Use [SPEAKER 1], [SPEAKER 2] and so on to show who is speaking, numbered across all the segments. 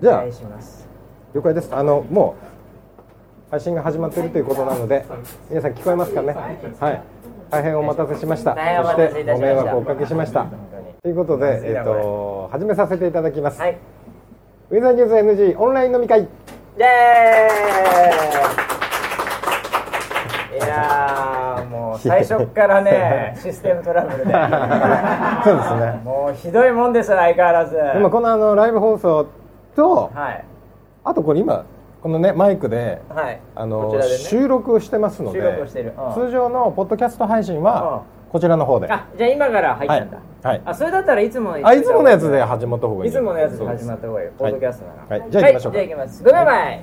[SPEAKER 1] じ
[SPEAKER 2] お
[SPEAKER 1] ゃあ
[SPEAKER 2] 願いします
[SPEAKER 1] 了解ですあのもう配信が始まっているということなので皆さん聞こえますかねはい大変お待たせしましたそ
[SPEAKER 2] 大変お
[SPEAKER 1] し
[SPEAKER 2] 待たせ
[SPEAKER 1] て
[SPEAKER 2] いた
[SPEAKER 1] ご
[SPEAKER 2] し
[SPEAKER 1] 迷
[SPEAKER 2] ました
[SPEAKER 1] 惑をおかけしましたということで、えっと始めさせていただきます、
[SPEAKER 2] はい
[SPEAKER 1] ウェザーニュース NG オンライン飲み会
[SPEAKER 2] イエーイいやーもう最初っからね システムトラブル
[SPEAKER 1] そ
[SPEAKER 2] で
[SPEAKER 1] うですね
[SPEAKER 2] もうひどいもんです相変わらず
[SPEAKER 1] でもこのあのライブ放送と
[SPEAKER 2] はい
[SPEAKER 1] あとこれ今このねマイクで
[SPEAKER 2] はい
[SPEAKER 1] あ
[SPEAKER 2] こ
[SPEAKER 1] の、
[SPEAKER 2] ちらでね
[SPEAKER 1] 収録してますので
[SPEAKER 2] 収録をしてるうん
[SPEAKER 1] 通常のポッドキャスト配信はこちらの方で、
[SPEAKER 2] あじゃあ今から入ったんだ、
[SPEAKER 1] はいはい
[SPEAKER 2] あそれだったらいつもの
[SPEAKER 1] あいつものやつで始まった方がいい
[SPEAKER 2] い
[SPEAKER 1] ん
[SPEAKER 2] つ
[SPEAKER 1] だ
[SPEAKER 2] ものやつで始まった方がいいよポッドキャストなら
[SPEAKER 1] はいじゃあ行きましょうか
[SPEAKER 2] はい、じゃあ行きます5秒前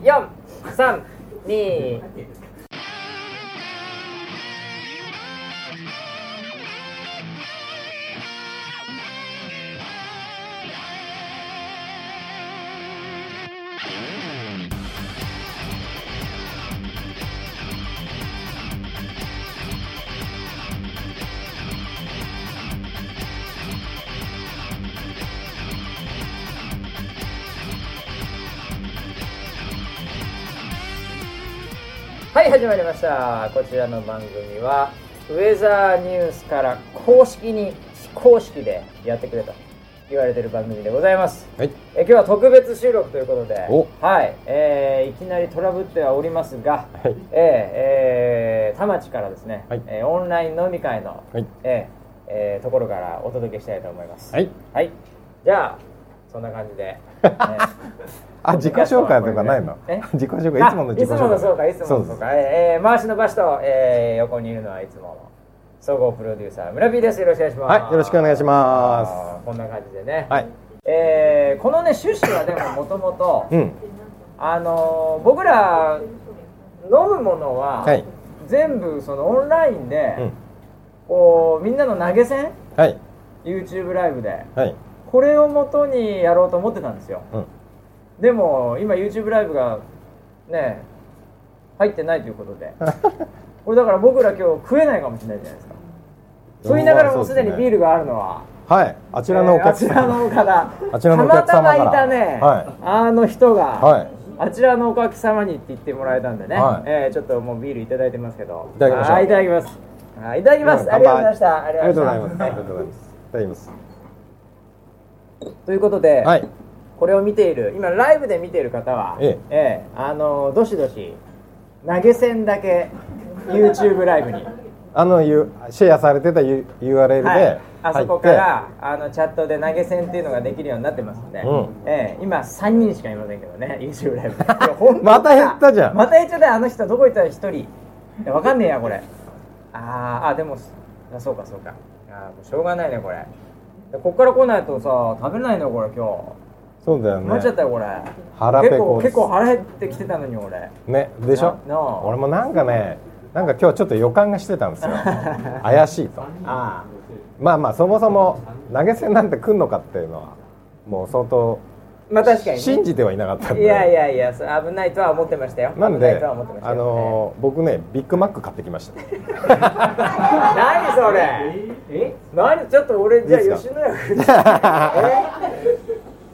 [SPEAKER 2] 432はい始まりましたこちらの番組はウェザーニュースから公式に非公式でやってくれと言われてる番組でございます
[SPEAKER 1] はい
[SPEAKER 2] え今日は特別収録ということで
[SPEAKER 1] お、
[SPEAKER 2] はいえーいきなりトラブってはおりますが、
[SPEAKER 1] はい
[SPEAKER 2] えーえー田町からですね、
[SPEAKER 1] はい
[SPEAKER 2] えーオンライン飲み会の、
[SPEAKER 1] はい
[SPEAKER 2] えーえーところからお届けしたいと思います。
[SPEAKER 1] はい、
[SPEAKER 2] はい、じゃあそんな感 じで、えー
[SPEAKER 1] あ自己紹介とかないの
[SPEAKER 2] え
[SPEAKER 1] 自己紹介
[SPEAKER 2] あ
[SPEAKER 1] いつもの自己紹介
[SPEAKER 2] いつものそうかいつも
[SPEAKER 1] そ
[SPEAKER 2] の
[SPEAKER 1] うで
[SPEAKER 2] そう
[SPEAKER 1] す
[SPEAKER 2] かえーえー回しの場所と、えー横にいるのはいつもの総合プロデューサー村 P ですよろしくお願いします
[SPEAKER 1] はいよろしくお願いしま
[SPEAKER 2] こんな感じでね、
[SPEAKER 1] すはい
[SPEAKER 2] えーこのね趣旨はでももともと
[SPEAKER 1] うん
[SPEAKER 2] あのー僕ら飲むものは、
[SPEAKER 1] はい
[SPEAKER 2] 全部そのオンラインで、
[SPEAKER 1] うん
[SPEAKER 2] こうみんなの投げ銭
[SPEAKER 1] はい
[SPEAKER 2] YouTube ライブで
[SPEAKER 1] はい
[SPEAKER 2] これをもとにやろうと思ってたんですよ
[SPEAKER 1] うん
[SPEAKER 2] でも今 YouTube ライブがね入ってないということ でこれだから僕ら今日食えないかもしれないじゃないですかと言いながらもうすでにビールがあるのは
[SPEAKER 1] はいあちらのお客
[SPEAKER 2] えーあちら
[SPEAKER 1] 様
[SPEAKER 2] の方
[SPEAKER 1] あちらのお客様
[SPEAKER 2] たまた
[SPEAKER 1] から
[SPEAKER 2] まいたね、
[SPEAKER 1] はい
[SPEAKER 2] あの人が、
[SPEAKER 1] はい
[SPEAKER 2] あちらのお客様にって言ってもらえたんでね、
[SPEAKER 1] はい
[SPEAKER 2] えーちょっともうビールいただいてますけど
[SPEAKER 1] いただきましょう
[SPEAKER 2] はいいただきますはいいただきます、あ
[SPEAKER 1] 乾
[SPEAKER 2] りが
[SPEAKER 1] 杯
[SPEAKER 2] とうございました
[SPEAKER 1] ありがとうございますありがとうございま
[SPEAKER 2] は
[SPEAKER 1] すいただきます
[SPEAKER 2] ということで、
[SPEAKER 1] はい
[SPEAKER 2] これを見ている今ライブで見ている方は、
[SPEAKER 1] え
[SPEAKER 2] ええあのどしどし投げ銭だけ YouTube ラ イブに、
[SPEAKER 1] あのゆシェアされてたゆ URL で
[SPEAKER 2] はい、あ
[SPEAKER 1] 入
[SPEAKER 2] そ
[SPEAKER 1] っ
[SPEAKER 2] こ
[SPEAKER 1] て
[SPEAKER 2] からあのチャットで投げ銭っていうのができるようになってますんで、
[SPEAKER 1] うん
[SPEAKER 2] ええ今3人しかいませんけどね YouTube ライブいやほん と
[SPEAKER 1] また減ったじゃん
[SPEAKER 2] また減っちゃったよあの人どこ行ったら1人いやわかんねえやこれあーあでもあそうかそうかあーもうしょうがないねこれでこっから来ないとさ食べれないのよこれ今日
[SPEAKER 1] そうだよね
[SPEAKER 2] なっちゃったよこれ
[SPEAKER 1] 腹ペコです
[SPEAKER 2] 結構結構腹減ってきてたのに俺
[SPEAKER 1] ねでしょ
[SPEAKER 2] ななあ
[SPEAKER 1] 俺もなんかねなんか今日ちょっと予感がしてたん ですよ怪しいと
[SPEAKER 2] あ
[SPEAKER 1] まあまあそもそも投げ銭なんて来んのかっていうのはもう相当
[SPEAKER 2] あまあ確かに、ね、
[SPEAKER 1] 信じてはいなかったんで
[SPEAKER 2] いやいやいやそう危ないとは思ってましたよ
[SPEAKER 1] なん
[SPEAKER 2] 危ない
[SPEAKER 1] で
[SPEAKER 2] とは思ってました
[SPEAKER 1] あ
[SPEAKER 2] よ
[SPEAKER 1] のー僕ねビッグマック買ってきました
[SPEAKER 2] 何それえ何ちょっと俺じゃあ
[SPEAKER 1] いいです
[SPEAKER 2] 吉野家え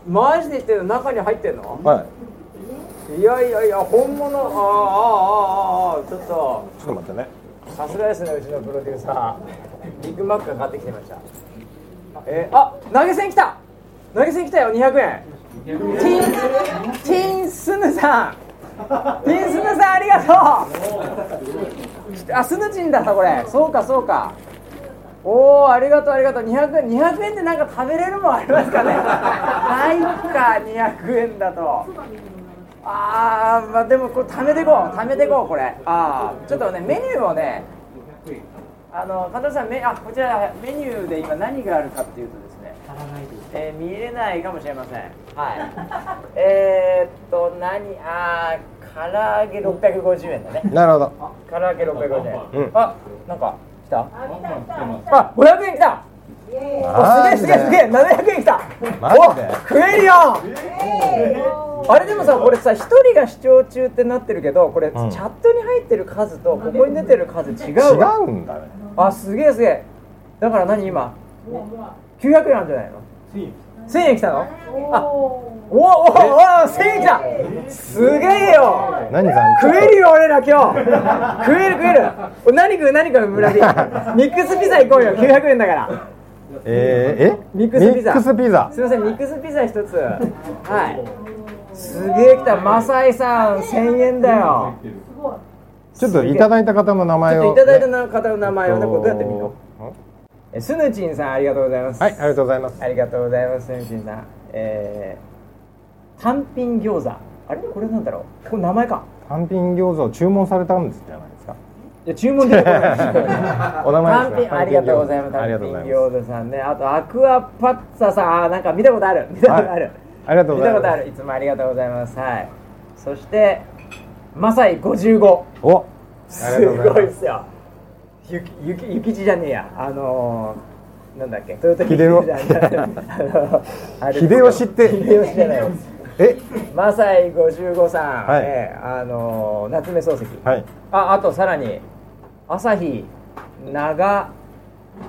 [SPEAKER 2] マジで言ってるの中に入ってんの
[SPEAKER 1] はい
[SPEAKER 2] いやいやいや本物ああああああああちょ
[SPEAKER 1] ち
[SPEAKER 2] っと
[SPEAKER 1] ょっと待ってね
[SPEAKER 2] さすがですねうちのプロデューサービッグマックが買ってきてましたえーあ投げ銭来た投げ銭来たよ200円ティンティンスヌさんティンスヌさんありがとうあスヌチンだったこれそうかそうかおおありがとうありがとう200円200円でなんか食べれるもんありますかねないか200円だとああまあでもこれ貯めてこう貯めてこうこれああちょっとねメニューをねあの神田さんメあこちらメニューで今何があるかっていうとですねえー見れないかもしれま せんはいえー、っと何ああ唐揚げ650円だね
[SPEAKER 1] なるほど
[SPEAKER 2] 唐揚げ650円、
[SPEAKER 1] うん
[SPEAKER 2] あなんか来たあ500円来たおすげえすげえすげえ700円来た
[SPEAKER 1] マジで
[SPEAKER 2] お食えるよあれでもさこれさ1人が視聴中ってなってるけどこれ、
[SPEAKER 1] ん
[SPEAKER 2] チャットに入ってる数とここに出てる数違
[SPEAKER 1] 違
[SPEAKER 2] うわ
[SPEAKER 1] うんだね
[SPEAKER 2] あすげえすげえだから何今900円あるんじゃないの1000円来たのあ
[SPEAKER 3] お
[SPEAKER 2] おおおお1000円来たすげえよ
[SPEAKER 1] 何さん
[SPEAKER 2] 食えるよ俺ら今日食える食えるお何食う何食う村人ミックスピザ行こうよ900円だから
[SPEAKER 1] えー、え
[SPEAKER 2] ミックスピザ
[SPEAKER 1] ミックスピザ
[SPEAKER 2] すみませんミックスピザ一つはいすげえ来たマサイさん1000円だよ
[SPEAKER 1] ちょっといただいた方の名
[SPEAKER 2] ち
[SPEAKER 1] 前
[SPEAKER 2] ょ
[SPEAKER 1] を
[SPEAKER 2] っといただいた
[SPEAKER 1] ね
[SPEAKER 2] な方の名前をねこれどうやって見るの
[SPEAKER 1] ん
[SPEAKER 2] えスヌチンさんありがとうございます
[SPEAKER 1] はいありがとうございます
[SPEAKER 2] ありがとうございます、みちんさん。えー、単品餃子。あれこれなんだろうこれ名前か。
[SPEAKER 1] 単品餃子を注文されたんですじゃないですか
[SPEAKER 2] いや、注文で
[SPEAKER 1] お名前
[SPEAKER 2] 単
[SPEAKER 1] ですね
[SPEAKER 2] 品、ありがとうございます。
[SPEAKER 1] あ
[SPEAKER 2] 単
[SPEAKER 1] りが
[SPEAKER 2] 品
[SPEAKER 1] とうございます
[SPEAKER 2] 餃子さんね。あと、アクアパッツァさん。あー、なんか見たことある。見たことある。
[SPEAKER 1] ありがとう
[SPEAKER 2] 見
[SPEAKER 1] ござ
[SPEAKER 2] た
[SPEAKER 1] い
[SPEAKER 2] ことあ
[SPEAKER 1] ます
[SPEAKER 2] る。いつもありがとうございます。はい。そして、マサイ55。
[SPEAKER 1] おあ
[SPEAKER 2] す
[SPEAKER 1] りがとうござ
[SPEAKER 2] ごい
[SPEAKER 1] い
[SPEAKER 2] っ
[SPEAKER 1] ます
[SPEAKER 2] すよ。ゆき、ゆき、ゆきちじゃねえや。あのー、なんだっけ。トヨタ
[SPEAKER 1] 秀夫
[SPEAKER 2] じゃねえやあのあれ
[SPEAKER 1] 秀吉って
[SPEAKER 2] 秀吉じゃないです。
[SPEAKER 1] え
[SPEAKER 2] マサイ55さん、
[SPEAKER 1] はい
[SPEAKER 2] ええあのー夏目漱石、
[SPEAKER 1] はい
[SPEAKER 2] ああとさらに朝日長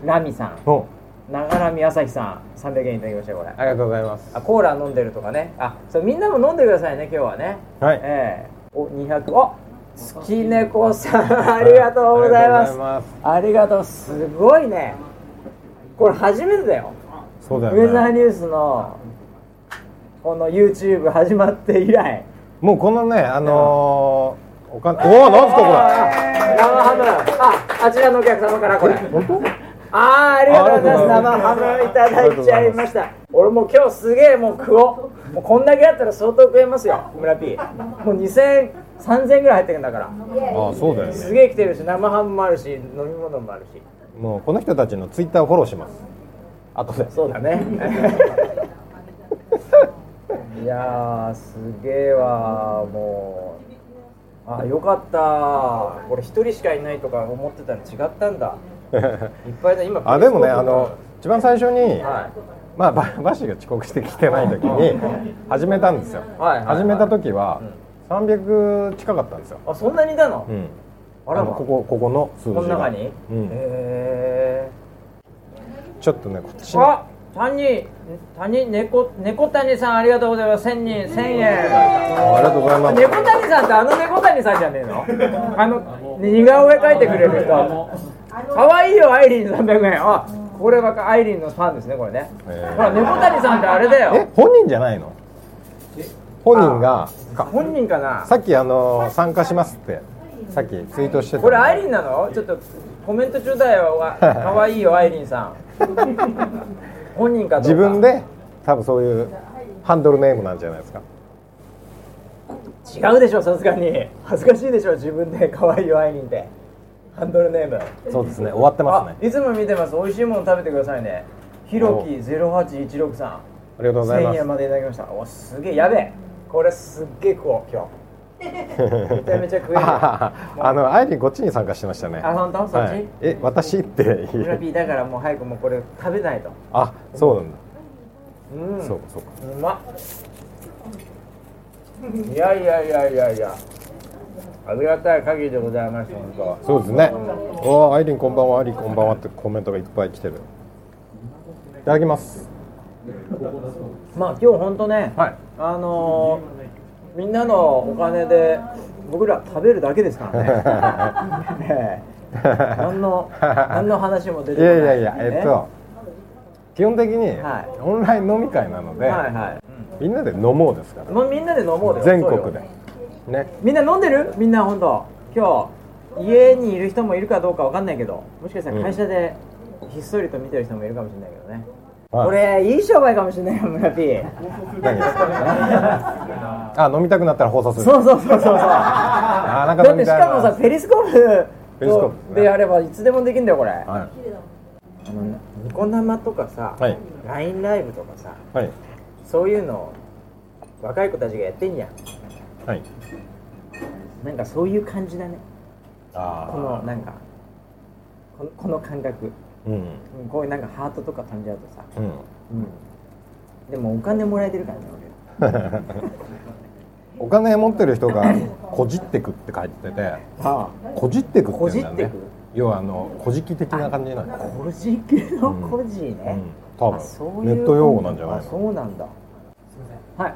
[SPEAKER 2] ラミさん
[SPEAKER 1] お
[SPEAKER 2] 長ラミ朝日さん300円いただきましたよこれ
[SPEAKER 1] ありがとうございます
[SPEAKER 2] あコーラ飲んでるとかねあそうみんなも飲んでくださいね今日はね
[SPEAKER 1] はい
[SPEAKER 2] ええお200あ月猫さんありがとうござい
[SPEAKER 1] ありがと
[SPEAKER 2] ます,、
[SPEAKER 1] うござい
[SPEAKER 2] ありがとうすごいねこれ初めてだよ
[SPEAKER 1] ますそうだ
[SPEAKER 2] ウェザー
[SPEAKER 1] よ
[SPEAKER 2] ニ
[SPEAKER 1] ね
[SPEAKER 2] ュースのこの YouTube 始まって以来
[SPEAKER 1] もうこのねあのー、おかおおなんすかこれ
[SPEAKER 2] 生ハムああちらのお客様からこれ
[SPEAKER 1] 本当
[SPEAKER 2] あーありがとうございます
[SPEAKER 1] あり
[SPEAKER 2] 生
[SPEAKER 1] がとうございます
[SPEAKER 2] ハムいただいちゃいました俺もう今日すげえもう食おうもうこんだけあったら相当食えますよ村 P もう2000 3000ぐらい入ってるんだから
[SPEAKER 1] ああそうだよ
[SPEAKER 2] す
[SPEAKER 1] ね
[SPEAKER 2] げえ来てるし生ハムもあるし飲み物もあるし
[SPEAKER 1] もうこの人たちのツイッターをフォローしますあとで
[SPEAKER 2] そうだね いやーすげえわーもうあよかったー俺一人しかいないとか思ってたの違ったんだいっぱいだ今
[SPEAKER 1] あでもね
[SPEAKER 2] ペース
[SPEAKER 1] あの一番最初に、
[SPEAKER 2] は
[SPEAKER 1] まあ、ババシが遅刻してきてない時に始めたんですよ、
[SPEAKER 2] はいはいはい
[SPEAKER 1] 始めた時は300近かったんですよ、
[SPEAKER 2] いあそんなにいたの、
[SPEAKER 1] うん、
[SPEAKER 2] あら
[SPEAKER 1] の
[SPEAKER 2] ま
[SPEAKER 1] こ
[SPEAKER 2] こ
[SPEAKER 1] こここの数字が
[SPEAKER 2] の中に、
[SPEAKER 1] うん
[SPEAKER 2] へ
[SPEAKER 1] ちょっとねこっち
[SPEAKER 2] ー
[SPEAKER 1] の
[SPEAKER 2] あ谷谷猫猫谷さんありがとうございます千人千円
[SPEAKER 1] ありがとうございます
[SPEAKER 2] 猫谷さんってあの猫谷さんじゃねえのあの似顔絵描いてくれる人かわいいよアイリーン300円あこれはアイリーンのファンですねこれね
[SPEAKER 1] へー
[SPEAKER 2] ほら猫谷さんってあれだ
[SPEAKER 1] え
[SPEAKER 2] よ
[SPEAKER 1] 本人じゃないの本人がか
[SPEAKER 2] 本人かな
[SPEAKER 1] さっきあの参加しますってさっきツイートしてた
[SPEAKER 2] これアイリーンなのちょっとコメント中だよ わかわいいよアイリーンさん本人かどうか
[SPEAKER 1] 自分で多分そういうハンドルネームなんじゃないですか
[SPEAKER 2] 違うでしょさすがに恥ずかしいでしょ自分で 可愛いよアイリーンってハンドルネーム
[SPEAKER 1] そうですね終わってます
[SPEAKER 2] あ
[SPEAKER 1] ね
[SPEAKER 2] いつも見てます美味しいもの食べてくださいねひろき0816さ
[SPEAKER 1] ありがとうございま
[SPEAKER 2] 1000
[SPEAKER 1] す
[SPEAKER 2] 円までいただきましたおすげえやべえこれすっげえ食おう今日めちゃめちゃ食える
[SPEAKER 1] ああのアイリンこっちに参加してましたね
[SPEAKER 2] あ本当そっち
[SPEAKER 1] はいえ私って言
[SPEAKER 2] 村
[SPEAKER 1] え
[SPEAKER 2] P だからもう早くもうこれ食べないと
[SPEAKER 1] あそうなんだ、
[SPEAKER 2] うん
[SPEAKER 1] そうかそうか
[SPEAKER 2] うまっいやいやいやいやいやありがたい限りでございます本当
[SPEAKER 1] そうですねおーアイリンこんばんはアイリンこんばんはってコメントがいっぱい来てるいただきます
[SPEAKER 2] まあ今日本当ね、
[SPEAKER 1] はい
[SPEAKER 2] あのーみんなのお金で僕ら食べるだけですから ね。ねえ何の何の話も出
[SPEAKER 1] い
[SPEAKER 2] てこな
[SPEAKER 1] や
[SPEAKER 2] い
[SPEAKER 1] いやいや
[SPEAKER 2] ね
[SPEAKER 1] えっと基本的に
[SPEAKER 2] はい
[SPEAKER 1] オンライン飲み会なので、
[SPEAKER 2] はいはい
[SPEAKER 1] みんなで飲もうですから
[SPEAKER 2] うん、もうみんなで飲もうよ
[SPEAKER 1] 全国で
[SPEAKER 2] そうよ
[SPEAKER 1] ね
[SPEAKER 2] みんな飲んでるみんな本当今日家にいる人もいるかどうかわかんないけどもしかしたら会社でひっそりと見てる人もいるかもしれないけどね、
[SPEAKER 1] はい
[SPEAKER 2] これいい商売かもしれないよ村 P
[SPEAKER 1] 何ですかあ飲みたくなったら放送する
[SPEAKER 2] そうそうそうそうそう
[SPEAKER 1] あなんか
[SPEAKER 2] だ
[SPEAKER 1] 飲
[SPEAKER 2] っ
[SPEAKER 1] み
[SPEAKER 2] てした
[SPEAKER 1] い
[SPEAKER 2] かもさペリスコープ
[SPEAKER 1] ペリスコープですね
[SPEAKER 2] でやればいつでもできるんだよこれ、
[SPEAKER 1] は
[SPEAKER 2] あのニコ生とかさ、
[SPEAKER 1] はい
[SPEAKER 2] LINE ライブとかさ
[SPEAKER 1] いはい
[SPEAKER 2] そういうのを若い子たちがやってんじゃん
[SPEAKER 1] はい
[SPEAKER 2] なんかそういう感じだねこ
[SPEAKER 1] あ
[SPEAKER 2] のなんかこのこの感覚
[SPEAKER 1] あうん
[SPEAKER 2] うんこういうなんかハートとか感じ合うとさ、
[SPEAKER 1] うん
[SPEAKER 2] うん、でもお金もらえてるからね
[SPEAKER 1] お金持ってる人がこじってくって書いてて
[SPEAKER 2] 俺あ
[SPEAKER 1] こじってくって言うんだよね
[SPEAKER 2] こじってく
[SPEAKER 1] 要はあのこじき的な感じなんだ
[SPEAKER 2] あ
[SPEAKER 1] ね
[SPEAKER 2] コルジー系の
[SPEAKER 1] うん
[SPEAKER 2] コルジー
[SPEAKER 1] う
[SPEAKER 2] ね
[SPEAKER 1] ん、
[SPEAKER 4] 多
[SPEAKER 2] あそう
[SPEAKER 4] 分
[SPEAKER 2] い
[SPEAKER 4] ネ
[SPEAKER 2] う
[SPEAKER 4] ット用語なんじゃない
[SPEAKER 2] あ
[SPEAKER 4] の
[SPEAKER 2] そうなんだはい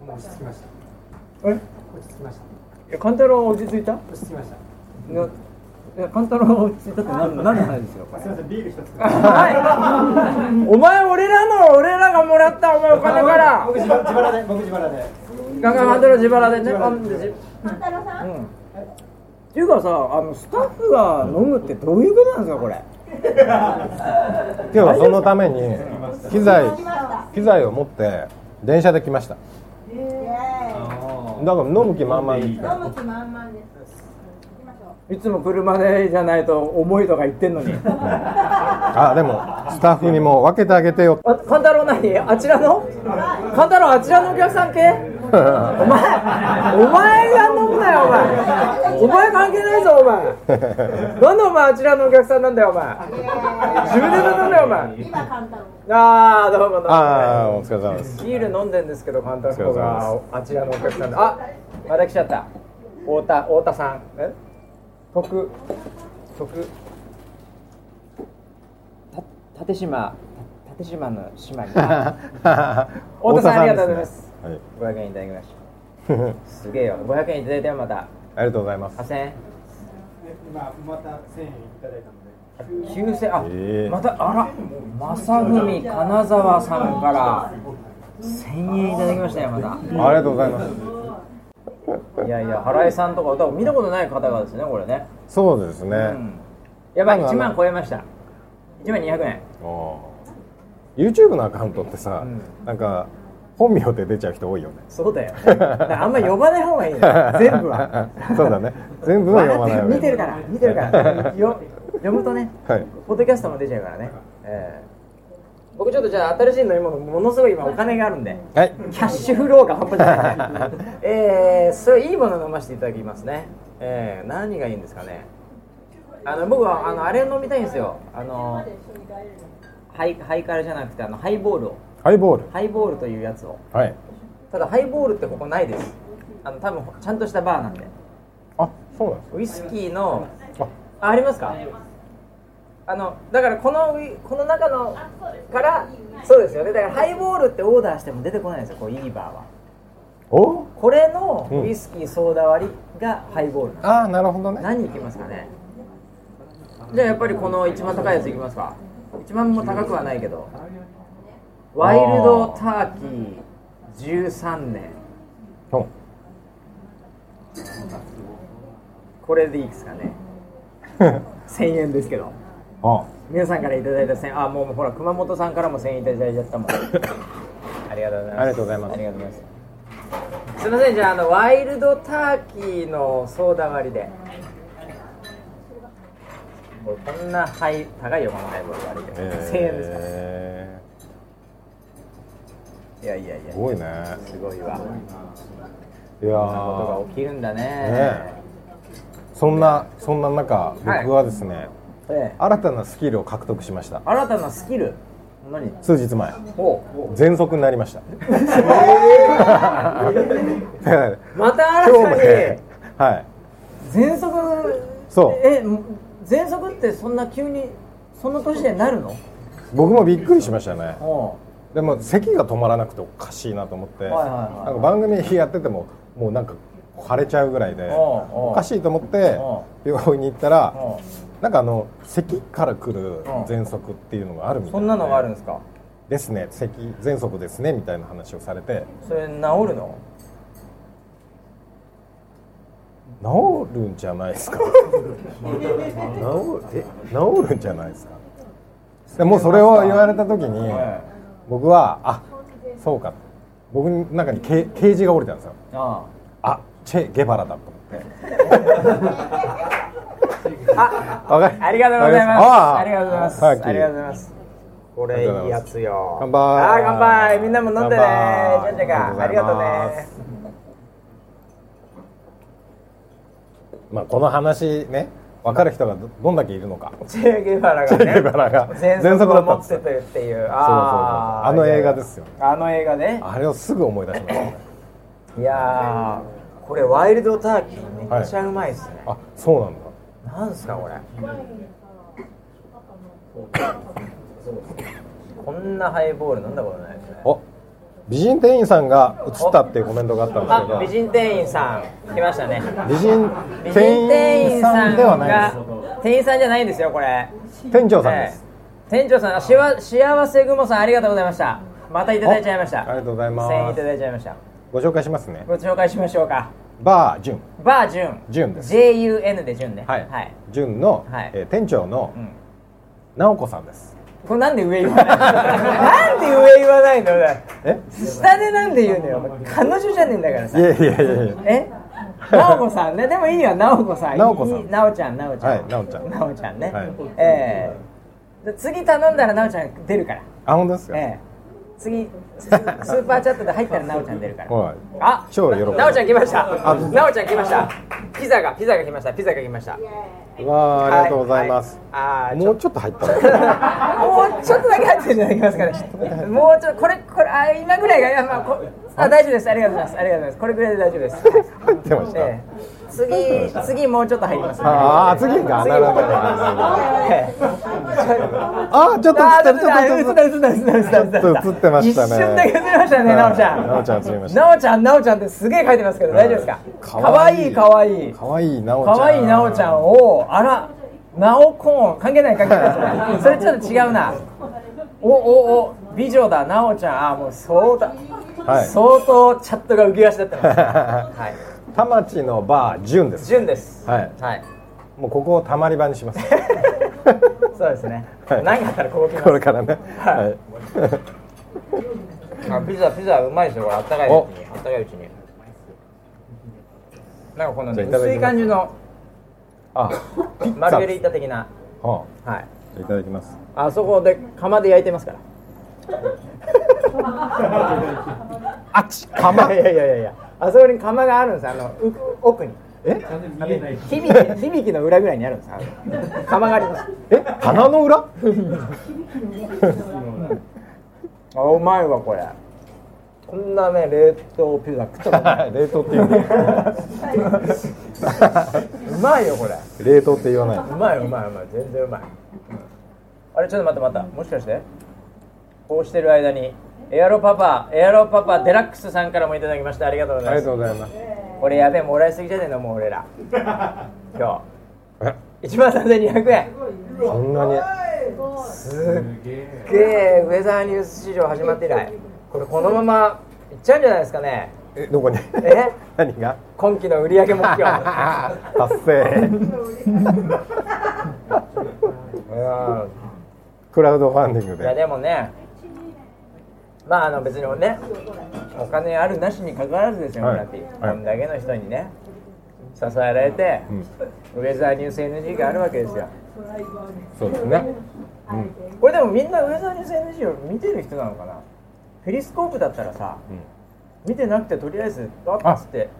[SPEAKER 5] 僕も落ち着きました
[SPEAKER 2] え
[SPEAKER 5] 落ち着きました
[SPEAKER 2] え勘太郎は落ち着いた
[SPEAKER 5] 落ち着きました
[SPEAKER 2] なえ勘太郎は落ち着いたって何の何の話ですよこれ
[SPEAKER 5] すいませんビール一つ
[SPEAKER 2] はいお前俺らの俺らがもらったお前お金から
[SPEAKER 5] 僕自腹自腹で僕自腹で
[SPEAKER 2] ガガハドロ自腹でねあんでし
[SPEAKER 3] 万太郎さん
[SPEAKER 2] うんっていうかさあのスタッフが飲むってどういうことなんですかこれ
[SPEAKER 1] 今日はそのために機材
[SPEAKER 3] 来ました
[SPEAKER 1] 機材を持って電車で来ました
[SPEAKER 3] イエ
[SPEAKER 1] だから飲む気満々です
[SPEAKER 3] ーイ飲む気満々です行きましょ
[SPEAKER 2] いつも車でじゃないと重いとか言ってんのに
[SPEAKER 1] あでもスタッフにも分けてあげて よ
[SPEAKER 2] あ勘太郎何あちらの勘太郎あちらのお客さ ん系お前お前が飲んだよお前お前関係ないぞお前なんでお前あちらのお客さんなんだよお前
[SPEAKER 3] うイエ
[SPEAKER 2] 自分で飲んだよお前
[SPEAKER 3] ーイ今簡単
[SPEAKER 2] ああどうもどうも
[SPEAKER 1] ああお疲れ様 です
[SPEAKER 2] ビール飲んでんですけど簡単子があちらのお客さんであまた来ちゃった太田太田さんえ徳徳た立島た立島の 島に
[SPEAKER 1] 太
[SPEAKER 2] 田さんありがとうございます
[SPEAKER 1] はい
[SPEAKER 2] 500円いただきましたすげえよ500円いただいたよまた
[SPEAKER 1] ありがとうございます
[SPEAKER 2] 8000円
[SPEAKER 5] 今また1000円いただいたので
[SPEAKER 2] 9000あ、
[SPEAKER 1] ええ
[SPEAKER 2] またあら正文金沢さんから1000円いただきましたよまた
[SPEAKER 1] ありがとうございます
[SPEAKER 2] いやいや、原井さんとか、多分見たことない方がですね、これね。
[SPEAKER 1] そうですね、
[SPEAKER 2] うん。やばい、
[SPEAKER 1] 多分あ
[SPEAKER 2] 1
[SPEAKER 1] の
[SPEAKER 2] 万超えました。1万200円。
[SPEAKER 1] ああ YouTube のアカウントってさ、
[SPEAKER 2] うん
[SPEAKER 1] なんか本名で出ちゃう人多いよね
[SPEAKER 2] そうだよ、ね。だからあんま呼ばない方がい いね。全部は。
[SPEAKER 1] そうだね全部は読まない
[SPEAKER 2] わ
[SPEAKER 1] 方
[SPEAKER 2] ーっ
[SPEAKER 1] が
[SPEAKER 2] て
[SPEAKER 1] いい
[SPEAKER 2] 見てるから、見てるから。よ読むとね、
[SPEAKER 1] はい
[SPEAKER 2] ポッドキャストも出ちゃうからね。ええ僕ちょっとじゃあ新しい飲み物ものすごい今お金があるんで
[SPEAKER 1] はい
[SPEAKER 2] キャッシュフローが半端じゃない えー、それいいもの飲ませていただきますねえー、何がいいんですかねあの僕はあのあれ飲みたいんですよあの
[SPEAKER 3] 一緒に帰れる
[SPEAKER 2] ハイハイカラじゃなくてあのハイボールを
[SPEAKER 1] ハイボール
[SPEAKER 2] ハイボールというやつを
[SPEAKER 1] はい
[SPEAKER 2] ただハイボールってここないですあの多分ちゃんとしたバーなんで
[SPEAKER 1] あそうなんです
[SPEAKER 2] ウイスキーの
[SPEAKER 1] あ
[SPEAKER 2] あありますかあのだからこのウイこの中のからそうですよねだからハイボールってオーダーしても出てこないんですよこういいバーは
[SPEAKER 1] お
[SPEAKER 2] これの
[SPEAKER 1] うん
[SPEAKER 2] ウイスキーソーダ割りがハイボールなんで
[SPEAKER 1] ああなるほど
[SPEAKER 2] す
[SPEAKER 1] ね
[SPEAKER 2] 何いきますかねじゃあやっぱりこの一番高いやついきますか一番も高くはないけどワイルドターキー13年
[SPEAKER 1] うん
[SPEAKER 2] これでいいですかね1000円ですけど
[SPEAKER 1] あ
[SPEAKER 2] 皆さんからいただいた1000円あもうもうほら熊本さんからも1000円いただいちゃったもん ありがとうございます
[SPEAKER 1] ありがとうございます
[SPEAKER 2] ありがとうございますすいませんじゃああのワイルドターキーのソーダ割りでこれこんなハイ高いよこのハイボール割りで、1000円ですから
[SPEAKER 1] え
[SPEAKER 2] いやいやい
[SPEAKER 1] ー
[SPEAKER 2] や
[SPEAKER 1] すごいね
[SPEAKER 2] すごいわこん
[SPEAKER 1] いや
[SPEAKER 2] なこ
[SPEAKER 1] ー
[SPEAKER 2] とが起きるんだね
[SPEAKER 1] ねそんなそんな中
[SPEAKER 2] はい
[SPEAKER 1] 僕はですね、
[SPEAKER 2] ええ
[SPEAKER 1] 新たなスキルを獲得しました
[SPEAKER 2] 新たなスキル何
[SPEAKER 1] 数日前
[SPEAKER 2] お
[SPEAKER 1] 喘息になりました
[SPEAKER 2] ま
[SPEAKER 1] 今
[SPEAKER 2] た
[SPEAKER 1] 日
[SPEAKER 2] 新
[SPEAKER 1] も
[SPEAKER 2] たに
[SPEAKER 1] ねはい
[SPEAKER 2] 喘息
[SPEAKER 1] そう
[SPEAKER 2] えも喘息ってそんな急にその年でなるの
[SPEAKER 1] 僕もびっくりしましたね
[SPEAKER 2] お
[SPEAKER 1] でも咳が止まらなくておかしいなと思って、
[SPEAKER 2] はいはいはい
[SPEAKER 1] なんか番組やっててももうなんか腫れちゃうぐらいで
[SPEAKER 2] おうおう
[SPEAKER 1] おかしいと思って病院に行ったら
[SPEAKER 2] お
[SPEAKER 1] なんかあの咳から来る
[SPEAKER 2] ん
[SPEAKER 1] 喘息っていうのがあるみたい
[SPEAKER 2] そんなのがあるんですか
[SPEAKER 1] ですね咳喘息ですねみたいな話をされて
[SPEAKER 2] それ治るの
[SPEAKER 1] 治るんじゃないですか治るえ治るんじゃないですかでもうそれを言われた時に
[SPEAKER 2] はい
[SPEAKER 1] 僕はあそうか僕の中にけケージが降りたんですよ
[SPEAKER 2] あ
[SPEAKER 1] あチェ・ゲバラだと思って
[SPEAKER 2] あ
[SPEAKER 1] わかり
[SPEAKER 2] ありがとうございます
[SPEAKER 1] あー
[SPEAKER 2] ありがとうございます
[SPEAKER 1] はい
[SPEAKER 2] ありがとうございますこれいいやつよ
[SPEAKER 1] 乾杯
[SPEAKER 2] あー乾杯みんなも飲んでねじ
[SPEAKER 1] 乾
[SPEAKER 2] ゃん
[SPEAKER 1] 杯
[SPEAKER 2] じゃかあ
[SPEAKER 1] あ
[SPEAKER 2] り
[SPEAKER 1] り
[SPEAKER 2] が
[SPEAKER 1] がとう
[SPEAKER 2] とう
[SPEAKER 1] ございます
[SPEAKER 2] ね
[SPEAKER 1] まあこの話ね分かる人がどどんだけいるのか
[SPEAKER 2] チェ・ゲバラ
[SPEAKER 1] チ
[SPEAKER 2] が
[SPEAKER 1] ェ・
[SPEAKER 2] ね
[SPEAKER 1] ゲバラが
[SPEAKER 2] 喘
[SPEAKER 1] 喘息
[SPEAKER 2] 息
[SPEAKER 1] だ
[SPEAKER 2] を
[SPEAKER 1] った
[SPEAKER 2] 持
[SPEAKER 1] んで
[SPEAKER 2] っ
[SPEAKER 1] す
[SPEAKER 2] て
[SPEAKER 1] よ
[SPEAKER 2] たっていう
[SPEAKER 1] そうあの映画ですよ
[SPEAKER 2] あの映画ね
[SPEAKER 1] あれをすぐ思い出しましたね
[SPEAKER 2] いやーこれワイルドターキーめっちゃうまいっすね
[SPEAKER 1] あそうなんだ
[SPEAKER 2] なんすかこれこんなハイボール飲んだことないですね
[SPEAKER 1] お美人店員さんが映ったっていうコメントがあったん
[SPEAKER 2] あ
[SPEAKER 1] で
[SPEAKER 2] 美
[SPEAKER 1] すけ
[SPEAKER 2] 人店員さん来ましたね
[SPEAKER 1] ど美人
[SPEAKER 2] 美人
[SPEAKER 1] 店
[SPEAKER 2] 店
[SPEAKER 1] 員
[SPEAKER 2] 員
[SPEAKER 1] さ
[SPEAKER 2] さ
[SPEAKER 1] ん
[SPEAKER 2] ん
[SPEAKER 1] ではない
[SPEAKER 2] が
[SPEAKER 1] で
[SPEAKER 2] 店員さんじゃないんですよこれ
[SPEAKER 1] す店長さんです、
[SPEAKER 2] ええ店長さんあしわ幸せ雲さんありがとうございましたまたいただいちゃいました
[SPEAKER 1] おありがとうございます
[SPEAKER 2] 1000円いただいちゃいました
[SPEAKER 1] ご紹介しますね
[SPEAKER 2] ご紹介しましょうか
[SPEAKER 1] バージュン
[SPEAKER 2] バージュン
[SPEAKER 1] ジュンです
[SPEAKER 2] JUN でジュンね
[SPEAKER 1] はい、
[SPEAKER 2] はい
[SPEAKER 1] ジュンの、
[SPEAKER 2] はい
[SPEAKER 1] えー店長の、
[SPEAKER 2] ん
[SPEAKER 1] 直子さんです
[SPEAKER 2] これなんで上言わないの なんで上言わないの
[SPEAKER 1] え
[SPEAKER 2] 下でなんで言うのよお前彼女じゃねえんだから
[SPEAKER 1] い
[SPEAKER 2] さ
[SPEAKER 1] やいやいやいや
[SPEAKER 2] えなおこさんねでもいいよなおこさん
[SPEAKER 1] なおこさん
[SPEAKER 2] いいなおちゃんなおちゃん
[SPEAKER 1] はいなおちゃん
[SPEAKER 2] なおちゃんね、
[SPEAKER 1] はい
[SPEAKER 2] ええで次頼んだらなおちゃん出るから
[SPEAKER 1] あ本当ですか、
[SPEAKER 2] ええ次ススーパーチャットで入ったらなおちゃん出るから
[SPEAKER 1] はい
[SPEAKER 2] あ
[SPEAKER 1] 超喜ぶ
[SPEAKER 2] なおちゃん来ました
[SPEAKER 1] あ
[SPEAKER 2] なおちゃん来ましたピザがピザが来ましたピザが来ました
[SPEAKER 3] イエ
[SPEAKER 1] わあありがとうございます、
[SPEAKER 2] はいはいあー
[SPEAKER 1] もうちょっと入ったら
[SPEAKER 2] もうちょっとだけ入ってるんじゃないますかね。もうちょっとこれこれあ今ぐらいがいやまあこあ大丈夫ですありがとうございますありがとうございますこれぐらいで大丈夫です。
[SPEAKER 1] 入ってました、
[SPEAKER 2] ええ次次もうちょっと入ります。
[SPEAKER 1] ああ次かなるほど
[SPEAKER 2] ええ
[SPEAKER 1] あーちょっと映
[SPEAKER 2] あ
[SPEAKER 1] ってるちょ
[SPEAKER 2] ー映
[SPEAKER 1] っ
[SPEAKER 2] っ
[SPEAKER 1] と
[SPEAKER 2] た映った映った映った映った
[SPEAKER 1] ちょっと映ってましたね
[SPEAKER 2] 一瞬だけ映りましたね
[SPEAKER 1] はい
[SPEAKER 2] なおちゃん
[SPEAKER 1] なおちゃん映りました
[SPEAKER 2] なおちゃんなおちゃんってすげえ書いてますけど大丈夫ですか
[SPEAKER 1] か
[SPEAKER 2] かわいいかわいい
[SPEAKER 1] かわいいなおちゃん
[SPEAKER 2] 可愛いなおちゃんをあらなおこん関係ない関係ないそれちょっと違うなおおお美女だなおちゃんあもうそうだ、
[SPEAKER 1] はい
[SPEAKER 2] 相当チャットが浮き足だってますはい
[SPEAKER 1] 田町のバージュン です
[SPEAKER 2] 純です
[SPEAKER 1] はい
[SPEAKER 2] はい
[SPEAKER 1] もうここをたまり場にし ます
[SPEAKER 2] そうですね、
[SPEAKER 1] はい
[SPEAKER 2] 何があったらここ来ます
[SPEAKER 1] これからねは
[SPEAKER 2] はいあピザピザうまいですよこれあったかいうちにあったかいうちになんかこの、
[SPEAKER 1] じ
[SPEAKER 2] ね、
[SPEAKER 1] ゃあいただきます
[SPEAKER 2] 薄い感じの
[SPEAKER 1] あ
[SPEAKER 2] マルゲリータ的な
[SPEAKER 1] は
[SPEAKER 2] はい
[SPEAKER 1] あいただきます
[SPEAKER 2] あそこで釜で焼いてますから
[SPEAKER 1] あち
[SPEAKER 2] いやいやいやいやあそこに釜があるんですあのう奥に
[SPEAKER 1] え
[SPEAKER 5] 見えない
[SPEAKER 2] 響き響きの裏ぐらいにあるんですあの釜があります
[SPEAKER 1] え棚の裏
[SPEAKER 2] あうまいわこれこんなね冷凍ピザ食ったことな い
[SPEAKER 1] 冷凍って言うね
[SPEAKER 2] うまいよこれ
[SPEAKER 1] 冷凍って言わないう
[SPEAKER 2] まいうまいうまい全然うまい、あれちょっと待って待ってもしかしてこうしてる間にエアロパパエアロパパデラックスさんからもいただきましたありがとうご
[SPEAKER 1] あ
[SPEAKER 2] ざ
[SPEAKER 1] りが
[SPEAKER 2] います
[SPEAKER 1] とうございます
[SPEAKER 2] これやべえもらいすぎじゃねえのもう 俺ら今
[SPEAKER 1] え
[SPEAKER 2] 日1万3200円
[SPEAKER 1] そんなに
[SPEAKER 3] ーイゴー
[SPEAKER 2] すっげえウェザーニュース史上始まって以来これこのままいっちゃうんじゃないですかね
[SPEAKER 1] えどこに
[SPEAKER 2] え
[SPEAKER 1] 何が
[SPEAKER 2] 今期の売上目標 いや
[SPEAKER 1] 達成
[SPEAKER 2] ー
[SPEAKER 1] クラウドファンディング
[SPEAKER 2] いや
[SPEAKER 1] で
[SPEAKER 2] でもねまああの別にねお金あるなしにかかわらずですよ、
[SPEAKER 1] はい
[SPEAKER 2] だってこ
[SPEAKER 1] はい
[SPEAKER 2] んだけの人にね支えられて、
[SPEAKER 1] うん
[SPEAKER 2] ウェザーニュース NG があるわけですよ
[SPEAKER 1] そうですね
[SPEAKER 2] これでもみんなウェザーニュース NG を見てる人なのかなフェリスコープだったらさ
[SPEAKER 1] うん
[SPEAKER 2] 見てなくてとりあえずあっつって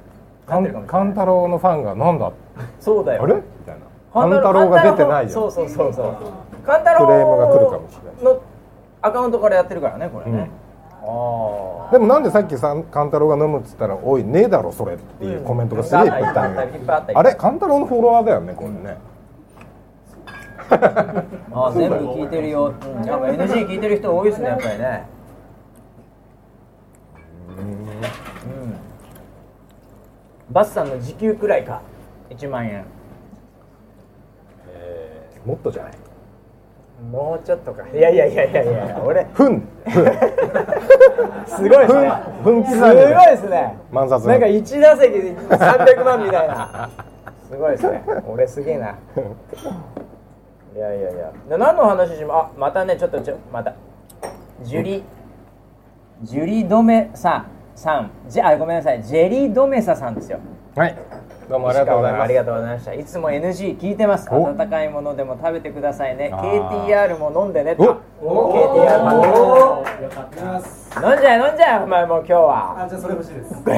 [SPEAKER 2] な
[SPEAKER 1] カ
[SPEAKER 2] ってるかも
[SPEAKER 1] ン
[SPEAKER 2] しれな
[SPEAKER 1] カ
[SPEAKER 2] い
[SPEAKER 1] ンタロウのファンがなんだ
[SPEAKER 2] そうだよ
[SPEAKER 1] あれみたいなカンタロウが出てないじゃん
[SPEAKER 2] そうそうそうそうカンタロウ
[SPEAKER 1] クレームが来るかもしれ
[SPEAKER 2] のアカウントからやってるからねこれ
[SPEAKER 1] うん
[SPEAKER 2] ね、ああ
[SPEAKER 1] でもなんでさっきさんカンタロウが飲むっつったら「おいねえだろそれ」っていうコメントがすげえいっぱいいったのよ
[SPEAKER 2] いっぱいあったいっぱいあった
[SPEAKER 1] あれカンタロウのフォロワーだよねこれね
[SPEAKER 2] あー全部聞いてるよ、うん、やっぱ NG 聞いてる人多いですねやっぱりねうんバスさんの時給くらいか1万円
[SPEAKER 1] えーもっとじゃない
[SPEAKER 2] もうちょっとかいやいやいやいやいや俺
[SPEAKER 1] ふんふ ん
[SPEAKER 2] すごいですね
[SPEAKER 1] ふん刻
[SPEAKER 2] す
[SPEAKER 1] み
[SPEAKER 2] ごい
[SPEAKER 1] で
[SPEAKER 2] ですね
[SPEAKER 1] 満札
[SPEAKER 2] なんか1打席で300万みた いなすごいですね俺すげえないやいやいやで何の話しまあまたねちょっとちょまたジュリジュリドメさんさんじゃあごめんなさいジェリードメサさんですよ
[SPEAKER 1] はいどうもありがとうございます
[SPEAKER 2] ありがとうございましたいつも NG 聞いてます
[SPEAKER 1] お
[SPEAKER 2] 温かいものでも食べてくださいね
[SPEAKER 1] あー
[SPEAKER 2] KTR も飲んでね
[SPEAKER 1] お
[SPEAKER 2] と KTR も
[SPEAKER 5] よかったです
[SPEAKER 2] 飲んじゃえ飲んじゃえお前もう今日は
[SPEAKER 5] あじゃあそれ欲しいです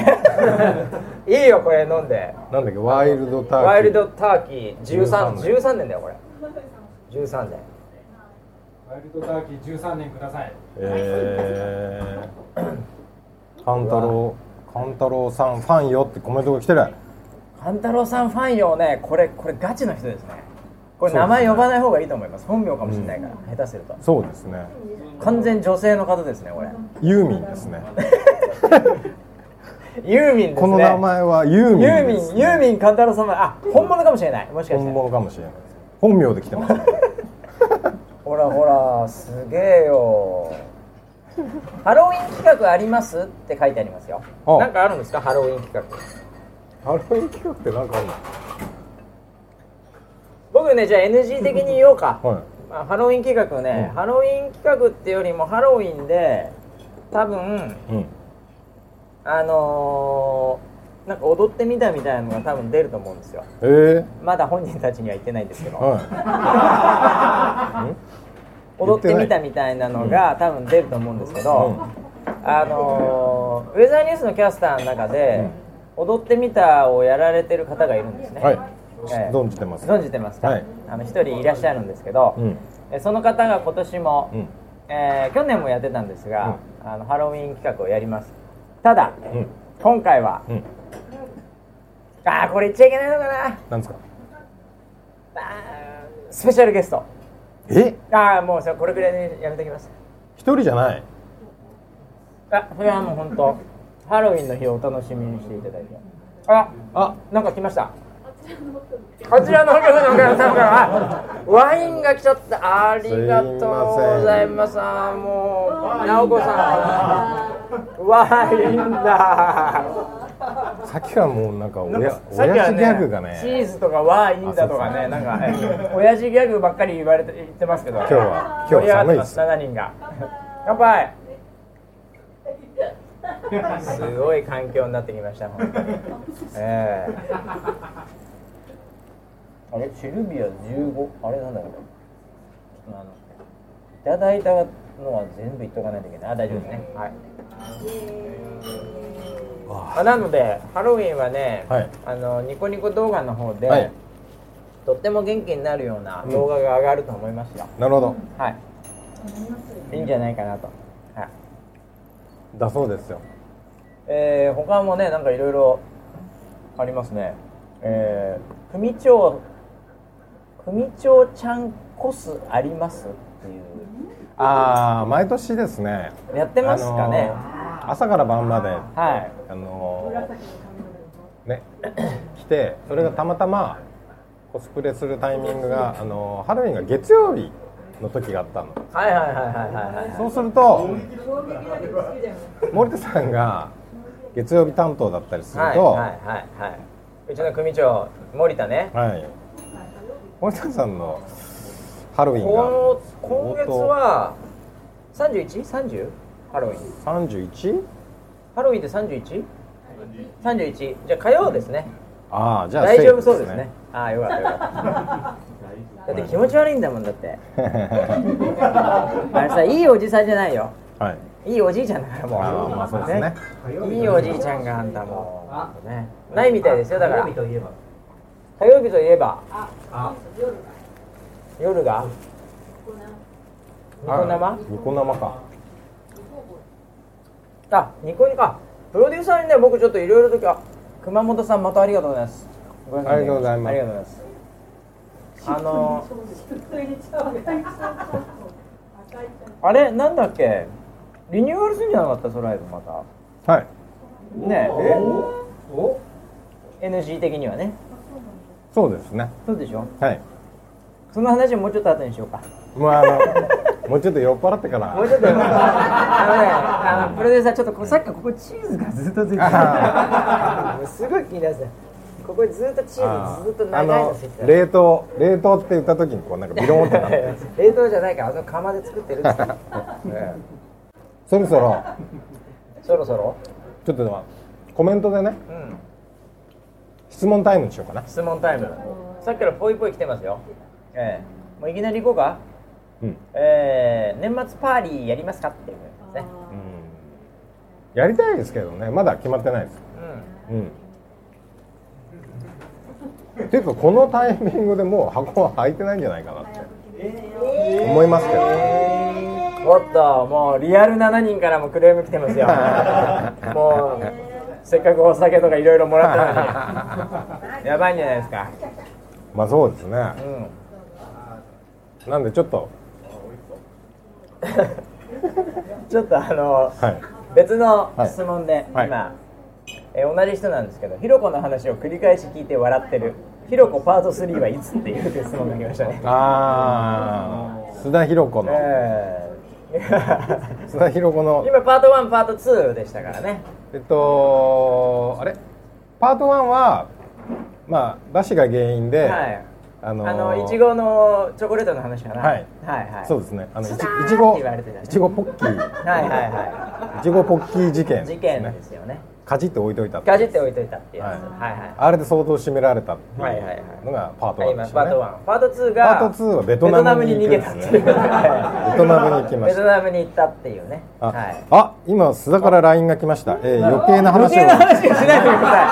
[SPEAKER 2] いいよこれ飲んで
[SPEAKER 1] なんだっけワイルドターキー
[SPEAKER 2] ワイルドターキー
[SPEAKER 1] 13
[SPEAKER 2] 13
[SPEAKER 1] 年
[SPEAKER 2] 年 ,13 年だよこれ13年
[SPEAKER 5] ワイルドターキー13年ください
[SPEAKER 1] えー、カンタロウカンタロウさんファンよってコメントが来てる
[SPEAKER 2] 勘太郎さんファンよねこれこれガチの人ですねこれ名前呼ばない方がいいと思います本名かもしれないから、下手すると
[SPEAKER 1] そうですね
[SPEAKER 2] 完全女性の方ですねこ れ
[SPEAKER 1] ユーミンですね
[SPEAKER 2] ユーミンですね
[SPEAKER 1] この名前はユーミン
[SPEAKER 2] ユーミ
[SPEAKER 1] で
[SPEAKER 2] ン、
[SPEAKER 1] す、
[SPEAKER 2] ユーミン勘太郎様あ本物かもしれないもしかして
[SPEAKER 1] 本物かもしれないです本名で来てます、ね、
[SPEAKER 2] ほらほらすげえよハロウィン企画ありますって書いてありますよ
[SPEAKER 1] あ
[SPEAKER 2] なんかあるんですかハロウィン企画
[SPEAKER 1] ハロウィン企画ってなんかあるの
[SPEAKER 2] 僕ねじゃあ NG 的に言おうか、
[SPEAKER 1] はい
[SPEAKER 2] まあ、ハロウィン企画ね、
[SPEAKER 1] うん
[SPEAKER 2] ハロウィン企画ってよりもハロウィンで多分
[SPEAKER 1] うん
[SPEAKER 2] あのーなんか踊ってみたみたいなのが多分出ると思うんですよ
[SPEAKER 1] えー、
[SPEAKER 2] まだ本人たちには言ってないんですけど、
[SPEAKER 1] はい
[SPEAKER 2] 踊ってみたみたいなのが多分出ると思うんですけど、あのーウェザーニュースのキャスターの中で、踊ってみたをやられてる方がいるんですね、
[SPEAKER 1] はい
[SPEAKER 2] ええ
[SPEAKER 1] 存じてます
[SPEAKER 2] 存じてますか、
[SPEAKER 1] はい
[SPEAKER 2] あの一人いらっしゃるんですけど、
[SPEAKER 1] うん
[SPEAKER 2] えその方が今年も、
[SPEAKER 1] うん
[SPEAKER 2] えー去年もやってたんですが、あのハロウィン企画をやりますただ
[SPEAKER 1] うん
[SPEAKER 2] 今回は、
[SPEAKER 1] うん
[SPEAKER 2] ああこれ言っちゃいけないのかな
[SPEAKER 1] なんですか
[SPEAKER 2] あースペシャルゲスト
[SPEAKER 1] え
[SPEAKER 2] ああもうそれこれぐらいでやめときます
[SPEAKER 1] 一人じゃない
[SPEAKER 2] あそれはもう本当ハロウィンの日をお楽しみにしていただいてああなんか来ましたこちらのお客様のお客様からあワインが来ちゃったありがとうございますあーもう直子さんワインだ
[SPEAKER 1] さっきはもうなんか
[SPEAKER 2] なん
[SPEAKER 1] 親
[SPEAKER 2] かさっき
[SPEAKER 1] 親
[SPEAKER 2] は
[SPEAKER 1] 父ギャグが
[SPEAKER 2] チ
[SPEAKER 1] ね
[SPEAKER 2] ーズとかワインだとかねなんかえ親父ギャグばっかり言われて言ってますけど
[SPEAKER 1] 今日は今日は寒いです
[SPEAKER 2] 7人が乾杯すごい環境になってきました本当にええあれシルビア15あれなんだろうあのいただいたのは全部言っとかないといけないあ大丈夫ですね、はい
[SPEAKER 1] わ
[SPEAKER 2] あなのでハロウィンはね、
[SPEAKER 1] はい
[SPEAKER 2] あのニコニコ動画の方で、
[SPEAKER 1] はい
[SPEAKER 2] とっても元気になるような動画が上がると思いますよ、
[SPEAKER 1] なるほど
[SPEAKER 2] はいいいんじゃないかなと、はい
[SPEAKER 1] だそうですよ
[SPEAKER 2] えー、他もねなんかいろいろありますねえー、組長組長ちゃんコスありますっていう
[SPEAKER 1] ああ毎年ですね
[SPEAKER 2] やってますかね、
[SPEAKER 1] あのー朝から晩まで
[SPEAKER 2] はい
[SPEAKER 1] あのーね 来てそれがたまたまコスプレするタイミングがあのーハロウィンが月曜日の時があったの
[SPEAKER 2] はいはいはいはいはい
[SPEAKER 1] そうすると森田さんが月曜日担当だったりする
[SPEAKER 2] はいはい
[SPEAKER 1] と、
[SPEAKER 2] はいはいうちの組長森田ね
[SPEAKER 1] はい、森田さんのハロウィン
[SPEAKER 2] こ
[SPEAKER 1] が
[SPEAKER 2] の今月は 31?30? ハロウィン
[SPEAKER 1] 31?
[SPEAKER 2] ハロウィンって 31?31 じゃあ火曜ですね
[SPEAKER 1] ああじゃあ
[SPEAKER 2] 大丈夫
[SPEAKER 1] セ
[SPEAKER 2] そ
[SPEAKER 1] ー
[SPEAKER 2] う
[SPEAKER 1] フ
[SPEAKER 2] ですねああよかったよかった だって気持ち悪いんだもんだって あれさいいおじさんじゃないよ
[SPEAKER 1] はい
[SPEAKER 2] いいおじいちゃんだからもう
[SPEAKER 1] ああまあそうですね
[SPEAKER 2] ねいいおじいちゃんがあんたもうねないみたいですよだから火曜日といえば火曜日といえば夜がニコ生
[SPEAKER 1] ニコ生か
[SPEAKER 2] あニコニコあプロデューサーにね僕ちょっといろいろとあ熊本さんまたありがとうございますごめんなさ
[SPEAKER 1] ありがとうございます
[SPEAKER 2] ありがとうございますあのあれなんだっけリニューアルするんじゃなかったソライブまた
[SPEAKER 1] はい
[SPEAKER 2] ねえ NG 的にはね
[SPEAKER 1] そうですね
[SPEAKER 2] そうでしょ
[SPEAKER 1] はい
[SPEAKER 2] その話をもうちょっと後にし ようか
[SPEAKER 1] まああ のもうちょっと酔っ払ってから
[SPEAKER 2] もうちょっとあのねあのプロデューサーちょっとこさっきからここチーズがずっとついてる
[SPEAKER 1] あ
[SPEAKER 2] すごい気になってここずっとチー
[SPEAKER 1] あ
[SPEAKER 2] ズ
[SPEAKER 1] ー
[SPEAKER 2] ずっと長いのついて
[SPEAKER 1] あの
[SPEAKER 2] る
[SPEAKER 1] 冷凍冷凍って言った時にこうなんかビローンってなって
[SPEAKER 2] 冷凍じゃないからあの釜で作ってるっつって
[SPEAKER 1] ねそろそろ
[SPEAKER 2] そろそろ
[SPEAKER 1] ちょっとまあコメントでね
[SPEAKER 2] うん
[SPEAKER 1] 質問タイムにしようかな
[SPEAKER 2] 質問タイムさっきからぽいぽい来てますよええもういきなり行こうか
[SPEAKER 1] うん、
[SPEAKER 2] えー、年末パーリーやりますかっていうことですね
[SPEAKER 1] うん、やりたいですけどねまだ決まってないですうんていうかこのタイミングでもう箱は開いてないんじゃないかな って思いますけどね
[SPEAKER 2] うんおっともうリアル7人からもクレーム来てま すよもうせっかくお酒とか いろいろもらったのにやばいんじゃないですか
[SPEAKER 1] まあそうですね
[SPEAKER 2] うん
[SPEAKER 1] なんでちょっと
[SPEAKER 2] ちょっとあの
[SPEAKER 1] はい
[SPEAKER 2] 別の
[SPEAKER 1] はい
[SPEAKER 2] 質問で、
[SPEAKER 1] はい
[SPEAKER 2] 今、えー同じ人なんですけどひろこの話を繰り返し聞いて笑ってるひろこパート3はいつっていう質問が来ましたね
[SPEAKER 1] ああ須田寛子の、
[SPEAKER 2] えー
[SPEAKER 1] 須田寛子の
[SPEAKER 2] 今パート1パート2でしたからね
[SPEAKER 1] えっとあれパート1はまあバシが原因で、
[SPEAKER 2] はい
[SPEAKER 1] あの
[SPEAKER 2] あのいちごのチョコレートの話かな、
[SPEAKER 1] はい
[SPEAKER 2] はいはい
[SPEAKER 1] そうですねあのいち
[SPEAKER 2] スター
[SPEAKER 1] いちご
[SPEAKER 2] って言われてたね
[SPEAKER 1] いちごポッキ ー
[SPEAKER 2] はいはいはい
[SPEAKER 1] ちごポッキー事件
[SPEAKER 2] 事
[SPEAKER 1] です
[SPEAKER 2] 件
[SPEAKER 1] ね
[SPEAKER 2] ですよね
[SPEAKER 1] かじって置いといた
[SPEAKER 2] ガジって置いといたっていうやつ、
[SPEAKER 1] はい
[SPEAKER 2] はいはい
[SPEAKER 1] あれで相当締められたって
[SPEAKER 2] はいいはいは
[SPEAKER 1] うの
[SPEAKER 2] い
[SPEAKER 1] がパート
[SPEAKER 2] あ
[SPEAKER 1] 1
[SPEAKER 2] 今
[SPEAKER 1] でし
[SPEAKER 2] パ
[SPEAKER 1] た
[SPEAKER 2] ー
[SPEAKER 1] ね
[SPEAKER 2] ト1パート2が
[SPEAKER 1] パート2はベトナムに行く
[SPEAKER 2] ベトナムに逃げ
[SPEAKER 1] ん
[SPEAKER 2] た
[SPEAKER 1] で
[SPEAKER 2] っ
[SPEAKER 1] すね
[SPEAKER 2] ていう
[SPEAKER 1] ベトナムに行きました
[SPEAKER 2] ベトナムに行ったっていうね
[SPEAKER 1] あ,、
[SPEAKER 2] はい
[SPEAKER 1] あ今須田から LINE が来ました、えー余計な
[SPEAKER 2] 余
[SPEAKER 1] 話を
[SPEAKER 2] 計な話はしないでください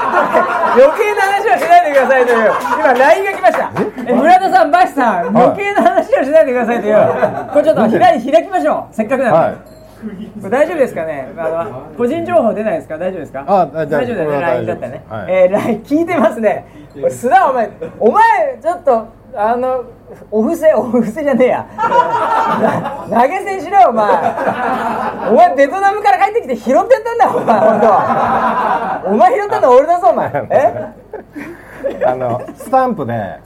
[SPEAKER 2] 余計な話はしないでくださいという今 LINE が来ましたえ村田さんバシさん
[SPEAKER 1] はい
[SPEAKER 2] 余計な話はしないでくださいというこれちょっと開い開きましょうせっかくな
[SPEAKER 1] は
[SPEAKER 2] んで
[SPEAKER 1] い
[SPEAKER 2] これ大丈夫ですかねあの個人情報出ないですか大丈夫ですか
[SPEAKER 1] あ大丈夫
[SPEAKER 2] 大丈夫
[SPEAKER 1] こ
[SPEAKER 2] だ
[SPEAKER 1] れ
[SPEAKER 2] よね
[SPEAKER 1] は大
[SPEAKER 2] LINE だ
[SPEAKER 1] 丈
[SPEAKER 2] っ
[SPEAKER 1] 夫
[SPEAKER 2] たね
[SPEAKER 1] はい
[SPEAKER 2] えー LINE 聞いてますね俺須田お前お前ちょっとあのお布施お布施じゃねえや な投げ銭しろよお前お前ベトナムから帰ってきて拾ってったんだよお前本当お前拾ったのは俺だぞお前 え
[SPEAKER 1] あのスタンプで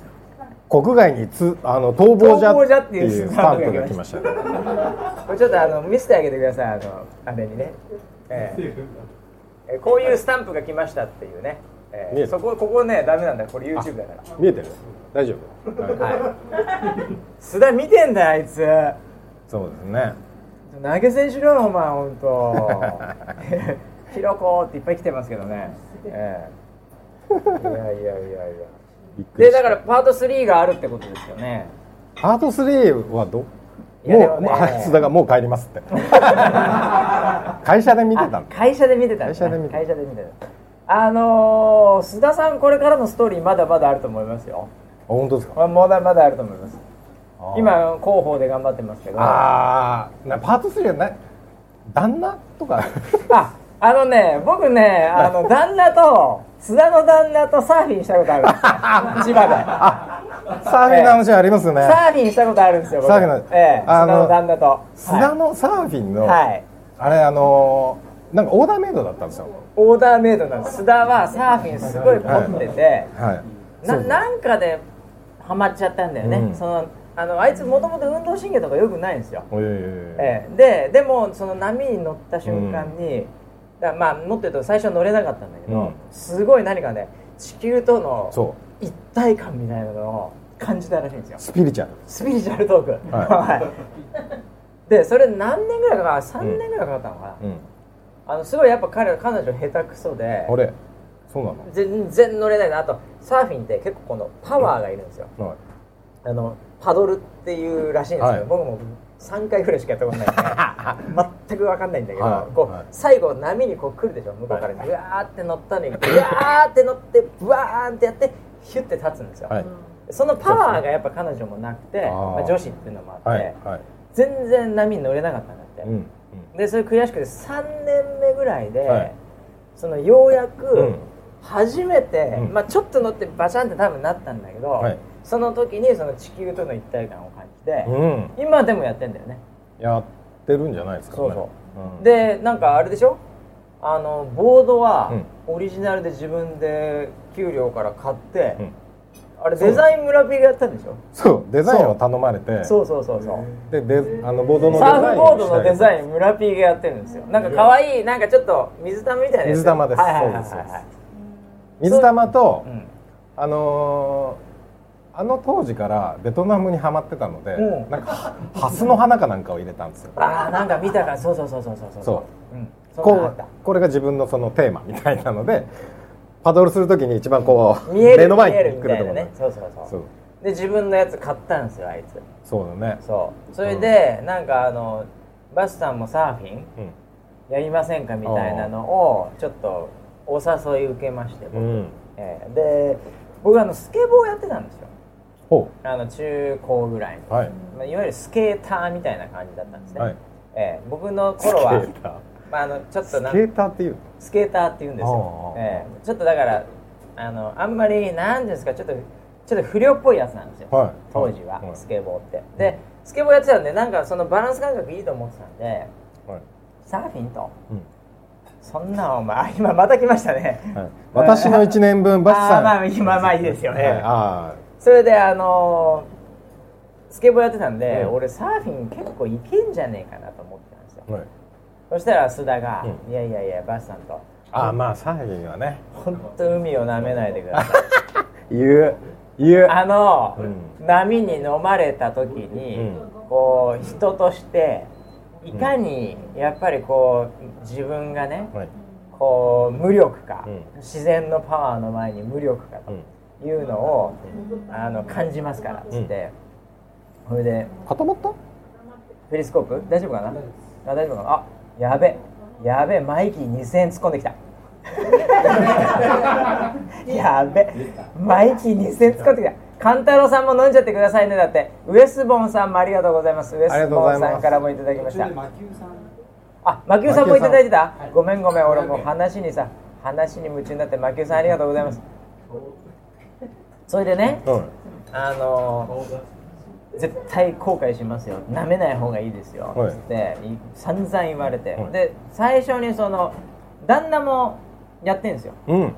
[SPEAKER 1] 国外につあの逃亡
[SPEAKER 2] 逃亡者
[SPEAKER 1] 者
[SPEAKER 2] っ
[SPEAKER 1] ってて
[SPEAKER 2] い
[SPEAKER 1] いうう
[SPEAKER 2] ス
[SPEAKER 1] ス
[SPEAKER 2] タ
[SPEAKER 1] タ
[SPEAKER 2] ン
[SPEAKER 1] ン
[SPEAKER 2] プ
[SPEAKER 1] プ
[SPEAKER 2] が
[SPEAKER 1] が
[SPEAKER 2] 来
[SPEAKER 1] 来
[SPEAKER 2] ま
[SPEAKER 1] ま
[SPEAKER 2] し
[SPEAKER 1] したた
[SPEAKER 2] これちょっとあの見せてあげてくださいあのあれにね、えええこういうスタンプが来ましたっていうね、ええ
[SPEAKER 1] 見えた
[SPEAKER 2] そこここねダメなんだこれ YouTube だから
[SPEAKER 1] 見えてる大丈夫、はい
[SPEAKER 2] 須田見てんだよあいつ
[SPEAKER 1] そうですね
[SPEAKER 2] 投げ銭しろよお前本 当ひろこっていっぱい来てますけどね、ええいやいやいやいや
[SPEAKER 1] びっくり
[SPEAKER 2] で
[SPEAKER 1] した
[SPEAKER 2] だからパート3があるってことですよね
[SPEAKER 1] パート3はど
[SPEAKER 2] いや
[SPEAKER 1] も
[SPEAKER 2] で
[SPEAKER 1] う
[SPEAKER 2] もね
[SPEAKER 1] もうあ須田がもう帰りますって 会社で見てた
[SPEAKER 2] あ
[SPEAKER 1] の
[SPEAKER 2] 会社で見てたんだ
[SPEAKER 1] 会社で見てた
[SPEAKER 2] 会社で見てたあのー、須田さんこれからのストーリーまだまだあると思いますよ
[SPEAKER 1] あ本当ですか
[SPEAKER 2] まだまだあると思います
[SPEAKER 1] あー
[SPEAKER 2] 今広報で頑張ってますけど
[SPEAKER 1] あーなパート3はな旦那とか
[SPEAKER 2] ああのね僕ねあの旦 那と須田の旦那とサーフィンしたことあるんですよ千葉
[SPEAKER 1] サーフィンの話ありますよ
[SPEAKER 2] で
[SPEAKER 1] ね、
[SPEAKER 2] サーフィンしたことあるんですよ僕
[SPEAKER 1] サーフィンの
[SPEAKER 2] ええ
[SPEAKER 1] あの
[SPEAKER 2] 須田の旦那と
[SPEAKER 1] 須田のサーフィンの、
[SPEAKER 2] はい、はい
[SPEAKER 1] あれあのーなんかオーダーメイドだったんですよ
[SPEAKER 2] オーダーメイドなんです須田はサーフィンすごい凝ってて、
[SPEAKER 1] はい
[SPEAKER 2] な
[SPEAKER 1] そうそう
[SPEAKER 2] なんかでハマっちゃったんだよね、
[SPEAKER 1] うん
[SPEAKER 2] そのあのあいつもともと運動神経とか良くないんですよ、
[SPEAKER 1] おいおいおいおい
[SPEAKER 2] ええででもその波に乗った瞬間に、だまあもっと言うと最初は乗れなかったんだけど、
[SPEAKER 1] うん
[SPEAKER 2] すごい何かね地球との
[SPEAKER 1] そう
[SPEAKER 2] 一体感みたいなのを感じたらしいんですよ
[SPEAKER 1] スピリチュアル
[SPEAKER 2] スピリチュアルトーク
[SPEAKER 1] は
[SPEAKER 2] はい でそれ何年ぐらいかな3年ぐらいかかったのかな、
[SPEAKER 1] うん
[SPEAKER 2] あのすごいやっぱ彼彼女下手くそで
[SPEAKER 1] あれそうなの
[SPEAKER 2] 全然乗れないなあとサーフィンって結構このパワーがいるんですよ、
[SPEAKER 1] はい
[SPEAKER 2] あのパドルっていうらしいんです
[SPEAKER 1] は
[SPEAKER 2] けど、
[SPEAKER 1] い
[SPEAKER 2] 僕も3回ぐらいしかやったことな いんで全く分かんないんだけど、
[SPEAKER 1] はい
[SPEAKER 2] こう
[SPEAKER 1] はい
[SPEAKER 2] 最後波にこう来るでしょ向こうからぐわーって乗ったのにぐわーって乗ってブワーンってやってヒュッて立つんですよ、
[SPEAKER 1] はい
[SPEAKER 2] そのパワーがやっぱ彼女もなくて、
[SPEAKER 1] あー
[SPEAKER 2] まあ、女子っていうのもあって、
[SPEAKER 1] はいはい
[SPEAKER 2] 全然波に乗れなかったんだって、
[SPEAKER 1] うんうん
[SPEAKER 2] でそれ悔しくて3年目ぐらいで、
[SPEAKER 1] はい
[SPEAKER 2] そのようやく、
[SPEAKER 1] うん
[SPEAKER 2] 初めて、
[SPEAKER 1] うん
[SPEAKER 2] まあ、ちょっと乗ってバシャンって多分なったんだけど、
[SPEAKER 1] はい
[SPEAKER 2] その時にその地球との一体感を感じて、
[SPEAKER 1] うん
[SPEAKER 2] 今でもやってんだよね、
[SPEAKER 1] やってるんじゃないですかね
[SPEAKER 2] そうそう、
[SPEAKER 1] うん
[SPEAKER 2] でなんかあれでしょあのボードは
[SPEAKER 1] う
[SPEAKER 2] オリジナルで自分で給料から買って、
[SPEAKER 1] うん
[SPEAKER 2] あれデザイン村 P がやったんでしょ
[SPEAKER 1] そうデザインを頼まれて
[SPEAKER 2] そうそうそうそう
[SPEAKER 1] でであのボードのデザイ
[SPEAKER 2] サ
[SPEAKER 1] ン
[SPEAKER 2] ーフボードのデザ
[SPEAKER 1] ン
[SPEAKER 2] イン村 P がやってるんですよなんか可愛いなんかちょっと水玉みたいなやつ
[SPEAKER 1] 水玉です
[SPEAKER 2] はいはいはいはい
[SPEAKER 1] そうですそう水玉と、
[SPEAKER 2] うん
[SPEAKER 1] あのーあの当時からベトナムにハマってたので、
[SPEAKER 2] うん
[SPEAKER 1] なんかハスの花かなんかを入れたんですよ
[SPEAKER 2] ああなんか見たからそうそうそうそうそうそう、
[SPEAKER 1] そう
[SPEAKER 2] ん、そんなのあ
[SPEAKER 1] こ
[SPEAKER 2] った
[SPEAKER 1] うこれが自分のそのテーマみたいなのでパドルするときに一番こう
[SPEAKER 2] 見える
[SPEAKER 1] 目の前
[SPEAKER 2] 見える
[SPEAKER 1] に
[SPEAKER 2] み
[SPEAKER 1] 来
[SPEAKER 2] た
[SPEAKER 1] る
[SPEAKER 2] い
[SPEAKER 1] と
[SPEAKER 2] な
[SPEAKER 1] ころ
[SPEAKER 2] ねそうそうそう
[SPEAKER 1] そう
[SPEAKER 2] で自分のやつ買ったんですよあいつ
[SPEAKER 1] そうだね
[SPEAKER 2] そうそれで、なんかあのバスさんもサーフィン
[SPEAKER 1] うん
[SPEAKER 2] やりませんかみたいなのをちょっとお誘い受けまして、
[SPEAKER 1] うん
[SPEAKER 2] えーで僕あのスケボーやってたんですよ
[SPEAKER 1] ほ
[SPEAKER 2] あの中高ぐらいの、
[SPEAKER 1] うはい
[SPEAKER 2] まあ、いわゆるスケーターみたいな感じだったんですね、
[SPEAKER 1] はい
[SPEAKER 2] えー僕の
[SPEAKER 1] スケ
[SPEAKER 2] 頃は
[SPEAKER 1] ー、ター
[SPEAKER 2] まあ、あのちょっとな
[SPEAKER 1] ス
[SPEAKER 2] ん
[SPEAKER 1] ケーターっていうの
[SPEAKER 2] スケーターって言うんですよ、
[SPEAKER 1] ああ
[SPEAKER 2] ええちょっとだからあのあんまり何ですかちょっとちょっと不良っぽいやつなんですよ、
[SPEAKER 1] はい
[SPEAKER 2] 当時は、
[SPEAKER 1] はい
[SPEAKER 2] スケボーってでスケボーやってたんでなんかそのバランス感覚いいと思ってたんで
[SPEAKER 1] はい
[SPEAKER 2] サーフィンと
[SPEAKER 1] うん
[SPEAKER 2] そんなお前あ今また来ましたね、
[SPEAKER 1] はい、私の1年分バスさ
[SPEAKER 2] あ
[SPEAKER 1] ん
[SPEAKER 2] ー まあ今まあいいですよね、
[SPEAKER 1] はいあ
[SPEAKER 2] それであのースケボーやってたんで、
[SPEAKER 1] うん
[SPEAKER 2] 俺サーフィン結構いけんじゃねえかなと思ってたんですよ、
[SPEAKER 1] ー、はい、
[SPEAKER 2] そしたら須田が「
[SPEAKER 1] う
[SPEAKER 2] いやいやいやバスさん」と
[SPEAKER 1] あーまあサーフィンはね
[SPEAKER 2] 「本当海をなめないでください」
[SPEAKER 1] 言う言う
[SPEAKER 2] あの、
[SPEAKER 1] う
[SPEAKER 2] 波に飲まれた時に、
[SPEAKER 1] うん
[SPEAKER 2] こう人としていかにやっぱりこう自分がね、
[SPEAKER 1] はい
[SPEAKER 2] こう無力か、
[SPEAKER 1] うん
[SPEAKER 2] 自然のパワーの前に無力か
[SPEAKER 1] うん
[SPEAKER 2] というのを、あの感じますからっつって、それで
[SPEAKER 1] 固まった
[SPEAKER 2] ペリスコープ大丈夫かなあ大丈夫かなあやべやべマイキー2000円突っ込んでき たやべマイキー2000円突っ込んできた勘太郎さんも飲んじゃってくださいねだってウエスボンさんもありがとうございますウ
[SPEAKER 1] あ
[SPEAKER 2] エ
[SPEAKER 1] り
[SPEAKER 2] ス
[SPEAKER 1] がとう
[SPEAKER 2] ボ
[SPEAKER 1] ござ
[SPEAKER 2] ン
[SPEAKER 1] います
[SPEAKER 2] さんからもいただきま
[SPEAKER 5] 途
[SPEAKER 2] し
[SPEAKER 5] 中で
[SPEAKER 2] た
[SPEAKER 5] 魔球さん
[SPEAKER 2] あマキューさんもいただいてた
[SPEAKER 5] はい
[SPEAKER 2] ごめんごめん俺もう話にさ話に夢中になってマキューさんありがとうございますそれでね
[SPEAKER 1] うん
[SPEAKER 2] あのー絶対後悔しますよ舐めない方がいいですよ
[SPEAKER 1] はい
[SPEAKER 2] つってい散々言われて、
[SPEAKER 1] はい
[SPEAKER 2] で最初にその旦那もやってんですよ、
[SPEAKER 1] うん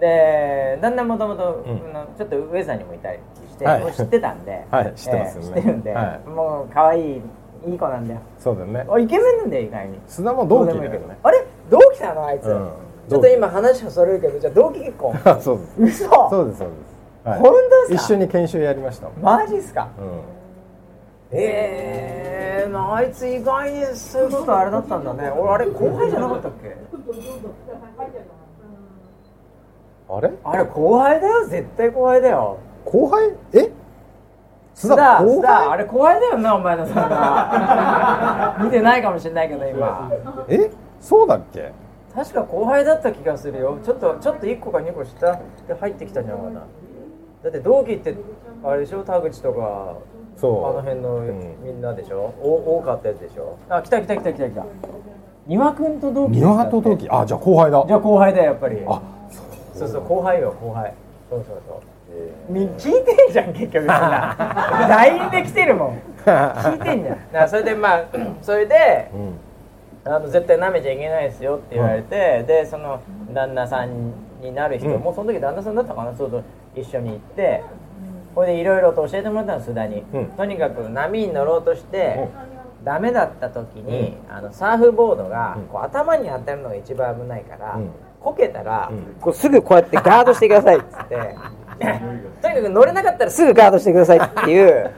[SPEAKER 2] で旦那もともと
[SPEAKER 1] うん
[SPEAKER 2] ちょっとウェザーにもいたりして、
[SPEAKER 1] はい
[SPEAKER 2] もう知ってたんで、
[SPEAKER 1] はい知ってますよね
[SPEAKER 2] ええ知ってるんで、
[SPEAKER 1] は
[SPEAKER 2] もう可愛いいい子なんだよ
[SPEAKER 1] そうだよね
[SPEAKER 2] おイケメンなんだよ意外に
[SPEAKER 1] 須田も同期
[SPEAKER 2] どうでもいい
[SPEAKER 1] だ
[SPEAKER 2] け
[SPEAKER 1] よ
[SPEAKER 2] ど
[SPEAKER 1] ね
[SPEAKER 2] あれ同期なのあいつ、
[SPEAKER 1] うん
[SPEAKER 2] ちょっと今話はそれるけどじゃあ同期結婚
[SPEAKER 1] あ そうです
[SPEAKER 2] 嘘
[SPEAKER 1] そうですそうです、はい
[SPEAKER 2] 本当ですか
[SPEAKER 1] 一緒に研修やりましたもん
[SPEAKER 2] マジっすか
[SPEAKER 1] うん
[SPEAKER 2] ええあいつ意外にそういうことあれだったんだね俺あれ後輩じゃなかったっけ
[SPEAKER 1] あれ
[SPEAKER 2] あれ後輩だよ絶対後輩だよ
[SPEAKER 1] 後輩え須
[SPEAKER 2] 須
[SPEAKER 1] 田
[SPEAKER 2] 田
[SPEAKER 1] 後
[SPEAKER 2] 須田あ
[SPEAKER 1] 輩
[SPEAKER 2] れ後輩だよなお前のそんな 見てないかもしれないけど今
[SPEAKER 1] えそうだっけ
[SPEAKER 2] 確か後輩だった気がするよちょっとちょっと1個か2個下で入ってきたんじゃないかなだって同期ってあれでしょ田口とか
[SPEAKER 1] そう
[SPEAKER 2] あの辺の
[SPEAKER 1] うん
[SPEAKER 2] みんなでしょ、お多かったやつでしょあ来た来た来た来た来た丹羽君と同期
[SPEAKER 1] 三輪と同期あじゃあ後輩だ
[SPEAKER 2] じゃあ後輩だよやっぱり
[SPEAKER 1] あ
[SPEAKER 2] そうそう後輩よ後輩そうそうそう、み聞いてんじゃん結局みんな LINE で来てるもん聞いてんじゃんだからそれでまあ それで
[SPEAKER 1] うん
[SPEAKER 2] あの絶対舐めちゃいけないですよって言われて、でその旦那さんになる人、
[SPEAKER 1] うん
[SPEAKER 2] もうその時旦那さんだったかなそうと一緒に行ってこれでいろいろと教えてもらったの須田に、
[SPEAKER 1] うん
[SPEAKER 2] とにかく波に乗ろうとして、ダメだった時に、あのサーフボードが
[SPEAKER 1] うん
[SPEAKER 2] こう頭に当たるのが一番危ないから、
[SPEAKER 1] うん
[SPEAKER 2] こけたら、
[SPEAKER 1] うん
[SPEAKER 2] こうすぐこうやってガードしてくださいっつって とにかく乗れなかったらすぐガードしてくださいっていう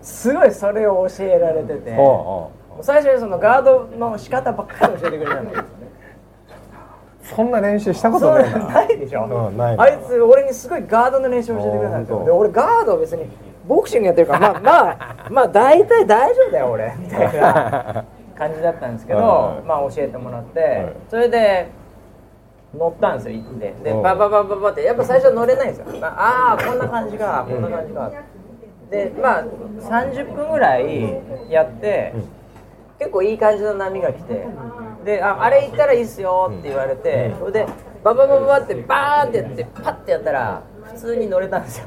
[SPEAKER 2] すごいそれを教えられてて。
[SPEAKER 1] おうおう
[SPEAKER 2] 最初にそのガードの仕方ばっかり教えてくれたのよ
[SPEAKER 1] そんな練習したこ
[SPEAKER 2] そ
[SPEAKER 1] と
[SPEAKER 2] う
[SPEAKER 1] ないな
[SPEAKER 2] ないでしょ、
[SPEAKER 1] うんないな
[SPEAKER 2] あいつ俺にすごいガードの練習を教えてくれたんです
[SPEAKER 1] あー本
[SPEAKER 2] よ
[SPEAKER 1] 当
[SPEAKER 2] で俺ガードを別にボクシングやってるからまあまあまあ大体大丈夫だよ俺みたいな感じだったんですけど、
[SPEAKER 1] はいはい
[SPEAKER 2] まあ教えてもらって、
[SPEAKER 1] はい
[SPEAKER 2] それで乗ったんですよ行ってで
[SPEAKER 1] うん
[SPEAKER 2] バババババってやっぱ最初は乗れないんですよまああーこんな感じかこんな感じか、でまあ30分ぐらいやって、
[SPEAKER 1] うん
[SPEAKER 2] 結構いい感じの波が来てでああれ行ったらいいっすよって言われて、
[SPEAKER 1] うん
[SPEAKER 2] それでバババババってバーンってやってパッてやったら普通に乗れたんです よ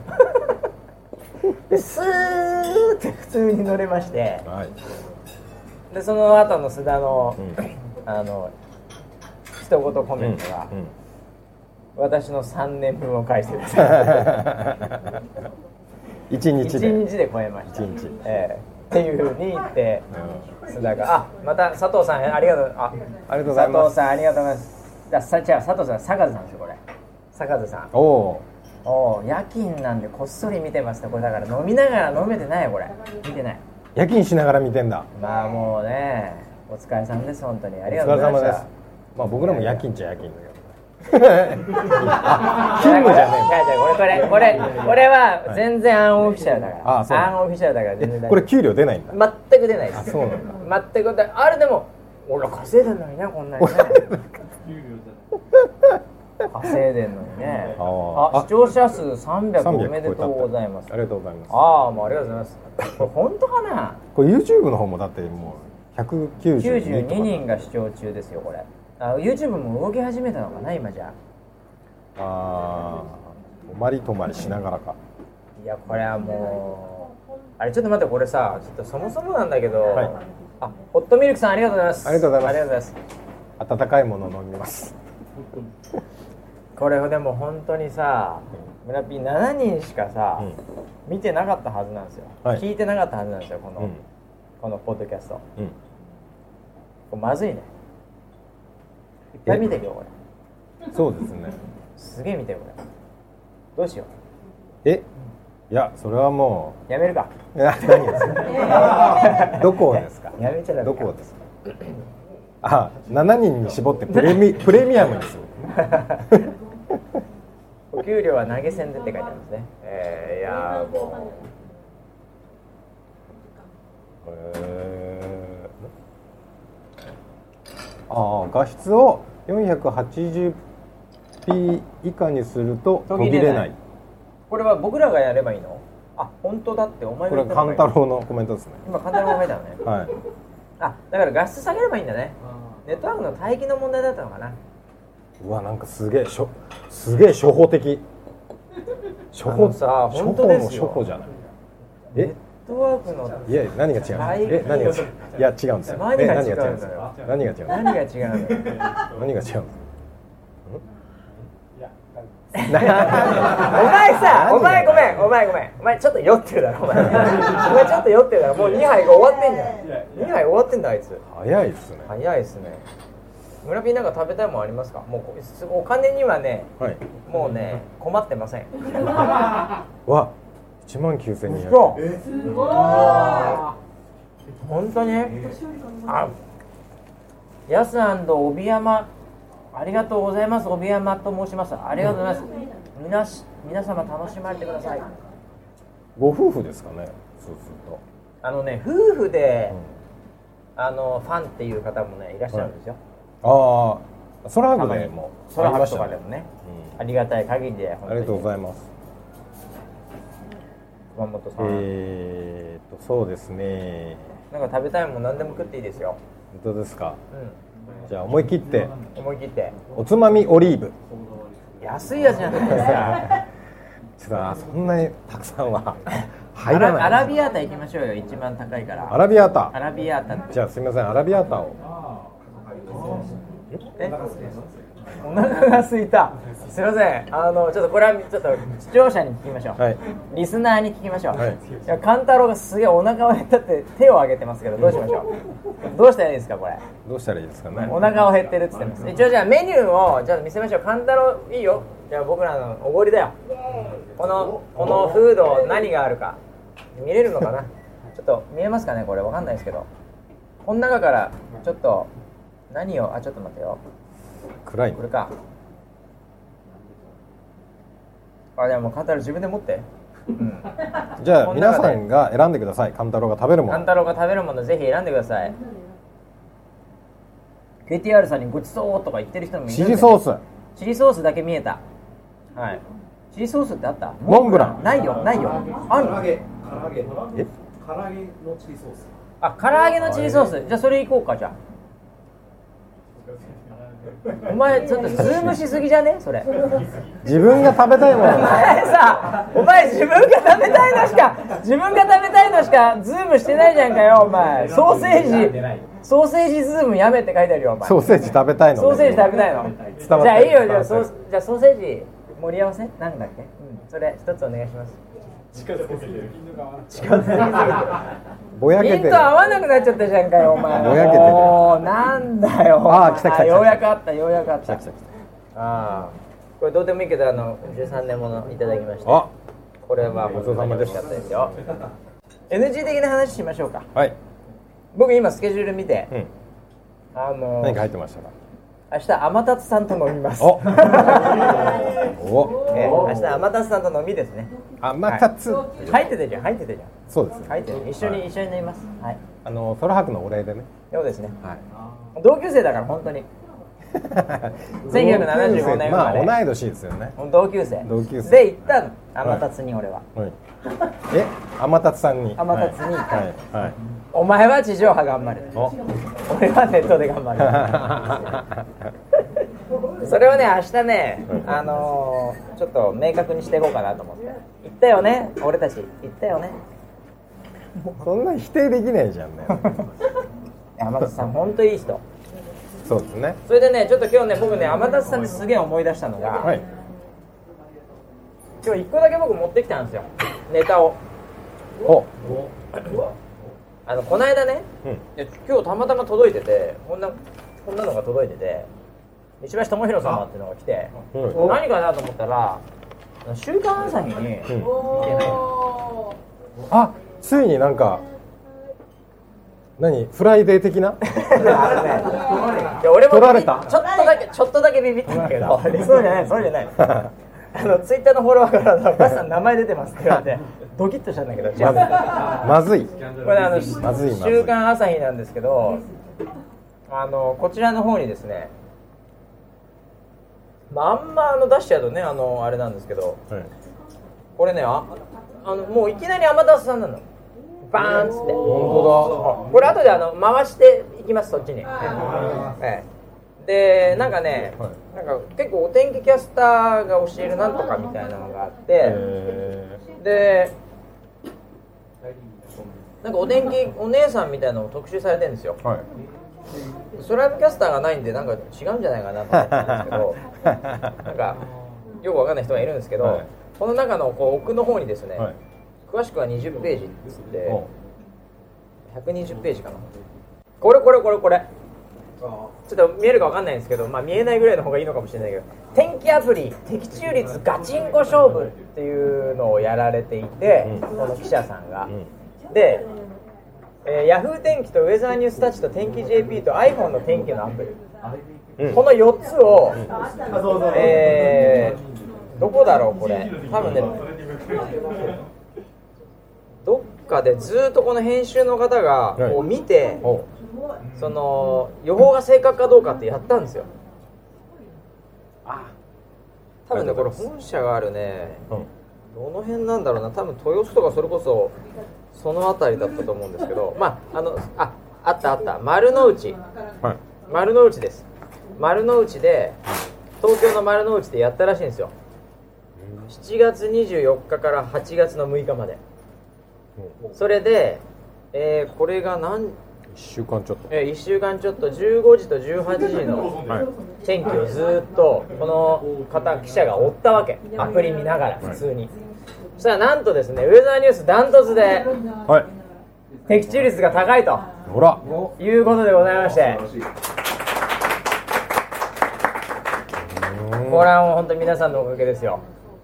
[SPEAKER 2] でスーって普通に乗れまして
[SPEAKER 1] はい
[SPEAKER 2] でその後の須田の、
[SPEAKER 1] うん
[SPEAKER 2] あの一言コ
[SPEAKER 1] う
[SPEAKER 2] メン
[SPEAKER 1] ん
[SPEAKER 2] トが、
[SPEAKER 1] うん
[SPEAKER 2] 私の3年分を返してください
[SPEAKER 1] 一日で
[SPEAKER 2] 1日で超えました
[SPEAKER 1] 一日
[SPEAKER 2] ええっていうふうに言って
[SPEAKER 1] うん
[SPEAKER 2] 須田があまた佐藤さんありがとうあ
[SPEAKER 1] ありがとうございます
[SPEAKER 2] 佐藤さんありがとうございますじゃあさじゃあ佐藤さん坂津さんですよこれ坂津さん
[SPEAKER 1] おお
[SPEAKER 2] おお夜勤なんでこっそり見てますねこれだから飲みながら飲めてないよこれ見てない
[SPEAKER 1] ー夜勤しながら見てんだ
[SPEAKER 2] まあもうねお疲れさんです本当にあ
[SPEAKER 1] お
[SPEAKER 2] りがとう
[SPEAKER 1] 疲
[SPEAKER 2] ご
[SPEAKER 1] れ様
[SPEAKER 2] ざいまし
[SPEAKER 1] で
[SPEAKER 2] た
[SPEAKER 1] すまあ僕らも夜勤っちゃ夜勤だけど あ勤務じゃね
[SPEAKER 2] これこれこれこれこれは全然アンオフィシャルだから
[SPEAKER 1] あそう
[SPEAKER 2] アンオフィシャルだから
[SPEAKER 1] え
[SPEAKER 2] 全然大丈
[SPEAKER 1] え
[SPEAKER 2] 夫
[SPEAKER 1] これ給料出ないんだ
[SPEAKER 2] 全く出ないで
[SPEAKER 1] あ
[SPEAKER 2] す
[SPEAKER 1] そうなんだ
[SPEAKER 2] 全く出あれでも俺ら稼いでんのにねこんなにね稼いでんのにね
[SPEAKER 1] あー
[SPEAKER 2] あ視聴者数300お
[SPEAKER 1] 300
[SPEAKER 2] めでとうございます
[SPEAKER 1] 超えたってありがとうございます
[SPEAKER 2] ああもうありがとうございますこれ本当かな
[SPEAKER 1] これ YouTube の方もだってもう192
[SPEAKER 2] 92人
[SPEAKER 1] と
[SPEAKER 2] が視聴中ですよこれあ YouTube も動き始めたのかな今じゃ
[SPEAKER 1] かあ泊まり泊まりしながらか
[SPEAKER 2] いやこれはもうあれちょっと待ってこれさちょっとそもそもなんだけど、
[SPEAKER 1] はい
[SPEAKER 2] あホットミルクさんありがとうございます
[SPEAKER 1] ありがとうございます
[SPEAKER 2] ありがとうございます
[SPEAKER 1] 温かいもの飲みます
[SPEAKER 2] これでも本当にさ村ピー7人しかさ、
[SPEAKER 1] うん
[SPEAKER 2] 見てなかったはずなんですよ、
[SPEAKER 1] はい
[SPEAKER 2] 聞いてなかったはずなんですよこの、
[SPEAKER 1] うん
[SPEAKER 2] このポッドキャスト
[SPEAKER 1] うん
[SPEAKER 2] これまずいねいっぱい見てるよこれ
[SPEAKER 1] そうですね
[SPEAKER 2] すげえ見てるこれどうしよ
[SPEAKER 1] えいやそれはも
[SPEAKER 2] うやめるか
[SPEAKER 1] ういや何ですかどこをですか
[SPEAKER 2] やめちゃダメ
[SPEAKER 1] ど
[SPEAKER 2] か
[SPEAKER 1] こをですか あ7人に絞ってプレ ミプレミアムにする
[SPEAKER 2] お給料は投げ銭でって書いてありますねえー、いやーも
[SPEAKER 1] へーああ画質を 480p 以下にすると途
[SPEAKER 2] 途切
[SPEAKER 1] 切
[SPEAKER 2] れ
[SPEAKER 1] れ
[SPEAKER 2] な
[SPEAKER 1] ないい
[SPEAKER 2] うこれは僕らがやればいいのあ本当だってお前
[SPEAKER 1] こ
[SPEAKER 2] が
[SPEAKER 1] れ
[SPEAKER 2] 言
[SPEAKER 1] は
[SPEAKER 2] ったの
[SPEAKER 1] 勘
[SPEAKER 2] が
[SPEAKER 1] 太郎のコメントですね
[SPEAKER 2] 今カンタロウが書いたのね
[SPEAKER 1] はい
[SPEAKER 2] あだから画質下げればいいんだねネットワークの帯域の問題だったのかな
[SPEAKER 1] うわなんかすげえしょすげえ初歩的初
[SPEAKER 2] あ
[SPEAKER 1] 歩
[SPEAKER 2] のさ
[SPEAKER 1] 初
[SPEAKER 2] 本当
[SPEAKER 1] 歩
[SPEAKER 2] で
[SPEAKER 1] の
[SPEAKER 2] す
[SPEAKER 1] 初
[SPEAKER 2] よ
[SPEAKER 1] 歩じゃない
[SPEAKER 2] ネ
[SPEAKER 1] え
[SPEAKER 2] ットワークの
[SPEAKER 1] いや何が違うえ何が違ういや違うんですよ
[SPEAKER 2] 何が
[SPEAKER 1] え
[SPEAKER 2] 違うんだよ
[SPEAKER 1] 何が違うんですよ何が違うんです
[SPEAKER 2] 何が違うん
[SPEAKER 1] 何
[SPEAKER 2] だよ
[SPEAKER 1] が違うんですか
[SPEAKER 5] いや
[SPEAKER 2] お前さお前ごめんお前ごめんお前ちょっと酔ってるだろお前お前ちょっと酔ってるだろもう2杯が終わってんじゃ
[SPEAKER 5] いやい
[SPEAKER 2] ん2
[SPEAKER 5] や
[SPEAKER 2] 杯終わってんだあいつ
[SPEAKER 1] 早いですね
[SPEAKER 2] 早いですね村ピーなんか食べたいもんありますかもうこすお金にはね
[SPEAKER 1] はい
[SPEAKER 2] もうね困ってません
[SPEAKER 1] わ1万9200円
[SPEAKER 2] そう
[SPEAKER 3] すごー
[SPEAKER 2] 本当にあやす帯山ありがとうございます帯山と申しますありがとうございます、みなし皆様楽しまれてください
[SPEAKER 1] ご夫婦ですかねそうすると
[SPEAKER 2] あのね夫婦で、あのファンっていう方もねいらっしゃるんですよ、
[SPEAKER 1] ああ、ソラハグでも
[SPEAKER 2] ソラハラとかでもねありがたい限りで
[SPEAKER 1] ありがとうご
[SPEAKER 2] い
[SPEAKER 1] ざいます。
[SPEAKER 2] 熊本さん、
[SPEAKER 1] えー、っとそうですね。
[SPEAKER 2] なんか食べたいもん何でも食っていいですよ、
[SPEAKER 1] 本当ですか。
[SPEAKER 2] う
[SPEAKER 1] じゃあ思い切って
[SPEAKER 2] ん、思い切って
[SPEAKER 1] おつまみオリー ブ。
[SPEAKER 2] 安いやつじゃないですか
[SPEAKER 1] ちょっとあそんなにたくさんは
[SPEAKER 2] ア
[SPEAKER 1] 入ら
[SPEAKER 2] ラア
[SPEAKER 1] な
[SPEAKER 2] ラ
[SPEAKER 1] い。
[SPEAKER 2] ビアータ行きましょうよ一番高いから
[SPEAKER 1] アラビアータ
[SPEAKER 2] ア。ラビアータ
[SPEAKER 1] じゃあすみませんアラビアータを。
[SPEAKER 2] えお腹が空いたすいませんあのちょっとこれはちょっと視聴者に聞きましょう、
[SPEAKER 1] はい。
[SPEAKER 2] リスナーに聞きましょう、
[SPEAKER 1] はい
[SPEAKER 2] いや勘太郎がすげえお腹を減ったって手を挙げてますけどどうしましょうどうしたらいいですかこれ
[SPEAKER 1] どうしたらいいですかね。
[SPEAKER 2] お腹を減ってるって言ってます一応じゃあメニューをじゃあ見せましょう勘太郎いいよじゃあ僕らのおごりだよこのこのフード何があるか見れるのかなちょっと見えますかねこれわかんないですけどこの中からちょっと何をあちょっと待ってよ
[SPEAKER 1] 暗いね
[SPEAKER 2] これ。かあでもカンタロウ自分で持って うん
[SPEAKER 1] じゃ
[SPEAKER 2] こ
[SPEAKER 1] あ
[SPEAKER 2] の
[SPEAKER 1] 皆
[SPEAKER 2] 中で
[SPEAKER 1] さんが選んでください。カンタロウが食べるも
[SPEAKER 2] カン
[SPEAKER 1] の。
[SPEAKER 2] タロウが食べるものぜひ選んでください KTR さんにごちそうとか言ってる人もいるんだ
[SPEAKER 1] チ
[SPEAKER 2] よ
[SPEAKER 1] リソース。
[SPEAKER 2] チリソースだけ見えたはいチリソースってあった
[SPEAKER 1] モンブラン
[SPEAKER 2] ないよないよあんの
[SPEAKER 5] 唐揚げ
[SPEAKER 1] え
[SPEAKER 5] 唐揚げのチリソース
[SPEAKER 2] あ唐揚げのチリソースじゃあそれいこうかじゃあお前ちょっとズームしすぎじゃねそれ
[SPEAKER 1] 自分が食べたいも
[SPEAKER 2] お
[SPEAKER 1] の。
[SPEAKER 2] 前 さお前自分が食べたいのしか自分が食べたいのしかズームしてないじゃんかよお前ソーセージソーセージズームやめって書いてあるよお前
[SPEAKER 1] ソーセージ食べたいの。
[SPEAKER 2] ソーセージ食べたいのじ
[SPEAKER 1] 伝わってる
[SPEAKER 2] ゃあいいよじゃあ
[SPEAKER 1] 伝
[SPEAKER 2] ソ
[SPEAKER 1] わって
[SPEAKER 2] ーじゃあソーセージ盛り合わせなんだっけ、うん、それ一つお願いします
[SPEAKER 5] 近づけてる
[SPEAKER 1] ぼやけて
[SPEAKER 2] ピン
[SPEAKER 1] る
[SPEAKER 2] と合わなくなっちゃったじゃんかよお前
[SPEAKER 1] ぼやけてる
[SPEAKER 2] もうなんだよ
[SPEAKER 1] あー来た来た来た
[SPEAKER 2] ようやくあったようやくあっ
[SPEAKER 1] 来
[SPEAKER 2] た
[SPEAKER 1] た来た来
[SPEAKER 2] ああこれどうでもいいけどあの13年ものいただきました
[SPEAKER 1] た。あ、
[SPEAKER 2] これは
[SPEAKER 1] ごちそうさまでした
[SPEAKER 2] 美味かったですよ NG 的な話しましょうか
[SPEAKER 1] はい。
[SPEAKER 2] 僕今スケジュール見て
[SPEAKER 1] うん。
[SPEAKER 2] あの
[SPEAKER 1] 何か入ってましたか。
[SPEAKER 2] 明日天達さんと飲みます
[SPEAKER 1] おお
[SPEAKER 2] え明日天達さんと飲みですね
[SPEAKER 1] 甘かつ、
[SPEAKER 2] 入ってたじゃん入ってたじゃん
[SPEAKER 1] そうですね
[SPEAKER 2] 入ってた一緒に、
[SPEAKER 1] はい
[SPEAKER 2] 一緒に飲みますはい
[SPEAKER 1] あのソラハクのお礼でね
[SPEAKER 2] そうですね
[SPEAKER 1] はい
[SPEAKER 2] 同級生だから本当に1975年生ま
[SPEAKER 1] ま
[SPEAKER 2] れ、
[SPEAKER 1] あ同い年ですよね
[SPEAKER 2] 同級生
[SPEAKER 1] 同級生
[SPEAKER 2] で行ったの天達に俺は、
[SPEAKER 1] はいえ天達さんに
[SPEAKER 2] 天達に
[SPEAKER 1] はいはい、
[SPEAKER 2] お前は地上 波頑張る俺はネットで頑張る
[SPEAKER 1] はい、
[SPEAKER 2] それをね明日ね
[SPEAKER 1] はい、
[SPEAKER 2] あのーちょっと明確にしていこうかなと思って言ったよね俺たち言っ たよね
[SPEAKER 1] そんな否定できないじゃん ね
[SPEAKER 2] 天達さん本当いい人
[SPEAKER 1] そうですね
[SPEAKER 2] それでねちょっと今日ね僕ね天達さんですげえ思い出したのが、
[SPEAKER 1] はい
[SPEAKER 2] 今日1個だけ僕持ってきたんですよネタを
[SPEAKER 1] お
[SPEAKER 2] あのこの間ね
[SPEAKER 1] うん
[SPEAKER 2] いや今日たまたま届いててこんなこんなのが届いてて石橋智弘様っていうのが来て
[SPEAKER 1] うん
[SPEAKER 2] 何かなと思ったら「週刊朝日」に
[SPEAKER 1] うん
[SPEAKER 3] おー
[SPEAKER 1] あついになんか何フライデー的な
[SPEAKER 2] あのねいや俺も
[SPEAKER 1] 取られた
[SPEAKER 2] ちょっとだけちょっとだけビビったんだけどいやそうじゃないそうじ ゃないあのツイッターのフォロワーから「バスさん名前出てます」って言われてドキッとしたんだけど違う
[SPEAKER 1] まずい
[SPEAKER 2] これあの
[SPEAKER 1] まずいまずい
[SPEAKER 2] 週刊朝日なんですけどあのこちらの方にですねまああんまあの出しちゃうとねあのあれなんですけど
[SPEAKER 1] はい
[SPEAKER 2] これねああのもういきなり天達さんなのバーンっつって
[SPEAKER 1] 本
[SPEAKER 2] これ後であの回していきますそっちに、ええでなんかね、
[SPEAKER 1] は
[SPEAKER 2] なんか結構お天気キャスターが教えるなんとかみたいなのがあって、
[SPEAKER 1] 当だえ
[SPEAKER 2] でなんかお天気お姉さんみたいなのを特集されてるんですよ
[SPEAKER 1] ー、はい
[SPEAKER 2] ソライブキャスターがないんでなんか違うんじゃないかなと思ったんですけど なんかよくわかんない人がいるんですけど、
[SPEAKER 1] はい
[SPEAKER 2] この中のこう奥の方にですね、
[SPEAKER 1] はい
[SPEAKER 2] 詳しくは20ページっつって
[SPEAKER 1] お
[SPEAKER 2] 120ページかなこれこれこれこれちょっと見えるかわかんないんですけど、まあ、見えないぐらいの方がいいのかもしれないけど天気アプリ的中率ガチンコ勝負っていうのをやられていて、
[SPEAKER 1] うん
[SPEAKER 2] この記者さんが、
[SPEAKER 1] うん
[SPEAKER 2] で、えー、ヤフー天気とウェザーニュースタッチと天気 JP と iPhone の天気のアプリ、
[SPEAKER 1] うん
[SPEAKER 2] この4つを、
[SPEAKER 6] あそうそう
[SPEAKER 2] えーどこだろうこれ多分ねどっかでずっとこの編集の方が
[SPEAKER 1] はい
[SPEAKER 2] こう見て、
[SPEAKER 1] お
[SPEAKER 2] その予報が正確かどうかってやったんですよ多分ねこれ本社があるね
[SPEAKER 1] うん
[SPEAKER 2] どの辺なんだろうな多分豊洲とかそれこそその辺りだったと思うんです けどまああのああったあった丸の内
[SPEAKER 1] はい
[SPEAKER 2] 丸の内です丸の内で東京の丸の内でやったらしいんですよ7月24日から8月の6日までそれで、えーこれが何、
[SPEAKER 1] 一週間ちょっと
[SPEAKER 2] え1週間ちょっと15時と18時の
[SPEAKER 1] はい
[SPEAKER 2] 天気をずーっとこの方記者が追ったわけアプリ見ながら普通に、そしたらなんとですねウェザーニュースダントツで
[SPEAKER 1] はい
[SPEAKER 2] 的中率が高いと
[SPEAKER 1] ほら
[SPEAKER 2] いうことでございましてこれはもう本当に皆さんのおかげですよ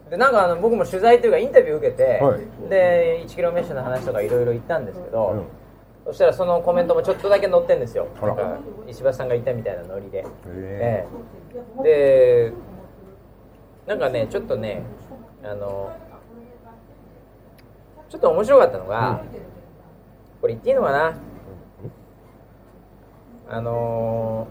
[SPEAKER 2] でなんかあの僕も取材というかインタビュー受けて、
[SPEAKER 1] はい
[SPEAKER 2] で1キロメッシュの話とかいろいろ言ったんですけど、
[SPEAKER 1] うん
[SPEAKER 2] そしたらそのコメントもちょっとだけ載ってんですよ
[SPEAKER 1] あら
[SPEAKER 2] なんか石橋さんが言ったみたいなノリで、
[SPEAKER 1] へ
[SPEAKER 2] ええでなんかねちょっとねあのちょっと面白かったのが、これ言っていいのかなあの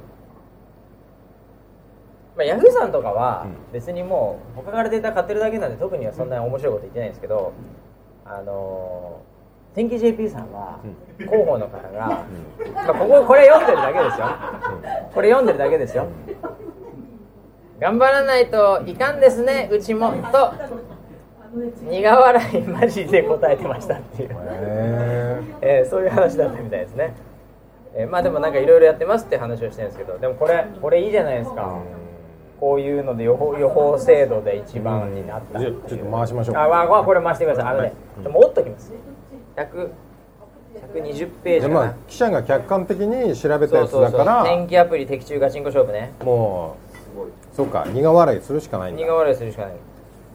[SPEAKER 2] ーまあ、ヤフーさんとかは
[SPEAKER 1] うん
[SPEAKER 2] 別にもう他からデータ買ってるだけなんで特にはそんなに面白いこと言ってないんですけど、あのー天気 JP さんは広報の方が、まあ、こここれ読んでるだけですよ、これ読んでるだけですよ、頑張らないといかんですねうちもと苦笑いマジで答えてましたっていう。
[SPEAKER 1] え
[SPEAKER 2] えーそういう話だったみたいですね、えーまあでもなんかいろいろやってますって話をしてるんですけどでもこれこれいいじゃないですかこういうので予報予報制度で一番になったっていう
[SPEAKER 1] じゃあちょっと回しましょう
[SPEAKER 2] あわわこれ回してくださいあのね、ちょっと持っときます100 120ペ
[SPEAKER 1] で
[SPEAKER 2] ージかな、
[SPEAKER 1] まあ記者が客観的に調べた
[SPEAKER 2] そ
[SPEAKER 1] や
[SPEAKER 2] う
[SPEAKER 1] つ
[SPEAKER 2] そう
[SPEAKER 1] だ
[SPEAKER 2] そ
[SPEAKER 1] か
[SPEAKER 2] う
[SPEAKER 1] ら
[SPEAKER 2] 天気アプリ的中ガチンコ勝負ね
[SPEAKER 1] もうそうか苦笑いするしかないんだ
[SPEAKER 2] 苦笑いするしかない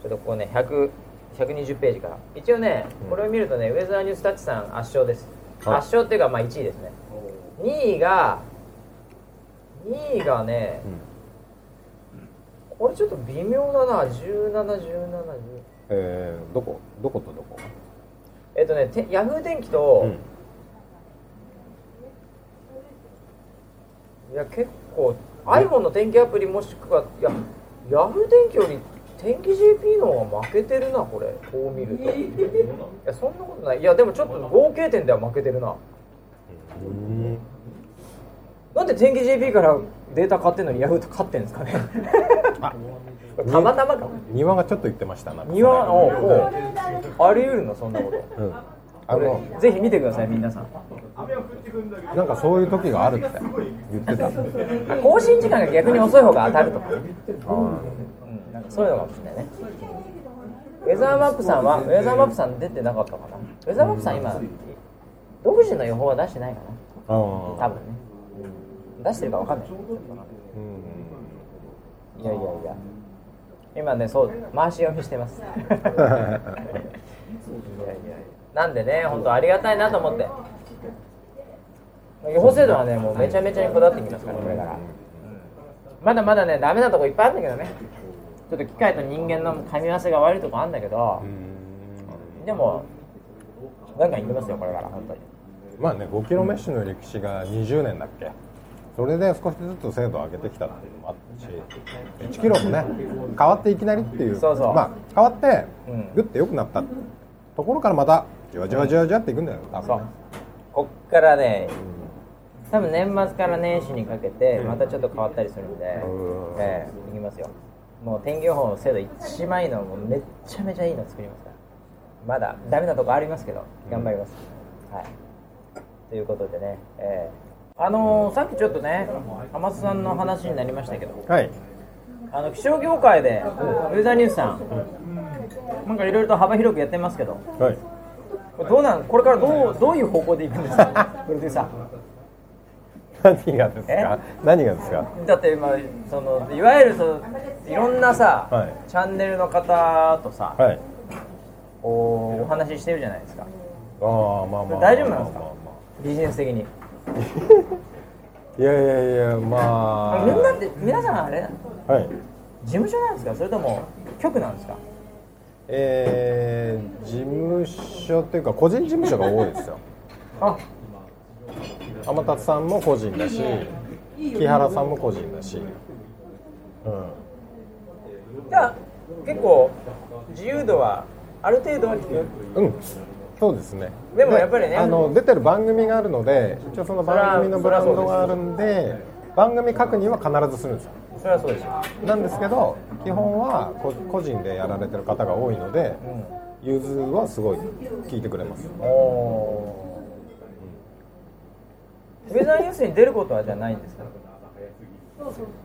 [SPEAKER 2] ちょっとここね100 120ページから一応ねこれを見るとね、ウェザーニュースタッチさん圧勝です圧
[SPEAKER 1] はい
[SPEAKER 2] 勝っていうかまあ1位ですね2位が2位がね、これちょっと微妙だな1717
[SPEAKER 1] えーどこどことどこ
[SPEAKER 2] えっとねてヤフー天気と、
[SPEAKER 1] うん
[SPEAKER 2] いや結構 iPhone の天気アプリもしくはいやヤフー天気より天気 JP の方が負けてるなこれこう見るといやそんなことないいやでもちょっと合計点では負けてるな
[SPEAKER 1] うん
[SPEAKER 2] なんで天気 JP からデータ買ってんのにヤフーと買ってんですかね
[SPEAKER 1] あ
[SPEAKER 2] たまたまかも
[SPEAKER 1] 庭がちょっと言ってましたなんか
[SPEAKER 2] 庭おおあり得るのそんなこ
[SPEAKER 1] うんあの
[SPEAKER 2] とぜひ見てください皆さん
[SPEAKER 1] なんかそういう時があるって言ってた
[SPEAKER 2] あ更新時間が逆に遅い方が当たるとかね、うん、なんかそういうのかもしれないねウェザーマップさんはウェザーマップさん出てなかったかなウェザーマップさん今独自の予報は出してないか
[SPEAKER 1] あー
[SPEAKER 2] な多分ね出してるか分かんない
[SPEAKER 1] うん
[SPEAKER 2] いやいやいや 今ねそう回し読みしてますいやいやいやなんでね本当ありがたいなと思って予報制度はねもうめちゃめちゃにこだわってきますからこれからまだまだねダメなとこいっぱいあるんだけどねちょっと機械と人間の噛み合わせが悪いとこあるんだけどでもガンガンいきますよこれから本当に
[SPEAKER 1] まあね5キロメッシュの歴史が20年だっけそれで少しずつ精度を上げてきたっていうのもあったし1キロもね変わっていきなりっていう
[SPEAKER 2] そうそう
[SPEAKER 1] まあ、変わって
[SPEAKER 2] うん
[SPEAKER 1] グッて良くなったところからまたじわじわじわじわっていくんだよ多
[SPEAKER 2] そ
[SPEAKER 1] 分
[SPEAKER 2] う
[SPEAKER 1] ね
[SPEAKER 2] こっからね多分年末から年始にかけてまたちょっと変わったりするんで、
[SPEAKER 1] うん
[SPEAKER 2] ええいきますよもう天気予報の精度一番いいのもうめっちゃめちゃいいの作りますからまだダメなとこありますけど頑張ります、はいということでね、ええあのーさっきちょっとね浜津さんの話になりましたけど
[SPEAKER 1] はい
[SPEAKER 2] あの気象業界で、ウェザーニュースさん、なんかいろいろと幅広くやってますけど
[SPEAKER 1] はい
[SPEAKER 2] これどうなんこれからどうどういう方向でいくんです かプロデューサ
[SPEAKER 1] 何がですか何がですか
[SPEAKER 2] ーだって今そのいわゆるそのいろんなさ、
[SPEAKER 1] はい
[SPEAKER 2] チャンネルの方とさ、
[SPEAKER 1] はい
[SPEAKER 2] おお話ししてるじゃないですか
[SPEAKER 1] ああまあまあ
[SPEAKER 2] 大丈夫なんですか
[SPEAKER 1] まあまあま
[SPEAKER 2] ビジネス的に
[SPEAKER 1] あいやいやいやまあ
[SPEAKER 2] みんなって皆さんあれ
[SPEAKER 1] はい
[SPEAKER 2] 事務所なんですかそれとも局なんですか
[SPEAKER 1] えー、事務所っていうか個人事務所が多いですよ
[SPEAKER 2] あ
[SPEAKER 1] 天達さんも個人だし木原さんも個人だし、うん、
[SPEAKER 2] じゃあ結構自由度はある程度は利く
[SPEAKER 1] うん、そうですね。
[SPEAKER 2] でもやっぱりね
[SPEAKER 1] あの出てる番組があるので、一応その番組のブランドがあるんで、番組確認は必ずするんですよ。
[SPEAKER 2] それはそうですよ、
[SPEAKER 1] なんですけど、基本はこ個人でやられてる方が多いので、融通はすごい聞いてくれます。
[SPEAKER 2] うん、おおウェザーニュースに出ることはじゃあないんですか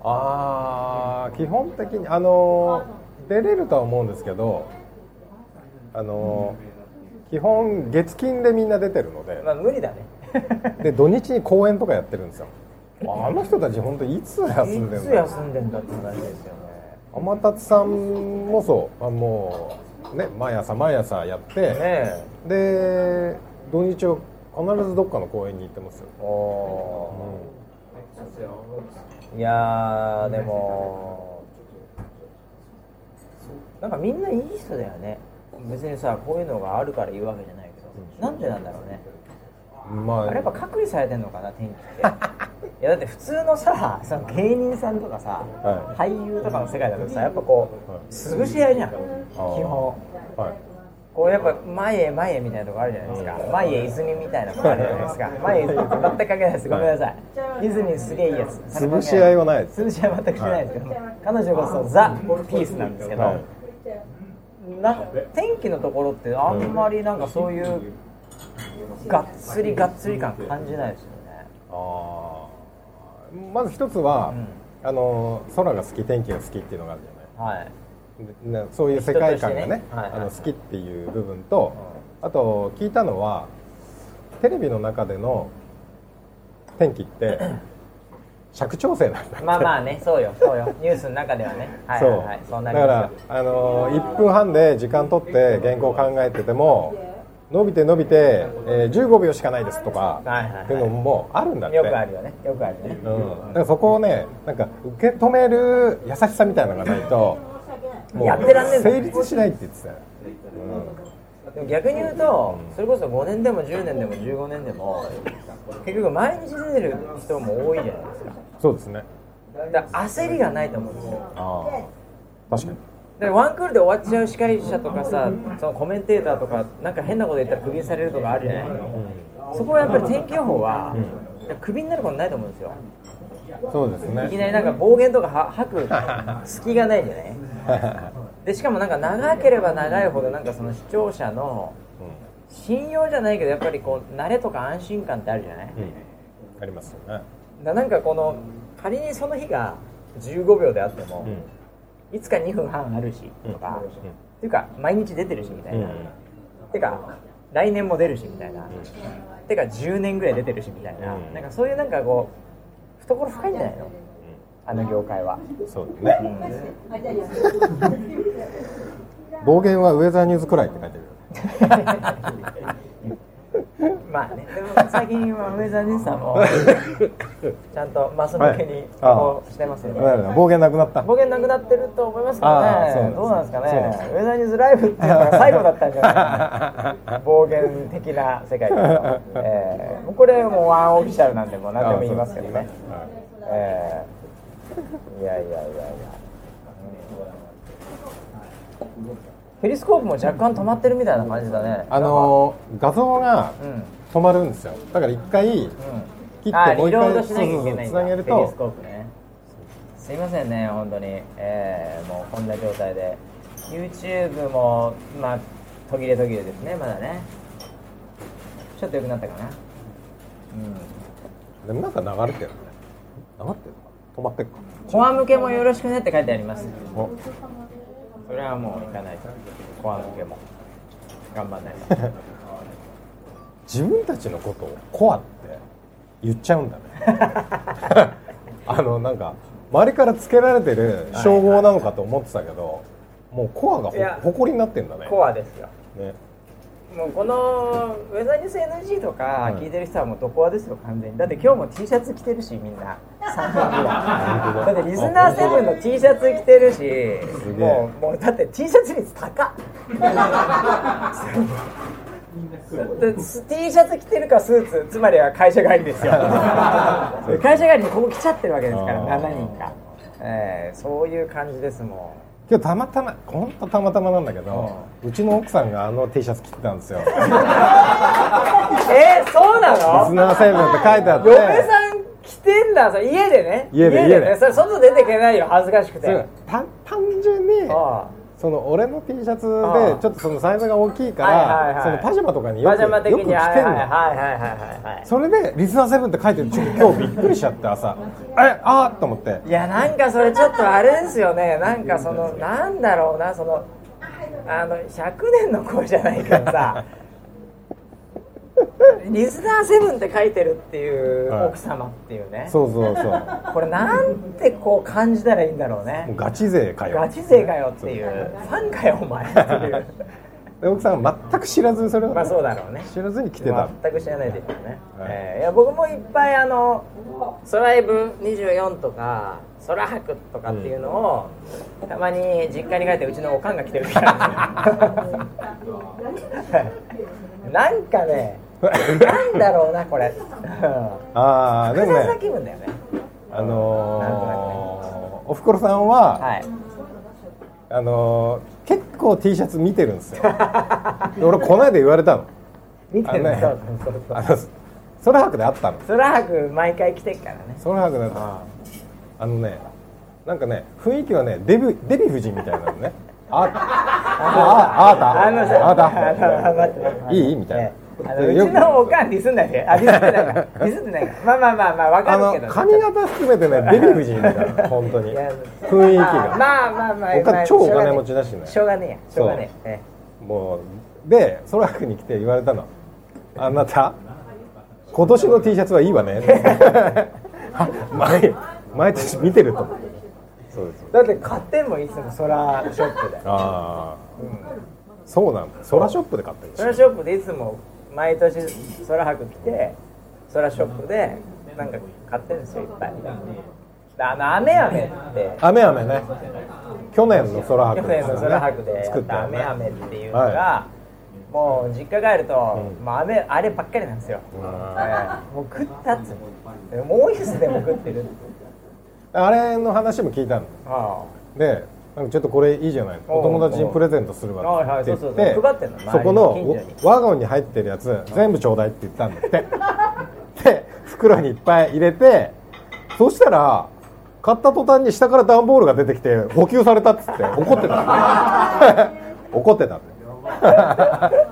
[SPEAKER 1] ああ、基本的にあの出れるとは思うんですけど、あの基本月金でみんな出てるので。
[SPEAKER 2] まあ無理だね
[SPEAKER 1] で土日に公演とかやってるんですよあの人たち本当いつ休んで
[SPEAKER 2] い
[SPEAKER 1] る
[SPEAKER 2] つ
[SPEAKER 1] の
[SPEAKER 2] 休んでんだって話ですよね
[SPEAKER 1] 天達さんもそうあもうね毎朝毎朝やって、
[SPEAKER 2] ねえ
[SPEAKER 1] で土日は必ずどっかの公演に行ってますよ、
[SPEAKER 2] おおーいやーでもなんかみんないい人だよね別にさこういうのがあるから言うわけじゃないけどなんでなんだろうね
[SPEAKER 1] うんまあ
[SPEAKER 2] あれやっぱ隔離されてんのかな天気 っていやだって普通のさその芸人さんとかさ、
[SPEAKER 1] は
[SPEAKER 2] 俳優とかの世界だとさやっぱこう、
[SPEAKER 1] はい
[SPEAKER 2] 潰し合いじゃん基
[SPEAKER 1] ー
[SPEAKER 2] 本
[SPEAKER 1] はい
[SPEAKER 2] こうやっぱ前へ前へみたいなとこあるじゃないですか前へ泉みたいなとこあるじゃないですか前へ泉全くかけないですごめんなさい泉すげえいいやつ
[SPEAKER 1] 潰し合いはないです
[SPEAKER 2] 潰し合いは全くしないですけど、彼女こそザ・ピースなんですけど、
[SPEAKER 1] はい
[SPEAKER 2] なんか天気のところってあんまりなんかそういうがっつりがっつり感感じないですよね
[SPEAKER 1] あーまず一つは、あの空が好き天気が好きっていうのがあるじゃない
[SPEAKER 2] はい
[SPEAKER 1] ね、そういう世界観がね
[SPEAKER 2] 人としてねはいはい
[SPEAKER 1] あの好きっていう部分と、あと聞いたのはテレビの中での天気 って尺調整なんだって
[SPEAKER 2] まあまあねそうよそうよニュースの中ではねはいはい、はい、
[SPEAKER 1] そ
[SPEAKER 2] そうう
[SPEAKER 1] だ
[SPEAKER 2] な
[SPEAKER 1] か
[SPEAKER 2] りま
[SPEAKER 1] ら
[SPEAKER 2] すよ
[SPEAKER 1] あの1分半で時間取って原稿を考えてても伸びて伸びて、えー15秒しかないですとか、
[SPEAKER 2] はいはいはい
[SPEAKER 1] っていうのもあるんだって
[SPEAKER 2] よくあるよねよくあるよね
[SPEAKER 1] うん、だからそこをねなんか受け止める優しさみたいなのがないともう
[SPEAKER 2] やってらんねえんだ
[SPEAKER 1] 成立しないって言ってたよ、うん
[SPEAKER 2] でも逆に言うとそれこそ5年でも10年でも15年でも結局毎日出てる人も多いじゃないですか
[SPEAKER 1] そうですね。
[SPEAKER 2] だから焦りがないと思うんですよ
[SPEAKER 1] ああ、確かに。
[SPEAKER 2] でワンクールで終わっちゃう司会者とかさそのコメンテーターとかなんか変なこと言ったらクビにされるとかあるじゃない、そこはやっぱり天気予報は、クビになることないと思うんですよ
[SPEAKER 1] そうですね
[SPEAKER 2] いきなりなんか暴言とかは吐く隙がないんじゃないでしかもなんか長ければ長いほどなんかその視聴者の
[SPEAKER 1] う
[SPEAKER 2] 信用じゃないけどやっぱりこう慣れとか安心感ってあるじゃない
[SPEAKER 1] ん、うん、ありますよね
[SPEAKER 2] だなんかこの仮にその日が15秒であっても、いつか2分半あるしとか、
[SPEAKER 1] うん
[SPEAKER 2] っていうか毎日出てるしみたい
[SPEAKER 1] う
[SPEAKER 2] な、
[SPEAKER 1] ん
[SPEAKER 2] てか来年も出るしみたいな、てか10年ぐらい出てるしみたいな、
[SPEAKER 1] うん
[SPEAKER 2] なんかそういうなんかこう懐深いんじゃないのあの業界は
[SPEAKER 1] うん、そうだね暴言はウェザーニューズくらいって書いてるよ
[SPEAKER 2] まあねでも最近は梅沢仁さんも ちゃんとマス向けに
[SPEAKER 1] はい
[SPEAKER 2] こうしてますよね、
[SPEAKER 1] なんだ暴言なくなった
[SPEAKER 2] 暴言なくなってると思いますけ
[SPEAKER 1] ああそうなんで
[SPEAKER 2] どね
[SPEAKER 1] す
[SPEAKER 2] どうなんですか
[SPEAKER 1] そうなんで
[SPEAKER 2] ね
[SPEAKER 1] す
[SPEAKER 2] ウェザーニューズライブっていうのが最後だったんじ ゃないかな暴言的な世界で、 えー、もうこれもうワンオフィシャルなんでもう何でも言いますけどねえー、いやいやいやいやペリスコープも若干止まってるみたいな感じだね
[SPEAKER 1] あのー画像が
[SPEAKER 2] うんうん
[SPEAKER 1] 止まるんですよだから一回切っ
[SPEAKER 2] あ
[SPEAKER 1] てもう
[SPEAKER 2] リ
[SPEAKER 1] 一
[SPEAKER 2] ロー
[SPEAKER 1] 回
[SPEAKER 2] ドしなきゃいけないん
[SPEAKER 1] つ
[SPEAKER 2] だ
[SPEAKER 1] なげる
[SPEAKER 2] ペリス
[SPEAKER 1] と
[SPEAKER 2] コープねすいませんね本当に、えーもうこんな状態で YouTube もまあ途切れ途切れですねまだねちょっと良くなったかな
[SPEAKER 1] でもなんか流れてるね流れてるのかな止まってるか
[SPEAKER 2] コア向けもよろしくねって書いてあります
[SPEAKER 1] お
[SPEAKER 2] それはもう行かないとコア向けも頑張んない と
[SPEAKER 1] 自分たちのことをコアって言っちゃうんだ ねあのなんか周りからつけられてる称号なのかと思ってたけどもうコアが
[SPEAKER 2] いや
[SPEAKER 1] ほ誇りになってんだね
[SPEAKER 2] コアですよ
[SPEAKER 1] ね
[SPEAKER 2] もうこのウェザーニュース NG とか聞いてる人はもうどこはですよ完全にだって今日も T シャツ着てるしみん な3人ぐらいだってリスナーセブンの T シャツ着てるし
[SPEAKER 1] すげえ
[SPEAKER 2] もうもうだって T シャツ率高っ だって T シャツ着てるかスーツつまりは会社帰り ですよ会社帰りにここ来ちゃってるわけですから
[SPEAKER 1] あー
[SPEAKER 2] 7人が、えーそういう 感じですもん
[SPEAKER 1] 今日たまたま本当たまたまなんだけどうちの奥さんがあの T シャツ着てたん ですよリ
[SPEAKER 2] えー、そうなの
[SPEAKER 1] スナーセブンって書いてあって
[SPEAKER 2] 嫁さん来てんだそれ家でね
[SPEAKER 1] 家で家で
[SPEAKER 2] それ外出てけないよ恥ずかしくて
[SPEAKER 1] そう単単純に
[SPEAKER 2] あ
[SPEAKER 1] その俺の T シャツ
[SPEAKER 2] ああ
[SPEAKER 1] でちょっとそのサイズが大きいか
[SPEAKER 2] はいはいはい
[SPEAKER 1] らそのパジャマとかに
[SPEAKER 2] あ
[SPEAKER 1] よ
[SPEAKER 2] パ
[SPEAKER 1] く
[SPEAKER 2] ジャマ的
[SPEAKER 1] よく着てん
[SPEAKER 2] にはいはいはい
[SPEAKER 1] の
[SPEAKER 2] はいはいは
[SPEAKER 1] それで「リスナーセブン」って書いてるちょっと今日びっくりしちゃって朝えあーっと思って
[SPEAKER 2] いいやなんかそれちょっとあれですよねなんかそのなんだろうなそのあの100年の子じゃないから さリスナーセブンって書いてるっていう
[SPEAKER 1] はい
[SPEAKER 2] 奥様っていうね、
[SPEAKER 1] そうそうそうも
[SPEAKER 2] これなんてこう感じたらいいんだろうね
[SPEAKER 1] うガチ勢かよ
[SPEAKER 2] ガチ勢かよっていうファンかよお前っていう
[SPEAKER 1] で奥さんは全く知らずにそれを
[SPEAKER 2] まあそうだろうね
[SPEAKER 1] 知らずに着てた
[SPEAKER 2] 全く知らないですよね、
[SPEAKER 1] はい
[SPEAKER 2] えーいや僕もいっぱいあの「ソライブ24」とか「空白」とかっていうのを、たまに実家に帰ってうちのおかんが来てる時あるんですよなんかねなんだろうなこれ、うん
[SPEAKER 1] ああでも
[SPEAKER 2] 複雑な
[SPEAKER 1] ね
[SPEAKER 2] 気分だよね
[SPEAKER 1] あ
[SPEAKER 2] なんとな
[SPEAKER 1] のーおふくろさんは、
[SPEAKER 2] はい
[SPEAKER 1] あのー結構 T シャツ見てるんですよで俺この間言われたの
[SPEAKER 2] 見てる
[SPEAKER 1] あ
[SPEAKER 2] ね
[SPEAKER 1] のね
[SPEAKER 2] そうそうそう
[SPEAKER 1] あのソラハクであったの
[SPEAKER 2] 空白毎回来てるからね
[SPEAKER 1] ソラハクであったのあのねなんかね雰囲気はねデビデヴィ夫人みたいなのねああああた
[SPEAKER 2] あのさ
[SPEAKER 1] あ
[SPEAKER 2] あの待って
[SPEAKER 1] た
[SPEAKER 2] 待って
[SPEAKER 1] いいみたいな
[SPEAKER 2] ええあのうちのおかんディスんないであディスってないかディスってない かまあまあまあまあわ
[SPEAKER 1] あ
[SPEAKER 2] かる
[SPEAKER 1] の
[SPEAKER 2] けど
[SPEAKER 1] 髪型含めてねデヴィ夫人だから本当に
[SPEAKER 2] いや
[SPEAKER 1] 雰囲気が、
[SPEAKER 2] まあまあまあ
[SPEAKER 1] お金
[SPEAKER 2] まあ
[SPEAKER 1] 超お金持ちだしね
[SPEAKER 2] しょうがねえしょうがねえやしょうがねえ
[SPEAKER 1] もうでソラハクに来て言われたのあなた今年の T シャツはいいわね毎毎年見てると思ってそうです
[SPEAKER 2] えだって買ってんもんいつもソラショップで
[SPEAKER 1] ああ、そうなんだソラショップで買ったり
[SPEAKER 2] ソラショップでいつも毎年ソラ博来てソラショップでなんか買ってるんですよいっぱいあの雨雨って
[SPEAKER 1] 雨雨ね去年の空
[SPEAKER 2] 去
[SPEAKER 1] 白
[SPEAKER 2] 年
[SPEAKER 1] ですよ
[SPEAKER 2] の
[SPEAKER 1] ね
[SPEAKER 2] ソラ博でや
[SPEAKER 1] 作
[SPEAKER 2] っ
[SPEAKER 1] った
[SPEAKER 2] た
[SPEAKER 1] よ
[SPEAKER 2] 雨
[SPEAKER 1] ね
[SPEAKER 2] 雨っていうのがもう実家帰るともう雨あればっかりなんですよええもう食ったっつうのもう一つでも食ってる
[SPEAKER 1] あれの話も聞いたの
[SPEAKER 2] あ
[SPEAKER 1] でなんかちょっとこれいいじゃない
[SPEAKER 2] おう
[SPEAKER 1] お友達にプレゼントする
[SPEAKER 2] おう
[SPEAKER 1] わって言っ
[SPEAKER 2] はいはい
[SPEAKER 1] て
[SPEAKER 2] そうそうそう配ってんの周りの
[SPEAKER 1] そこ
[SPEAKER 2] 近所に
[SPEAKER 1] のワゴンに入ってるや つ全部ちょうだいって言ったんだってで袋にいっぱい入れてそしたら買った途端に下から段ボールが出てきて補給されたっつって怒ってたんです よ怒ってたんだよ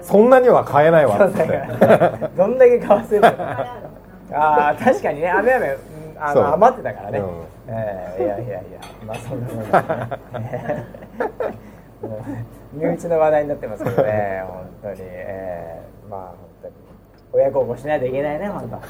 [SPEAKER 1] そんなには買えないわっつっ
[SPEAKER 2] だか
[SPEAKER 1] て
[SPEAKER 2] らどんだけ買わせるのああ確かにね雨雨あ
[SPEAKER 1] そう
[SPEAKER 2] の余ってたからね、
[SPEAKER 1] うん
[SPEAKER 2] えーいやいやいやまあそんなもんですねもう身内の話題になってますけどね本当に、えーまあ本当に親孝行しないといけないね本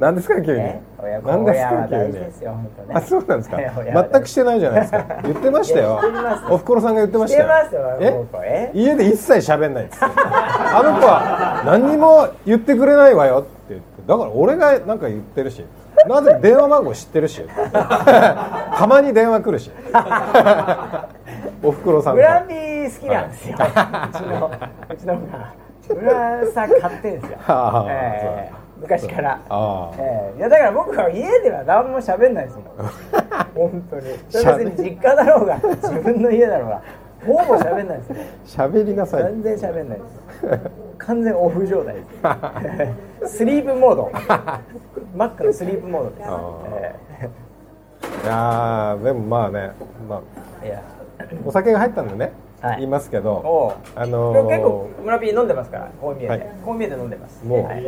[SPEAKER 1] 何ですか急
[SPEAKER 2] 当
[SPEAKER 1] に
[SPEAKER 2] ね親孝
[SPEAKER 1] 何
[SPEAKER 2] 行
[SPEAKER 1] です
[SPEAKER 2] 親は
[SPEAKER 1] か急
[SPEAKER 2] 大
[SPEAKER 1] に
[SPEAKER 2] 事ですよ本当ね
[SPEAKER 1] あそうなんですか
[SPEAKER 2] ね 親は大事
[SPEAKER 1] 全くしてないじゃないですか言ってましたよ
[SPEAKER 2] いや知ってますよ
[SPEAKER 1] おふくろさんが言ってましたよ
[SPEAKER 2] 知ってますよ僕え
[SPEAKER 1] 家で一切喋んないっつってあの子は何にも言ってくれないわよって言ってだから俺がなんか言ってるしなぜ電話番号知ってるし たまに電話来るし おふくろさん
[SPEAKER 2] グラ
[SPEAKER 1] が
[SPEAKER 2] ンビー好きなんですよ、うちのうちの子がグランさん買ってんですよ、
[SPEAKER 1] ああ
[SPEAKER 2] えー昔から
[SPEAKER 1] ああ
[SPEAKER 2] えーいやだから僕は家では何も喋んない ですもん本当にそれ別に実家だろうが自分の家だろうがほぼ喋んないですよ
[SPEAKER 1] 喋りなさい
[SPEAKER 2] 全然喋んないですよ完全オフ状態で すスリープモードマックのスリープモードです
[SPEAKER 1] あいやーでもまあね、まあ、
[SPEAKER 2] えーいや
[SPEAKER 1] お酒が入ったんでね、
[SPEAKER 2] はい
[SPEAKER 1] 言いますけ
[SPEAKER 2] お
[SPEAKER 1] ど
[SPEAKER 2] う
[SPEAKER 1] あ
[SPEAKER 2] で
[SPEAKER 1] のー
[SPEAKER 2] も結構村ピー飲んでますからこう見えて、
[SPEAKER 1] はい
[SPEAKER 2] こう見えて飲んでます
[SPEAKER 1] もう
[SPEAKER 2] はい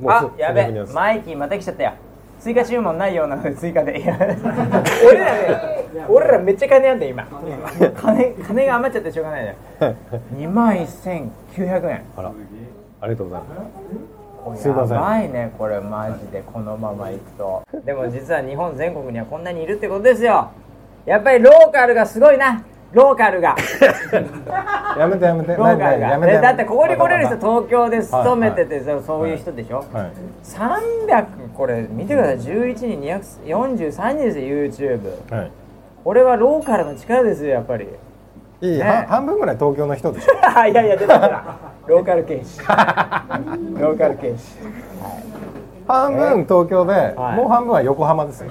[SPEAKER 1] もう
[SPEAKER 2] あ
[SPEAKER 1] そ
[SPEAKER 2] やべ
[SPEAKER 1] そんなふうに
[SPEAKER 2] マイキーまた来ちゃったよ追加注文ないようなので追加で いや俺らね俺らめっちゃ金あんだよ今金金が余っちゃってしょうがないね
[SPEAKER 1] やる
[SPEAKER 2] 2万1900円
[SPEAKER 1] あらありがとうございますすい
[SPEAKER 2] や
[SPEAKER 1] ません
[SPEAKER 2] ばいねこれマジでこのままいくとでも実は日本全国にはこんなにいるってことですよやっぱりローカルがすごいなロー カルが
[SPEAKER 1] やめてや めて
[SPEAKER 2] ロー
[SPEAKER 1] 何
[SPEAKER 2] カル
[SPEAKER 1] 何や
[SPEAKER 2] が
[SPEAKER 1] めて
[SPEAKER 2] ね
[SPEAKER 1] やめて
[SPEAKER 2] だってここに来れる人東京で勤めてて
[SPEAKER 1] はいはい
[SPEAKER 2] そういう人でしょ、
[SPEAKER 1] はい
[SPEAKER 2] 300これ見てください11人243人ですよ YouTube
[SPEAKER 1] はい
[SPEAKER 2] 俺はローカルの力ですよやっぱり
[SPEAKER 1] いい、
[SPEAKER 2] ね
[SPEAKER 1] は半分ぐらい東京の人でしょ
[SPEAKER 2] いやいや出たからローカル剣士ローカル剣士
[SPEAKER 1] 半分東京で、
[SPEAKER 2] はい
[SPEAKER 1] もう半分は横浜ですよ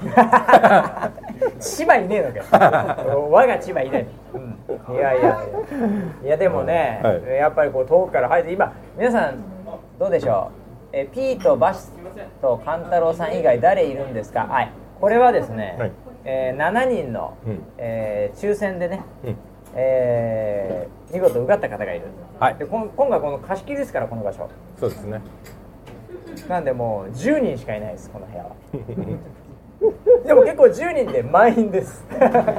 [SPEAKER 2] 千葉いねえのかよ我が千葉いない、うん、いやいやいやいやでもね、
[SPEAKER 1] はい
[SPEAKER 2] やっぱりこう遠くから入って今皆さんどうでしょうえピーとバシと勘太郎さん以外誰いるんですかはいこれはですね、
[SPEAKER 1] はい
[SPEAKER 2] えー7人の、
[SPEAKER 1] うん
[SPEAKER 2] えー抽選でね、
[SPEAKER 1] うん
[SPEAKER 2] えー見事受かった方がいる、
[SPEAKER 1] はい
[SPEAKER 2] でこん今回この貸し切りですからこの場所
[SPEAKER 1] そうですね
[SPEAKER 2] なんでもう10人しかいないですこの部屋はでも結構10人で満員です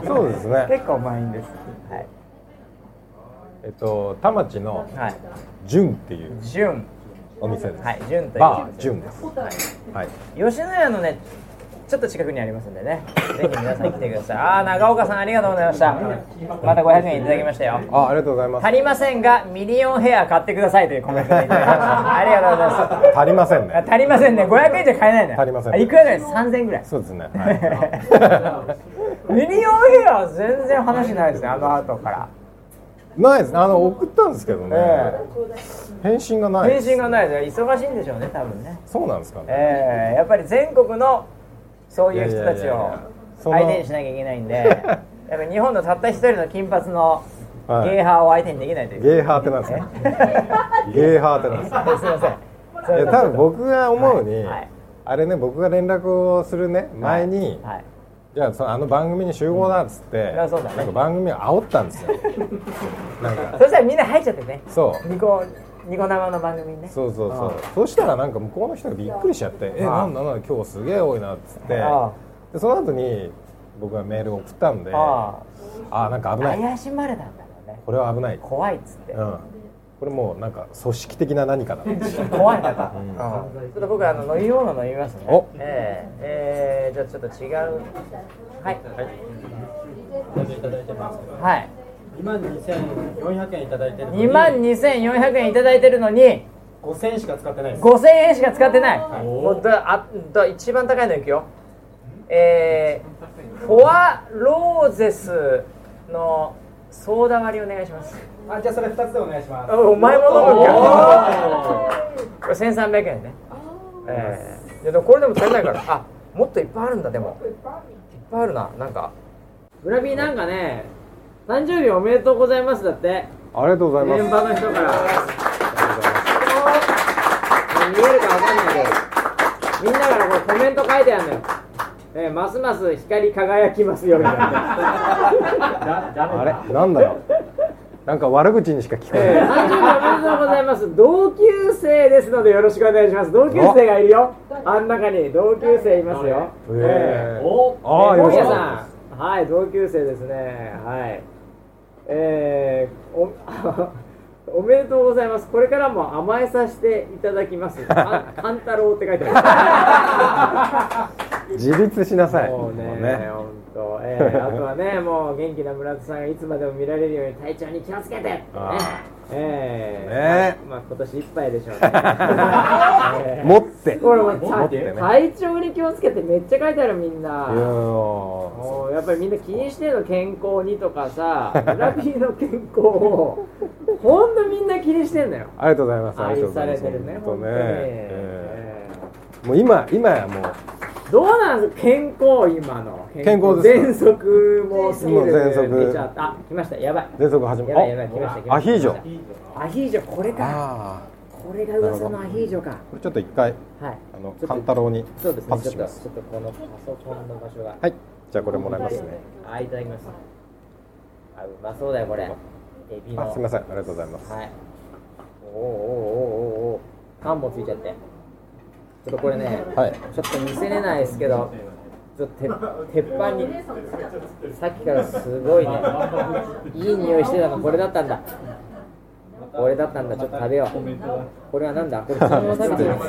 [SPEAKER 1] そうですね
[SPEAKER 2] 結構満員です。はい。
[SPEAKER 1] えっと田町の
[SPEAKER 2] はい。
[SPEAKER 1] 純っていう
[SPEAKER 2] 純。
[SPEAKER 1] お店です、
[SPEAKER 2] はい。純という。
[SPEAKER 1] バー純ですはい
[SPEAKER 2] 吉野家のね。ちょっと近くにありますんでね。ぜひ皆さん来てください。ああ、長岡さん、ありがとうございました。また500円いただきましたよ。
[SPEAKER 1] あありがとうございます
[SPEAKER 2] 足りませんが、ミリオンヘア買ってくださいというコメントをいただきました。ありがとうございます。
[SPEAKER 1] 足りませんね
[SPEAKER 2] あ足りませんね。500円じゃ買えないね。
[SPEAKER 1] 足りません
[SPEAKER 2] あいくらぐらいです。3000円ぐらい。
[SPEAKER 1] そうですね、
[SPEAKER 2] ミリオンヘア全然話ないですね。あの後から。
[SPEAKER 1] ないですあの送ったんですけどね、
[SPEAKER 2] え
[SPEAKER 1] 返信がない
[SPEAKER 2] 返
[SPEAKER 1] です
[SPEAKER 2] 信がないです。忙しいんでしょうね。多分ね。
[SPEAKER 1] そうなんですかね、
[SPEAKER 2] えー、やっぱり全国のそういう人
[SPEAKER 1] いや
[SPEAKER 2] た
[SPEAKER 1] いやいや
[SPEAKER 2] ち
[SPEAKER 1] い
[SPEAKER 2] を
[SPEAKER 1] やその
[SPEAKER 2] 相手にしなきゃい けないんでやっぱり日本のたった一人の金髪の
[SPEAKER 1] はい
[SPEAKER 2] ゲーハーを相手にできないという、
[SPEAKER 1] ゲーハーってなんですかゲーハーってなんですか
[SPEAKER 2] すいません そ
[SPEAKER 1] いや多分僕が思うに、
[SPEAKER 2] はいはい
[SPEAKER 1] あれね僕が連絡をするね前に、
[SPEAKER 2] はい
[SPEAKER 1] じゃあそのあの番組に集合だっつって、
[SPEAKER 2] うんあそうだね
[SPEAKER 1] なんか番組を煽ったん ですよなんか
[SPEAKER 2] そしたらみんな入っちゃってね
[SPEAKER 1] そう
[SPEAKER 2] ニコニコ生の番組にね
[SPEAKER 1] そうそうそうそしたらなんか向こうの人がびっくりしちゃって「えなんだなんだ今日すげえ多いな」っつって
[SPEAKER 2] あ
[SPEAKER 1] でその後に僕がメールを送ったんであ
[SPEAKER 2] あ
[SPEAKER 1] あなんか危
[SPEAKER 2] あ
[SPEAKER 1] ない
[SPEAKER 2] 怪しまれたんだろうね
[SPEAKER 1] これは危ない、
[SPEAKER 2] 怖いっつって、
[SPEAKER 1] うん、これもうなんか組織的な何かだ
[SPEAKER 2] 怖い方、
[SPEAKER 1] ん
[SPEAKER 2] うんちょっと僕あの飲み物飲みますね
[SPEAKER 1] お
[SPEAKER 2] えー、えー、じゃあちょっと違うはいはい
[SPEAKER 7] 2万2400円いただいてる
[SPEAKER 2] 2万2400円いただいてるのに
[SPEAKER 7] 5000円しか使ってないです
[SPEAKER 2] 5000円しか使ってない
[SPEAKER 7] い
[SPEAKER 2] もうだあだ一番高いのいくよえー、フォアローゼスのソーダ割りお願いします
[SPEAKER 6] あじゃあそれ2つでお願いします
[SPEAKER 2] あお前も飲むん
[SPEAKER 6] お
[SPEAKER 2] かこれ1300円ねえー、いやでもこれでも足りないからあもっといっぱいあるんだでもいっぱいあるななんか村ビーなんかね誕生日おめでとうございますだって
[SPEAKER 1] ありがとうございます
[SPEAKER 2] 現場の人から見えるかわかんないけどみんなからこれコメント書いてあるのよ、えーますます光り輝きますよみたいな
[SPEAKER 1] あれなんだろうなんか悪口にしか聞こえ
[SPEAKER 2] えー、
[SPEAKER 1] ない
[SPEAKER 2] 誕生日おめでとうございます同級生ですのでよろしくお願いします同級生がいるよあん中に同級生いますよ
[SPEAKER 1] えー
[SPEAKER 8] お
[SPEAKER 1] ああ
[SPEAKER 2] え
[SPEAKER 1] よ
[SPEAKER 2] ー本
[SPEAKER 1] か
[SPEAKER 2] 屋
[SPEAKER 1] った
[SPEAKER 2] さんはい同級生ですねはいえー、お おめでとうございますこれからも甘えさせていただきますか 勘太郎って書いてある
[SPEAKER 1] 自立しなさい
[SPEAKER 2] もうね
[SPEAKER 1] もう
[SPEAKER 2] 本当、えー、あとはねもう元気な村田さんがいつまでも見られるように体調に気をつけてね
[SPEAKER 1] ああ
[SPEAKER 2] え
[SPEAKER 1] ね
[SPEAKER 2] ー、まあ今年いっぱいでしょ うね、えー
[SPEAKER 1] 持って
[SPEAKER 2] これもう
[SPEAKER 1] 持ってね
[SPEAKER 2] 体調に気をつけてめっちゃ書いてあるみんない
[SPEAKER 1] やー
[SPEAKER 2] もうやっぱりみんな気にしてるの健康にとか さ村ピーの健康をほんとみんな気にしてんだよ
[SPEAKER 1] ありがとうございますありが
[SPEAKER 2] 愛
[SPEAKER 1] とうご
[SPEAKER 2] さ
[SPEAKER 1] ざいま
[SPEAKER 2] れ
[SPEAKER 1] す
[SPEAKER 2] てるね
[SPEAKER 1] 本
[SPEAKER 2] 本
[SPEAKER 1] 当
[SPEAKER 2] 当
[SPEAKER 1] ね
[SPEAKER 2] に、
[SPEAKER 1] え
[SPEAKER 2] え
[SPEAKER 1] ーもう今今やもう
[SPEAKER 2] ーどうなんですか健康今の
[SPEAKER 1] 健康です
[SPEAKER 2] 喘息も過ぎ
[SPEAKER 1] もう喘息
[SPEAKER 2] る出ちゃったあ来ましたやばい
[SPEAKER 1] 全速始ま
[SPEAKER 2] やばいやばい来ました来ました
[SPEAKER 1] あアヒージョ
[SPEAKER 2] アヒージョこれか
[SPEAKER 1] ああ
[SPEAKER 2] これが噂のアヒージョか
[SPEAKER 1] これちょっと一回
[SPEAKER 2] はい
[SPEAKER 1] あの
[SPEAKER 2] ちょっと
[SPEAKER 1] 勘太郎に
[SPEAKER 2] そうです
[SPEAKER 1] パ
[SPEAKER 2] ね
[SPEAKER 1] ス
[SPEAKER 2] ちょっ
[SPEAKER 1] し
[SPEAKER 2] と
[SPEAKER 1] ます
[SPEAKER 2] ちょっとこのパソコンの場所が
[SPEAKER 1] はいじゃあこれもらいますね
[SPEAKER 2] あいただきますあうまそうだよこれエビ
[SPEAKER 1] あ
[SPEAKER 2] の
[SPEAKER 1] すみませんありがとうございます
[SPEAKER 2] はい。おーおーおーおーおー缶もついちゃって。ちょっとこれね、
[SPEAKER 1] はい
[SPEAKER 2] ちょっと見せれないですけど、ちょっとて鉄板に、さっきからすごいね、いい匂いしてたの、これだったんだ。これだったんだ、ちょっと食べよう。これはなんだこれ、そのまま食べてみます。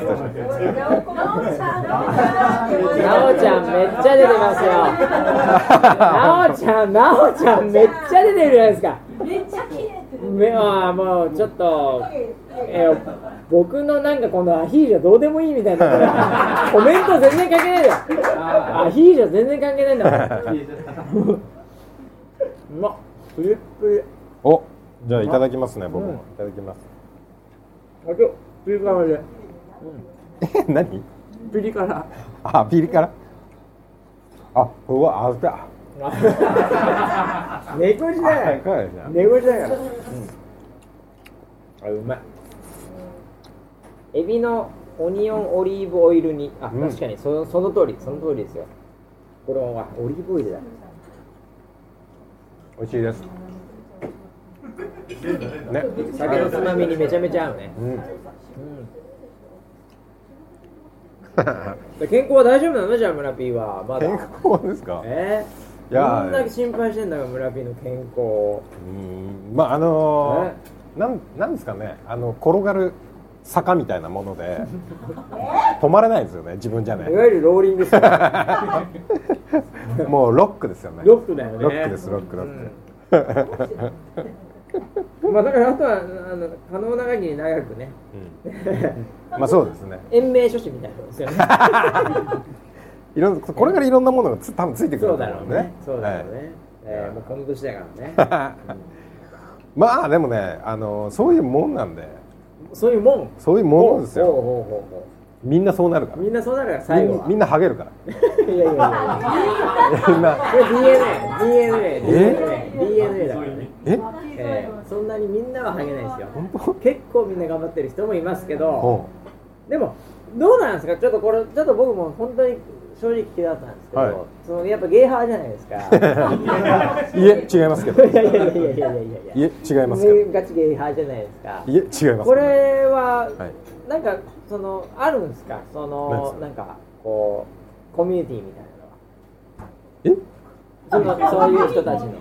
[SPEAKER 2] なおちゃんめっちゃ出てます よ。なおちゃん、なおちゃんめっちゃ出てるじゃないですか。
[SPEAKER 3] めっちゃ綺麗って
[SPEAKER 2] 目はもうちょっと、えー僕のなんかこのアヒージョどうでもいいみたい なコメント全然関係ないよアヒージョ全然関係ないんだもんうまっプリップリ
[SPEAKER 1] おじゃあいただきますね僕もいただきます
[SPEAKER 2] あ今日ピリ辛で
[SPEAKER 1] え何
[SPEAKER 2] ピリ 辛
[SPEAKER 1] あピリ辛あうわあだ
[SPEAKER 2] 猫舌だよ
[SPEAKER 1] 辛いじゃん
[SPEAKER 2] 猫舌だよあうまいエビのオニオンオリーブオイル煮あ
[SPEAKER 1] うん
[SPEAKER 2] 確かにそのその通りその通りですよこれはオリーブオイルだ
[SPEAKER 1] 美味しいですね
[SPEAKER 2] 酒のつまみにめちゃめちゃ合うね
[SPEAKER 1] うん
[SPEAKER 2] 健康は大丈夫なのじゃあ村 P はまだ
[SPEAKER 1] 健康ですか
[SPEAKER 2] え
[SPEAKER 1] い
[SPEAKER 2] ー、
[SPEAKER 1] や
[SPEAKER 2] こんだけ心配してんだから村 P の健康を
[SPEAKER 1] うんまああの
[SPEAKER 2] ね
[SPEAKER 1] ーなんなんですかねあの転がる坂みたいなもので止まれないですよね自分じゃね
[SPEAKER 2] いわゆるローリングする
[SPEAKER 1] もうロックですよね
[SPEAKER 2] ロックだよね
[SPEAKER 1] ロックですロックロック、
[SPEAKER 2] まあだからあとはあの可能な限り長くね
[SPEAKER 1] うんまあそうですね
[SPEAKER 2] 延命処置みたいなこと ですよね
[SPEAKER 1] いろんこれからいろんなものがつ多分ついてく
[SPEAKER 2] そ
[SPEAKER 1] る
[SPEAKER 2] う
[SPEAKER 1] と
[SPEAKER 2] だ
[SPEAKER 1] 思う
[SPEAKER 2] ろうん
[SPEAKER 1] で
[SPEAKER 2] ねそうだろうね、えー、もうこの年だ からね
[SPEAKER 1] まあでもねあのそういうもんなんで
[SPEAKER 2] そういうもん
[SPEAKER 1] そういうもんです
[SPEAKER 2] ほうほ
[SPEAKER 1] よ
[SPEAKER 2] うほうほ
[SPEAKER 1] みんなそうなるか
[SPEAKER 2] う
[SPEAKER 1] ら
[SPEAKER 2] みんなそうなるから最後
[SPEAKER 1] みん
[SPEAKER 2] は
[SPEAKER 1] みんなハゲるから
[SPEAKER 2] いや いやいや
[SPEAKER 1] みんな
[SPEAKER 2] DNA、DNA、DNA だからね、
[SPEAKER 1] え
[SPEAKER 2] えー、そんなにみんなはハゲないですよ、
[SPEAKER 1] 本当
[SPEAKER 2] 結構みんな頑張ってる人もいますけど、
[SPEAKER 1] お
[SPEAKER 2] でも、どうなんですか、ちょっとこれ、ちょっと僕も本当に正直気だったんですけど、
[SPEAKER 1] はい
[SPEAKER 2] そのやっぱゲーハーじゃないですか、
[SPEAKER 1] いえ違いますけど
[SPEAKER 2] いやいやいやいやいやいや
[SPEAKER 1] いえ違いますけどい
[SPEAKER 2] ねガチゲーハーじゃないですか、
[SPEAKER 1] え違いますけど
[SPEAKER 2] これは、
[SPEAKER 1] はい
[SPEAKER 2] なんか、その、あるんですか、そ
[SPEAKER 1] 何ですか、
[SPEAKER 2] のなんか、こう、コミュニティみたいなのは。
[SPEAKER 1] え
[SPEAKER 2] そのそういう人たちの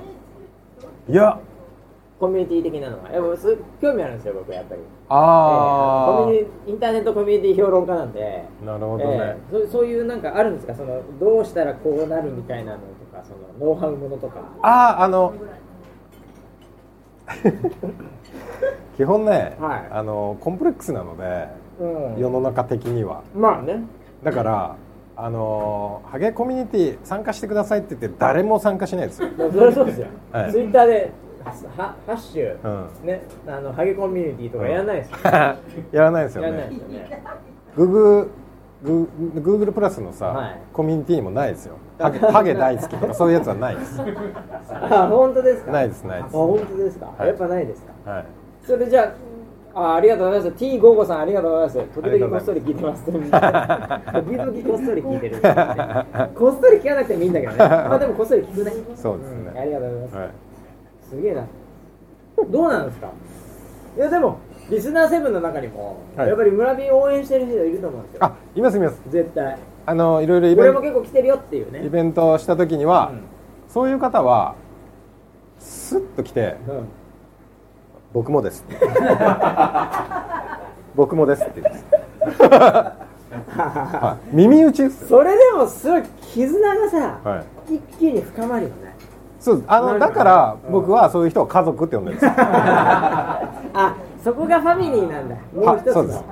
[SPEAKER 1] いや
[SPEAKER 2] コミュニティ的なのは、やっぱす興味あるんですよ、僕やっぱり。
[SPEAKER 1] ああ、
[SPEAKER 2] ええコミュニインターネットコミュニティ評論家なんで、
[SPEAKER 1] なるほどね
[SPEAKER 2] え、えそうそういうなんかあるんですか、そのどうしたらこうなるみたいなのとか、そのノウハウものとか。
[SPEAKER 1] あああ の基本ね、
[SPEAKER 2] はい
[SPEAKER 1] あのコンプレックスなので世
[SPEAKER 2] う
[SPEAKER 1] の中的には
[SPEAKER 2] ん、まあね、
[SPEAKER 1] だからあのハゲコミュニティ参加してくださいって言って誰も参加しないですよ、
[SPEAKER 2] まあそれはそうですよ、
[SPEAKER 1] はい
[SPEAKER 2] ツイッターではハッシュ、
[SPEAKER 1] うん、
[SPEAKER 2] ね、あのハゲコミュニティとかやらないですよ、
[SPEAKER 1] やらないですよ
[SPEAKER 2] やらないで
[SPEAKER 1] ね
[SPEAKER 2] すよね。
[SPEAKER 1] Google, Google Google プラスのさ、
[SPEAKER 2] はい
[SPEAKER 1] コミュニティにもないですよハゲハゲ大好きとかそういうやつはない です
[SPEAKER 2] あ、本当ですか。
[SPEAKER 1] ないですない
[SPEAKER 2] あ、
[SPEAKER 1] です
[SPEAKER 2] 本当ですか。
[SPEAKER 1] い
[SPEAKER 2] やっぱないですか。
[SPEAKER 1] はい
[SPEAKER 2] それじゃあ、あありがとうございました。T ゴーゴさんありがとうございます。時々こっそり聞いてます。時々こっそり聞いてる。こっそり聞かなくてもいいんだけど ね。まあでもこっそり聞くね。
[SPEAKER 1] そうです
[SPEAKER 2] あ
[SPEAKER 1] ね、
[SPEAKER 2] りがとうございます。
[SPEAKER 1] はい、
[SPEAKER 2] すげえな。どうなんですかいやでも、リスナーセブンの中にも、
[SPEAKER 1] はい
[SPEAKER 2] やっぱり村人応援してる人いると思うんですよ。
[SPEAKER 1] あいますいます
[SPEAKER 2] 絶対。
[SPEAKER 1] あのいろいろイベ
[SPEAKER 2] 俺
[SPEAKER 1] ン
[SPEAKER 2] も
[SPEAKER 1] ト
[SPEAKER 2] 結構来てるよっていう
[SPEAKER 1] イ
[SPEAKER 2] ね。
[SPEAKER 1] ベントをした時には、
[SPEAKER 2] うん
[SPEAKER 1] そういう方はスッと来て
[SPEAKER 2] うん
[SPEAKER 1] 「僕もです」僕もです」って言うんです、はい、耳打ちですよ
[SPEAKER 2] それでもすごい絆がさ、
[SPEAKER 1] はい
[SPEAKER 2] 一気に深まるよね。
[SPEAKER 1] そうですあのだから僕はそういう人を家族って呼んでるんですよ
[SPEAKER 2] あ、そこがファミリーなんだ。もう一つ
[SPEAKER 1] はそうです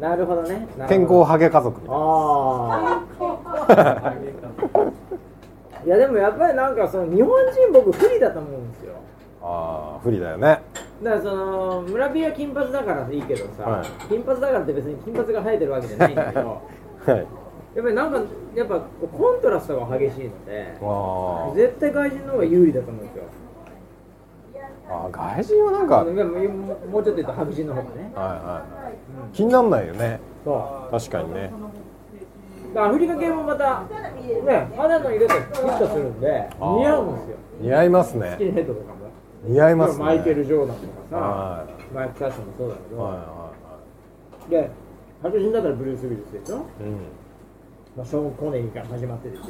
[SPEAKER 2] の。なるほどね。なるほど
[SPEAKER 1] 健康ハゲ家族みたいな
[SPEAKER 2] ああいやでもやっぱりなんかその日本人僕不利だと思うんですよ
[SPEAKER 1] ああ不利だよね
[SPEAKER 2] だからその村人は金髪だからいいけどさ、
[SPEAKER 1] はい
[SPEAKER 2] 金髪だからって別に金髪が生えてるわけじゃないんだけど
[SPEAKER 1] はい
[SPEAKER 2] やっぱりなんかやっぱこうコントラストが激しいので
[SPEAKER 1] あ
[SPEAKER 2] 絶対外人の方が有利だと思うんですよ
[SPEAKER 1] ーあー外人はなんか、はい
[SPEAKER 2] でももうもうちょっと言うと白人の方がね
[SPEAKER 1] はい、気にならないよね
[SPEAKER 2] そ
[SPEAKER 1] 確かにね
[SPEAKER 2] うだからアフリカ系もまたね肌の色とフィットするんで
[SPEAKER 1] あー
[SPEAKER 2] 似合うんですよ
[SPEAKER 1] 似合います
[SPEAKER 2] スキ
[SPEAKER 1] ね
[SPEAKER 2] ンヘッドとかも
[SPEAKER 1] 似合いますね
[SPEAKER 2] マイケル・ジョーダンとかさ、
[SPEAKER 1] は
[SPEAKER 2] マイク・タッションもそうだけ
[SPEAKER 1] い
[SPEAKER 2] ど、
[SPEAKER 1] は
[SPEAKER 2] で白人だったらブルース・ウィルスでしょ、
[SPEAKER 1] いはいうん
[SPEAKER 2] まあ、ショーン・コネリーから始まってです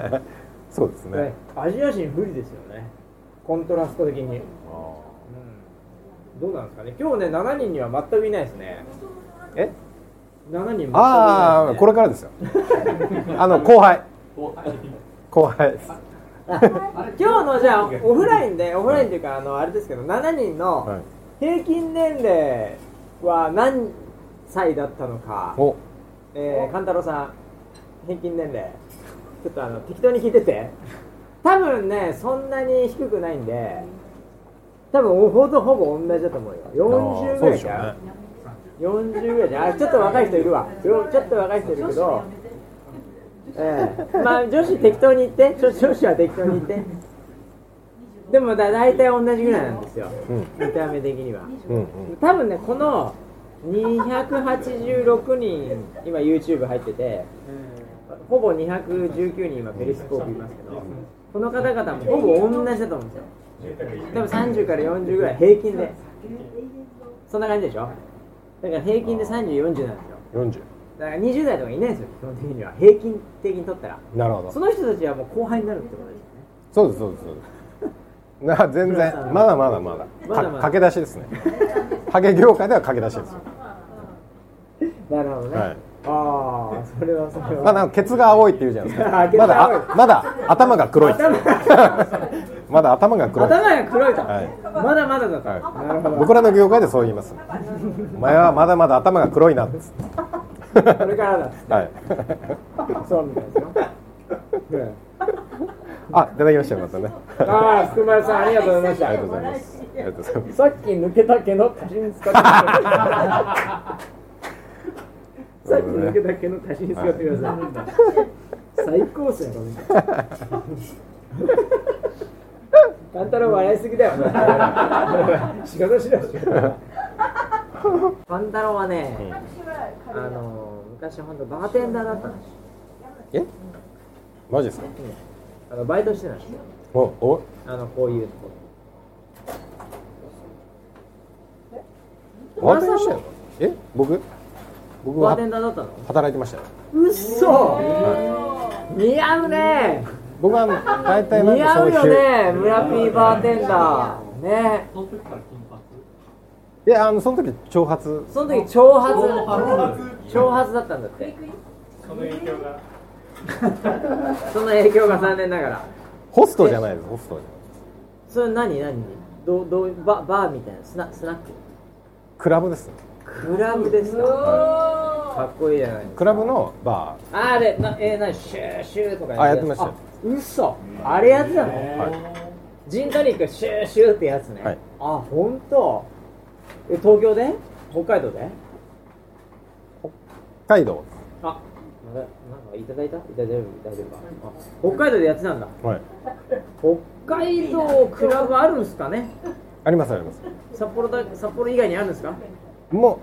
[SPEAKER 2] よ、
[SPEAKER 1] そうです
[SPEAKER 2] で
[SPEAKER 1] ね
[SPEAKER 2] アジア人不利ですよねコントラスト的に、うん、
[SPEAKER 1] あー
[SPEAKER 2] どうなんですかね今日ね7人には全くいないですね
[SPEAKER 1] え
[SPEAKER 2] 7人全くいないです、ね、
[SPEAKER 1] ああこれからですよあの後輩後輩です
[SPEAKER 2] あ今日のじゃあオフラインでオフラインっていうかあのあれですけど7人
[SPEAKER 1] は
[SPEAKER 2] の
[SPEAKER 1] い
[SPEAKER 2] 平均年齢は何歳だったのか、
[SPEAKER 1] お
[SPEAKER 2] えー、勘太郎さん平均年齢ちょっとあの適当に聞いてて多分ねそんなに低くないんで多分ほぼほぼ同じだと思うよ
[SPEAKER 1] あー
[SPEAKER 2] 40
[SPEAKER 1] そ
[SPEAKER 2] ぐ
[SPEAKER 1] う
[SPEAKER 2] ら
[SPEAKER 1] で
[SPEAKER 2] い
[SPEAKER 1] し
[SPEAKER 2] か
[SPEAKER 1] ょうね
[SPEAKER 2] な、40ぐらいじゃないあちょっと若い人いるわよちょっと若い人いるけどええまあ女子適当に言って女女子は適当に言ってでもだ大体同じぐらいなんですよ
[SPEAKER 1] うん
[SPEAKER 2] 見た目的には
[SPEAKER 1] うんうん
[SPEAKER 2] 多分ねこの286人今 YouTube 入っててほぼ219人今ペリスコープいますけどこの方々もほぼ同じだと思うんですよ多分30から40ぐらい平均でそんな感じでしょだから平均で3040なんですよ
[SPEAKER 1] 40
[SPEAKER 2] だから20代とかいないんですよ基本的には平均的に取ったら
[SPEAKER 1] なるほ
[SPEAKER 2] そ
[SPEAKER 1] ど
[SPEAKER 2] の人たちはもう後輩になるってことですよね
[SPEAKER 1] そうですそうですそうですな全然
[SPEAKER 2] 村さん
[SPEAKER 1] まだまだまだ
[SPEAKER 2] まだまだ
[SPEAKER 1] か駆け出しですねハゲ業界では駆け出しですよ
[SPEAKER 2] なるほどね、
[SPEAKER 1] はい
[SPEAKER 2] ああそれはそれは
[SPEAKER 1] まあ、なんかケツが青いって言うじゃないですか
[SPEAKER 2] ケツ
[SPEAKER 1] ま
[SPEAKER 2] が青い
[SPEAKER 1] だあまだ頭が黒い まだ頭が黒い
[SPEAKER 2] 頭が黒いと、
[SPEAKER 1] はい
[SPEAKER 2] まだまだだと、
[SPEAKER 1] はい
[SPEAKER 2] なるほど
[SPEAKER 1] 僕らの業界でそう言いますお前はまだまだ頭が黒いなっつって
[SPEAKER 2] これからだっつっ
[SPEAKER 1] はい
[SPEAKER 2] てそうみたいですよ、ね
[SPEAKER 1] あいただきましたよまたね
[SPEAKER 2] ああ福丸さんありがとうございました
[SPEAKER 1] ありがとうございますありがとうございます
[SPEAKER 2] さっき抜けた毛の 足しに使ってくださいさっき抜けた毛の足しに使ってください最高っすねこれ勘太郎笑いすぎだよ仕方しろ仕方勘太郎はね、あの昔本当バーテンダーだったんですよ
[SPEAKER 1] えマジですか
[SPEAKER 2] あのバイトしてたんですよ
[SPEAKER 1] おお
[SPEAKER 2] あのこういうとこ
[SPEAKER 1] バーテンしてんのえ僕僕
[SPEAKER 2] バー
[SPEAKER 1] は
[SPEAKER 2] テンダーだったの
[SPEAKER 1] 働いてましたよ
[SPEAKER 2] うっそ似合うね
[SPEAKER 1] 僕はあの大体なん
[SPEAKER 2] 似
[SPEAKER 1] か
[SPEAKER 2] 合
[SPEAKER 1] そう
[SPEAKER 2] う
[SPEAKER 1] いう
[SPEAKER 2] よね村ピーバーテンダーね
[SPEAKER 1] いやあのその時挑発
[SPEAKER 2] その時長髪長髪だったんだって
[SPEAKER 3] その影響が
[SPEAKER 2] その影響が残念ながら
[SPEAKER 1] ホストじゃないですホストじゃない
[SPEAKER 2] それ何何どうどうババーみたいなスナスナック
[SPEAKER 1] クラブですね
[SPEAKER 2] クラブですかかっこいいじゃない
[SPEAKER 1] クラブのバ
[SPEAKER 2] あーあれなえー、何シューシューとか
[SPEAKER 1] あやってましたよ
[SPEAKER 2] うそあれやってたの、
[SPEAKER 1] ー、はい、
[SPEAKER 2] ジントニックシューシューってやつね、
[SPEAKER 1] はい
[SPEAKER 2] あ本当え東京で北海道で
[SPEAKER 1] 北海道
[SPEAKER 2] あまだなんかいただいたいただいた大丈夫かあ北海道でやってたんだ
[SPEAKER 1] はい
[SPEAKER 2] 北海道クラブあるんすかね
[SPEAKER 1] ありますあります
[SPEAKER 2] 札幌だ札幌以外にあるんですか
[SPEAKER 1] も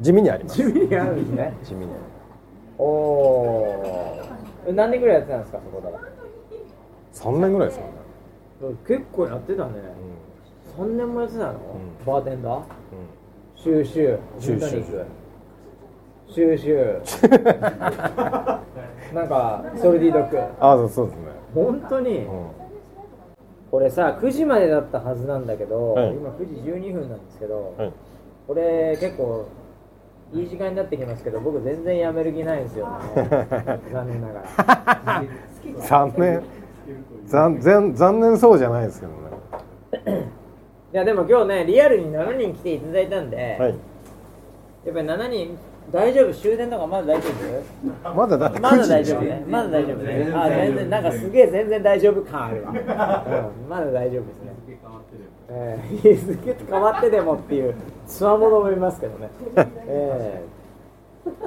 [SPEAKER 1] 地味にあります
[SPEAKER 2] 地味にあるんですね
[SPEAKER 1] 地味にある
[SPEAKER 2] おおー何年ぐらいやってたんですかそこだから
[SPEAKER 1] 3年ぐらいですかね、
[SPEAKER 2] 結構やってたね
[SPEAKER 1] う
[SPEAKER 2] 3年もやってたの、
[SPEAKER 1] う
[SPEAKER 2] バーテンダー
[SPEAKER 1] んうん
[SPEAKER 2] 収集
[SPEAKER 1] 収集
[SPEAKER 2] 収集 なんかソルディドッグ
[SPEAKER 1] あそうそうですね、
[SPEAKER 2] 本当に
[SPEAKER 1] う
[SPEAKER 2] これさ9時までだったはずなんだけど、
[SPEAKER 1] はい
[SPEAKER 2] 今9時12分なんですけど、
[SPEAKER 1] んはい、
[SPEAKER 2] これ結構いい時間になってきますけど僕全然やめる気ないんですよね残念ながら
[SPEAKER 1] 残念残残残念そうじゃないですけどね
[SPEAKER 2] いやでも今日ねリアルに7人来ていただいたんで、
[SPEAKER 1] はい
[SPEAKER 2] やっぱり7人大丈夫終電とかまだ大丈夫
[SPEAKER 1] まだだって
[SPEAKER 2] ま
[SPEAKER 1] 9
[SPEAKER 2] だ
[SPEAKER 1] 時で
[SPEAKER 2] 大
[SPEAKER 1] し
[SPEAKER 2] 丈
[SPEAKER 1] ょ
[SPEAKER 2] 夫ねまだ大丈夫ね
[SPEAKER 5] 全然
[SPEAKER 2] あ
[SPEAKER 5] 大丈
[SPEAKER 2] 全
[SPEAKER 5] 夫
[SPEAKER 2] 然なんかすげえ全然大丈夫感あるわ、うんまだ大丈夫ですねえー、日付変わってでもっていうつわものもいますけどね、えー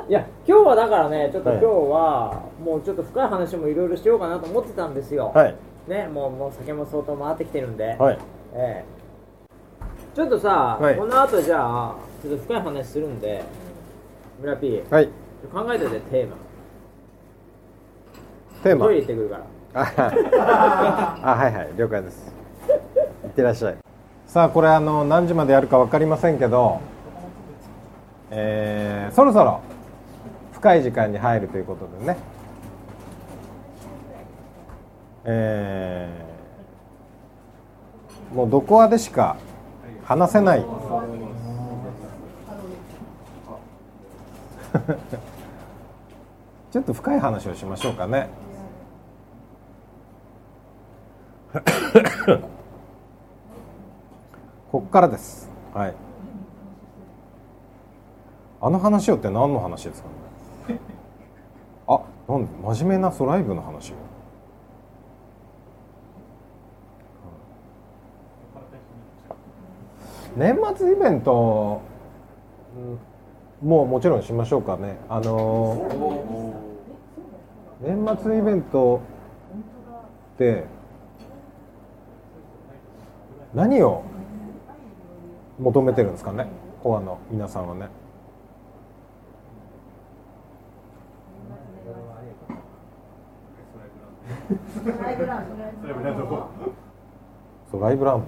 [SPEAKER 2] いや今日はだからねちょっと
[SPEAKER 1] はい
[SPEAKER 2] 今日はもうちょっと深い話もいろいろしようかなと思ってたんですよ、
[SPEAKER 1] はい
[SPEAKER 2] ね、もうもう酒も相当回ってきてるんで、
[SPEAKER 1] はい
[SPEAKER 2] ええちょっとさ、
[SPEAKER 1] はい
[SPEAKER 2] この後じゃあちょっと深い話するんで村 P
[SPEAKER 1] はい
[SPEAKER 2] 考えててテーマ
[SPEAKER 1] テーマ
[SPEAKER 2] トイレ行ってくるから
[SPEAKER 1] あは あはいはい了解ですいってらっしゃいさあこれあの何時までやるか分かりませんけどえー、そろそろ深い時間に入るということでねえー、もうどこはでしか話せない ちょっと深い話をしましょうかねこっからですはいあの話をって何の話ですかね あなんで真面目なソライブの話を年末イベントうんもうもちろんしましょうかねあの年末イベントって何を求めてるんですかねコアの皆さんはねそうライブラウン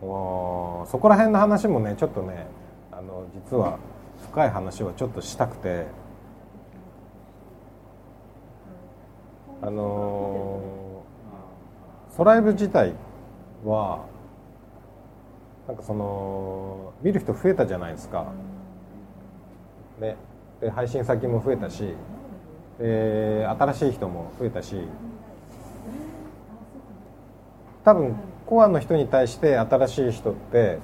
[SPEAKER 1] ドおーそこら辺の話もねちょっとねあの実は深い話をちょっとしたくてあのーソライブ自体はなんかその見る人増えたじゃないですか、ね、で配信先も増えたしで新しい人も増えたし多分コアの人に対して新しい人って、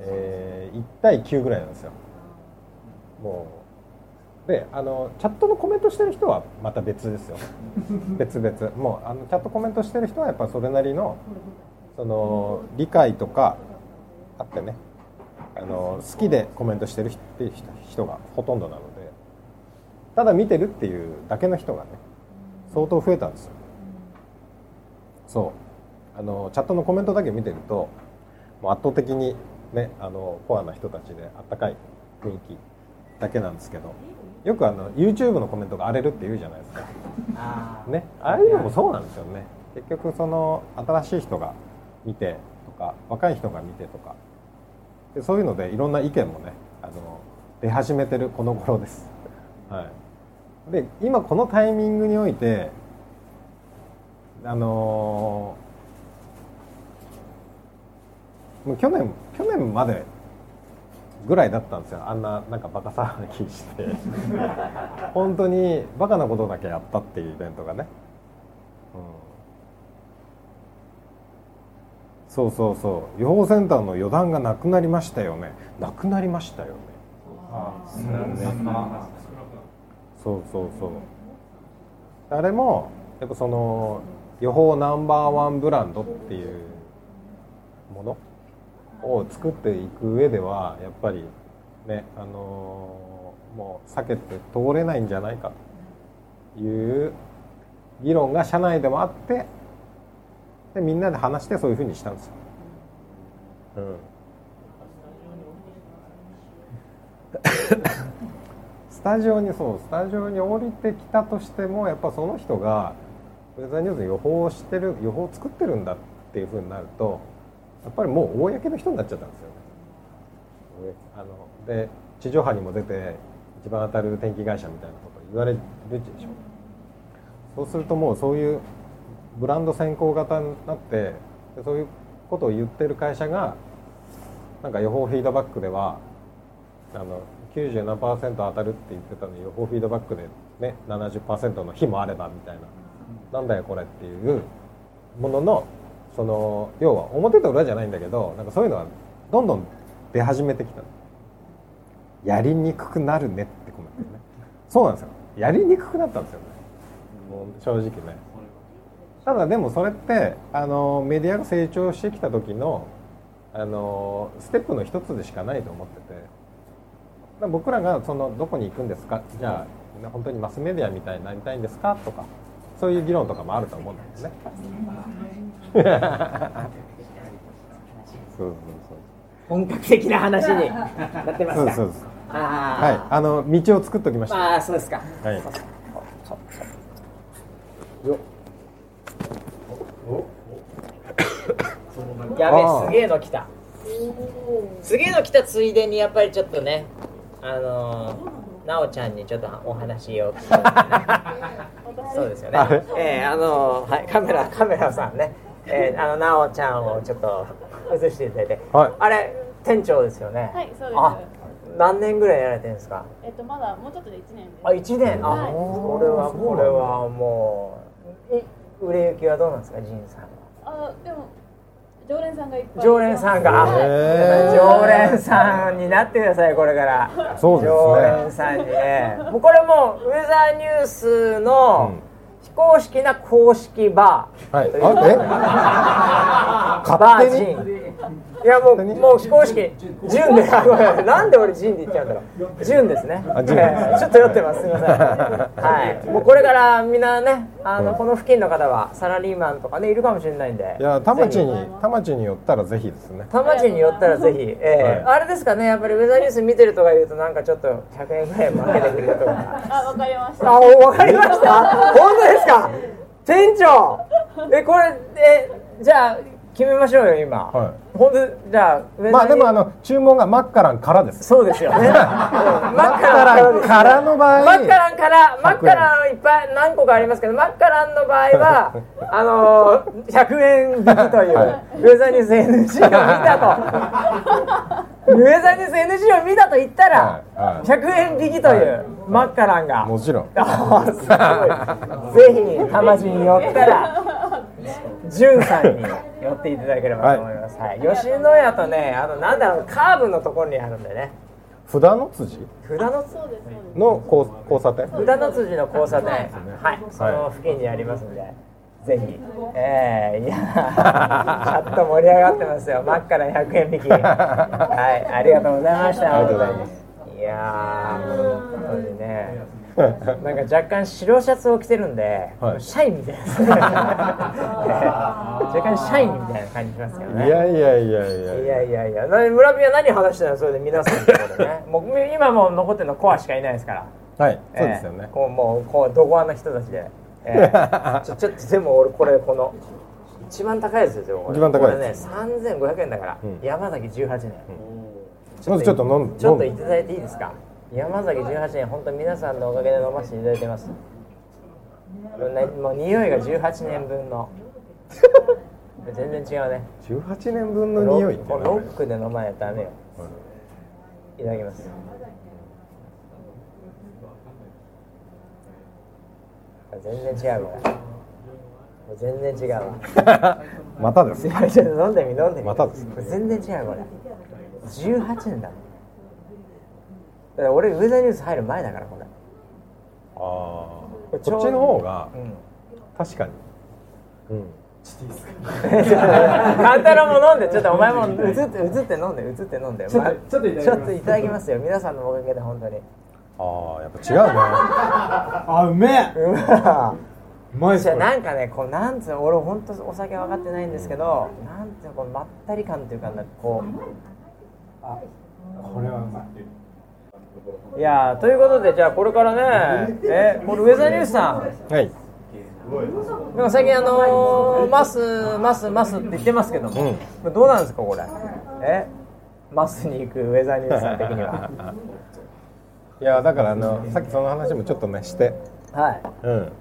[SPEAKER 1] えー1対9ぐらいなんですよもうであのチャットのコメントしてる人はまた別ですよ別々もうあのチャットコメントしてる人はやっぱそれなりのその理解とかあってねあの好きでコメントしてる人って人人がほとんどなのでただ見てるっていうだけの人がね相当増えたんですよそうあのチャットのコメントだけ見てるともう圧倒的にねあのコアな人たちであったかい雰囲気だけなんですけどよくあの YouTube のコメントが荒れるって言うじゃないですかね、ああいうのもそうなんですよね結局その新しい人が見てとか若い人が見てとかでそういうのでいろんな意見もねあの出始めてるこの頃です、はい、で今このタイミングにおいてあのーもう去年去年までぐらいだったんですよあんななんかバカ騒ぎして本当にバカなことだけやったっていうイベントがね、うん、そうそうそう予報センターの予断がなくなりましたよねなくなりましたよねそうそうそうあれもやっぱその予報ナンバーワンブランドっていうものを作っていく上ではやっぱりねあのーもう避けて通れないんじゃないかという議論が社内でもあってでみんなで話してそういうふうにしたんですようん、スタジオにそうスタジオに降りてきたとしてもやっぱその人がウェザーニュース予報をしてる予報を作ってるんだっていうふうになるとやっぱりもう公の人になっちゃったんですよね。あので地上波にも出て一番当たる天気会社みたいなこと言われるでしょそうするともうそういうブランド先行型になってでそういうことを言ってる会社がなんか予報フィードバックではあの90何パーセント当たるって言ってたのに予報フィードバックで、ね、70%の日もあればみたいななんだよこれっていうもののその要は表と裏じゃないんだけどなんかそういうのはどんどん出始めてきたやりにくくなるねってコメントねそうなんですよやりにくくなったんですよねもう正直ねただでもそれってあのメディアが成長してきた時のあのステップの一つでしかないと思っててだから僕らがそのどこに行くんですかじゃあ本当にマスメディアみたいになりたいんですかとかそういう議論とかもあると思うんですねそうそうそう
[SPEAKER 2] 本格的な話になってます
[SPEAKER 1] そう
[SPEAKER 2] か
[SPEAKER 1] ですそうですはい
[SPEAKER 2] あ、
[SPEAKER 1] あの道を作っておきまし
[SPEAKER 2] あ、
[SPEAKER 1] た。
[SPEAKER 2] ああそうですか
[SPEAKER 1] はい。
[SPEAKER 2] やべ
[SPEAKER 1] あー
[SPEAKER 2] えすげえの来たすげえの来たついでにやっぱりちょっとねあのー、なおちゃんにちょっとお話をそうですよね
[SPEAKER 1] あれ
[SPEAKER 2] えー、あのー、はいカメラカメラさんねえー、あのなおちゃんをちょっと映していただいて、
[SPEAKER 1] はい
[SPEAKER 2] あれ店長ですよね
[SPEAKER 3] はいそうです
[SPEAKER 2] あ何年ぐらいやられてるんですか
[SPEAKER 3] えっとまだもうちょっとで一年です
[SPEAKER 2] あ一年あ、
[SPEAKER 3] はい
[SPEAKER 2] これはこれはもうい売れ行きはどうなんですかジンさんは
[SPEAKER 3] あでも常連さんがいっぱい
[SPEAKER 2] 常連さんが、あ
[SPEAKER 1] へー
[SPEAKER 2] 常連さんになってくださいこれから
[SPEAKER 1] そうですね
[SPEAKER 2] 常連さんにねもうこれもうウェザーニュースの非公式な公式バー、
[SPEAKER 1] はい
[SPEAKER 2] ということで バ
[SPEAKER 1] 勝手
[SPEAKER 2] ージ
[SPEAKER 1] に
[SPEAKER 2] ンいやもう
[SPEAKER 1] 勝手に
[SPEAKER 2] もう非公式ジュンであごめんなんで俺ジンで言っちゃうんだろうジュンですね
[SPEAKER 1] あジュンですね
[SPEAKER 2] ちょっと酔ってますすみませんはいもうこれからみんなねあの、この付近の方はサラリーマンとかねいるかもしれないんで
[SPEAKER 1] いや田町
[SPEAKER 2] ぜひ
[SPEAKER 1] に田町に寄ったらぜひですね。
[SPEAKER 2] 田町に寄ったらぜひ、ええ
[SPEAKER 1] は
[SPEAKER 2] あれですかねやっぱりウェザーニュース見てるとか言うとなんかちょっと100円ぐらい負けてくれる とか
[SPEAKER 3] あわかりました
[SPEAKER 2] あお分かりました本当ですか店長えこれえじゃあ決めましょうよ今、
[SPEAKER 1] は
[SPEAKER 2] 本当じゃあウェザーニュース
[SPEAKER 1] まあでもあの注文がマッカランからです。
[SPEAKER 2] そうですよ ねうん
[SPEAKER 1] マッカランからの場合、
[SPEAKER 2] マッカランからマ
[SPEAKER 1] 100円
[SPEAKER 2] ッカランいっぱい何個かありますけどマッカランの場合は あのー、100円引きという、
[SPEAKER 1] は
[SPEAKER 2] ウェザーニュース NG を見た とウェザーニュース NG を見たと言ったら、
[SPEAKER 1] はいはい
[SPEAKER 2] 100円引きという、マッカランが
[SPEAKER 1] もちろん。
[SPEAKER 2] あーすごいぜひ多摩市に寄ったらじゅんさんに寄っていただければと思います、はい吉野家とねあのなんだろうカーブのところにあるんでね
[SPEAKER 1] 札の辻
[SPEAKER 2] 札の
[SPEAKER 3] そうですそうです
[SPEAKER 1] の交交差点。
[SPEAKER 2] 豚の辻の交差点、はい、その付近にありますんで、ぜひ、えー、いやー、ちょっと盛り上がってま すよ、真っ赤な100円引き、はい、ありがとうございました、
[SPEAKER 1] ありがとうございます
[SPEAKER 2] いやー、本当にね、なんか若干、白シャツを着てるんで、
[SPEAKER 1] はい
[SPEAKER 2] シャインみたいで すね、 若干シャインみたいな感じしますけ ど
[SPEAKER 1] い
[SPEAKER 2] ね。
[SPEAKER 1] やいやいやいや。
[SPEAKER 2] いやいやいや、な村人は何話してたの、それで皆さんのところでね、もう今もう残ってるのコアしかいないですから。
[SPEAKER 1] はい。そうですよ
[SPEAKER 2] え
[SPEAKER 1] ね
[SPEAKER 2] ー。こうもうこうどこあの人たちで、え ーちょちょっとでも俺これこの一番高いやつですよこれ
[SPEAKER 1] 一番高い
[SPEAKER 2] これ
[SPEAKER 1] や
[SPEAKER 2] ね三千五百円だから、
[SPEAKER 1] うん
[SPEAKER 2] 山崎十八年、
[SPEAKER 1] まずちょっと飲ん
[SPEAKER 2] ちょっと
[SPEAKER 1] 飲
[SPEAKER 2] い
[SPEAKER 1] ん
[SPEAKER 2] ただいていいですか山崎十八年本当皆さんのおかげで飲ませていただいてますもうねもう匂いが十八年 分の全然違うね
[SPEAKER 1] 18年分の匂いって
[SPEAKER 2] ロ
[SPEAKER 1] なん
[SPEAKER 2] ッ
[SPEAKER 1] だよ
[SPEAKER 2] ロックで飲まないとダメよいただきます全然違うわもう全然違うわ
[SPEAKER 1] またです
[SPEAKER 2] すい。 ません飲んでみ飲んでみ
[SPEAKER 1] またですね
[SPEAKER 2] 全然違うこれ18年だもんだから俺ウェザーニュース入る前だからこれ
[SPEAKER 1] ああ。こっちの方が
[SPEAKER 2] うん
[SPEAKER 1] 確かに。うん。
[SPEAKER 2] カンタロも飲んでちょっとお前も映って映って飲んで映って飲んで
[SPEAKER 7] ちょっと
[SPEAKER 2] まあ
[SPEAKER 7] ちょっといただきます
[SPEAKER 2] ちょっといただきますよ皆さんのおかげ で本当に
[SPEAKER 1] ああやっぱ
[SPEAKER 7] あ
[SPEAKER 1] 違うね。
[SPEAKER 7] うめえ
[SPEAKER 2] うわ
[SPEAKER 1] まいっす
[SPEAKER 2] じゃ
[SPEAKER 1] こ
[SPEAKER 2] あ
[SPEAKER 1] れ
[SPEAKER 2] なんかねこうなんつうの俺本当お酒分かってないんですけどなんていうのこうまったり感というかなんかこ
[SPEAKER 6] これはうまい。
[SPEAKER 2] ういやーということでじゃあこれからねえこれウェザーニュースさん
[SPEAKER 1] はい
[SPEAKER 2] でも最近あのー、マスマスマスって言ってますけども、どうなんですかこれえマスに行くウェザーニュースさん的に は
[SPEAKER 1] いやだからあのさっきその話もちょっとねして
[SPEAKER 2] はい
[SPEAKER 1] うん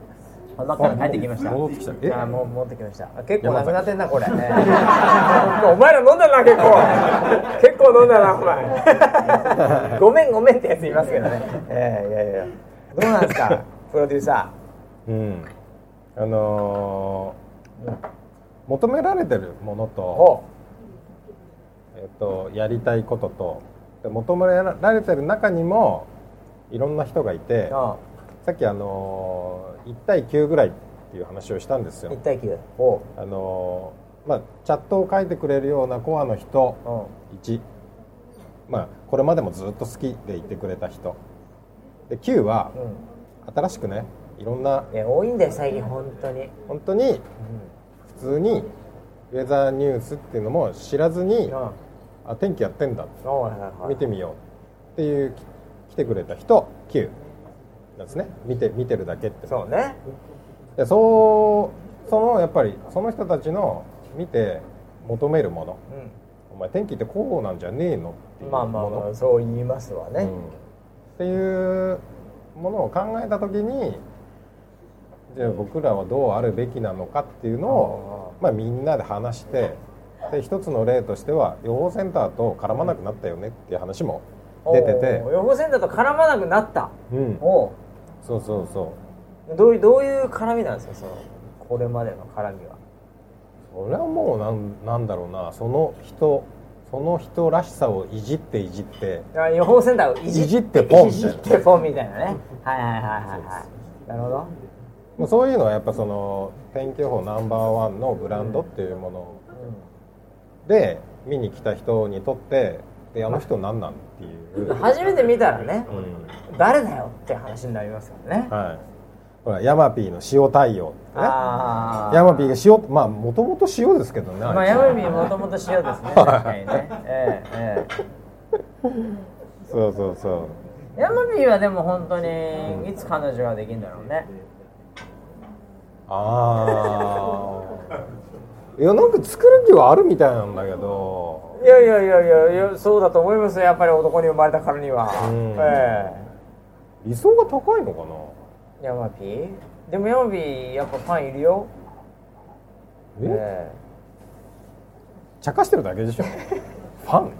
[SPEAKER 2] マッから帰ってきました
[SPEAKER 1] 戻ってきたえ
[SPEAKER 2] あもう戻ってきましたあ結構なくなってんなこれ、ね、 お前ら飲んだな結構結構飲んだなお前 ごめんごめんってやついますけどね、ええいやいやいやどうなんで すかプロデューサ
[SPEAKER 1] うんあのー求められてるもの
[SPEAKER 2] ー
[SPEAKER 1] と
[SPEAKER 2] お
[SPEAKER 1] えっと、やりたいこととで求められてる中にもいろんな人がいて
[SPEAKER 2] あ
[SPEAKER 1] さっき、あのー1対9ぐらいっていう話をしたんです
[SPEAKER 2] 1
[SPEAKER 1] よ、
[SPEAKER 2] 対9おう
[SPEAKER 1] あのーまあ、チャットを書いてくれるようなコアの人
[SPEAKER 2] うん
[SPEAKER 1] 1、まあ、これまでもずっと好きでいてくれた人で9は
[SPEAKER 2] う、
[SPEAKER 1] 新しくねいろんなん
[SPEAKER 2] いや多いんだよ最近本当に、
[SPEAKER 1] 本当に普通にウェザーニュースっていうのも知らずに
[SPEAKER 2] うん、
[SPEAKER 1] あ天気やってんだ
[SPEAKER 2] はいはいはい
[SPEAKER 1] 見てみようっていうき来てくれた人9なんですね見て見てるだけって
[SPEAKER 2] そうね
[SPEAKER 1] でそうそのやっぱりその人たちの見て求めるものお前天気ってこうなんじゃねえのってい
[SPEAKER 2] うん
[SPEAKER 1] う
[SPEAKER 2] まあまあ
[SPEAKER 1] も
[SPEAKER 2] ま
[SPEAKER 1] の
[SPEAKER 2] あそう言いますわね、
[SPEAKER 1] うんっていうものを考えた時にじゃあ僕らはどうあるべきなのかっていうのをまあ、みんなで話してで一つの例としては予報センターと絡まなくなったよねっていう話も出てて
[SPEAKER 2] おう予報センターと絡まなくなった
[SPEAKER 1] うん、
[SPEAKER 2] おう
[SPEAKER 1] そうそうそう
[SPEAKER 2] どういうどういう絡みなんですかそのこれまでの絡みは
[SPEAKER 1] それはもうなんなんだろうなその人その人らしさをいじっていじって
[SPEAKER 2] だから予報センターをいじ
[SPEAKER 1] いじってポン
[SPEAKER 2] いじってポンみたいなねはいはいはいはいはいなるほど
[SPEAKER 1] もうそういうのはやっぱその天気予報ナンバーワンのブランドっていうもので見に来た人にとってであの人何なんっていう、うん
[SPEAKER 2] 初めて見たらね誰だよって話になりますからね
[SPEAKER 1] はいほらヤマピーの塩対応ってね
[SPEAKER 2] ああ
[SPEAKER 1] ヤマピーが塩まあもともと塩ですけどね
[SPEAKER 2] まあ
[SPEAKER 1] いつ
[SPEAKER 2] ヤマピーもともと塩ですね確かにねえええ
[SPEAKER 1] そうそうそう
[SPEAKER 2] えヤマピーはでも本当にいつ彼女ができるんだろうね
[SPEAKER 1] ああいやなんか作る気はあるみたいなんだけど
[SPEAKER 2] いやいやいやいやいやそうだと思いますよやっぱり男に生まれたからには、
[SPEAKER 1] うん
[SPEAKER 2] え
[SPEAKER 1] 理想が高いのか
[SPEAKER 2] えヤマピーでもヤマピーやっぱファンいるよ
[SPEAKER 1] なえ
[SPEAKER 2] え
[SPEAKER 1] 茶化してるだけでしょファン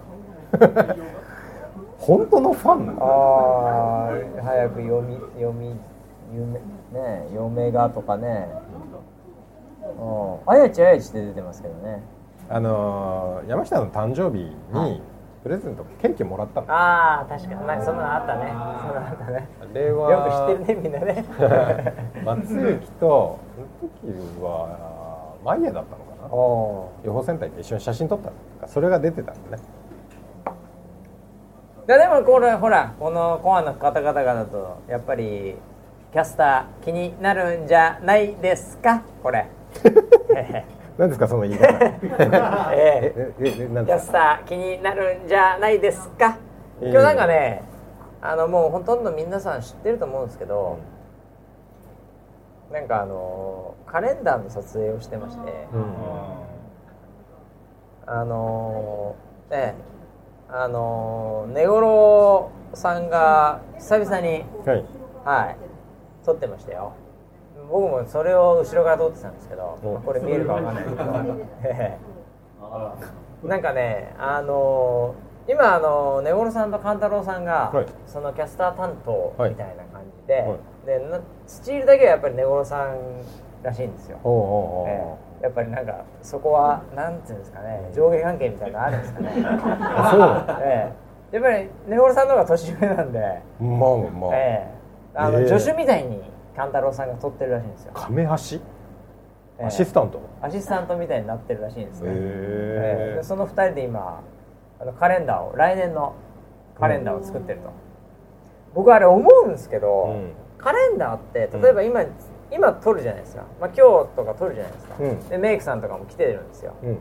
[SPEAKER 1] 本当のファンな
[SPEAKER 2] えあ
[SPEAKER 1] の
[SPEAKER 2] あ早く読み読み夢ね嫁がとかねうんあやちあやちって出てますけどね
[SPEAKER 1] あのー山下の誕生日にプレゼントケーキもらったの
[SPEAKER 2] ああ確かになんかそんなのあったねそんなのあったね
[SPEAKER 1] あれは
[SPEAKER 2] よく知ってるねみんな ね
[SPEAKER 1] 松雪とその時はマイヤだったのかな
[SPEAKER 2] お
[SPEAKER 1] 予報センターで一緒に写真撮ったのかそれが出てたんだね
[SPEAKER 2] ででもこれほらこのコアの方々だとやっぱりキャスター気になるんじゃないですかこれえ
[SPEAKER 1] 何ですかその言 い方
[SPEAKER 2] え
[SPEAKER 1] えええ何
[SPEAKER 2] キャ
[SPEAKER 1] で
[SPEAKER 2] ス
[SPEAKER 1] すか
[SPEAKER 2] ター気になるんじゃないですか
[SPEAKER 1] ええ
[SPEAKER 2] 今日なんかね、あのもうほとんど皆さん知ってると思うんですけど、なんかあのカレンダーの撮影をしてまして、あのええあの根五郎さんが久々に
[SPEAKER 1] はい
[SPEAKER 2] はい撮ってましたよ僕もそれを後ろから撮ってたんですけど、
[SPEAKER 1] お
[SPEAKER 2] まあこれ見えるかわかんないけどええなんかねあのー今あの根室さんと勘太郎さんが、
[SPEAKER 1] はい
[SPEAKER 2] そのキャスター担当
[SPEAKER 1] はい
[SPEAKER 2] みたいな感じで、
[SPEAKER 1] は
[SPEAKER 2] でなスチールだけはやっぱり根室さんらしいんですよ、
[SPEAKER 1] おうおうおう
[SPEAKER 2] ええやっぱりなんかそこはなんていうんですかね上下関係みたいなのあるんで すかね
[SPEAKER 1] あそう
[SPEAKER 2] ええやっぱり根室さんの方が年上なんで
[SPEAKER 1] まあまあ、
[SPEAKER 2] ええあの、
[SPEAKER 1] ええ
[SPEAKER 2] 助手みたいに勘太郎さんが撮ってるらしいんですよ、
[SPEAKER 1] 亀橋、
[SPEAKER 2] ええ
[SPEAKER 1] アシスタント
[SPEAKER 2] アシスタントみたいになってるらしいんですね、ええ
[SPEAKER 1] へ
[SPEAKER 2] でその2人で今あのカレンダーを来年のカレンダーを作ってると、僕あれ思うんですけど、
[SPEAKER 1] うん
[SPEAKER 2] カレンダーって例えば今、今撮るじゃないですか、まあ、今日とか撮るじゃないですか、
[SPEAKER 1] うん
[SPEAKER 2] でメイクさんとかも来てるんですよ
[SPEAKER 1] うん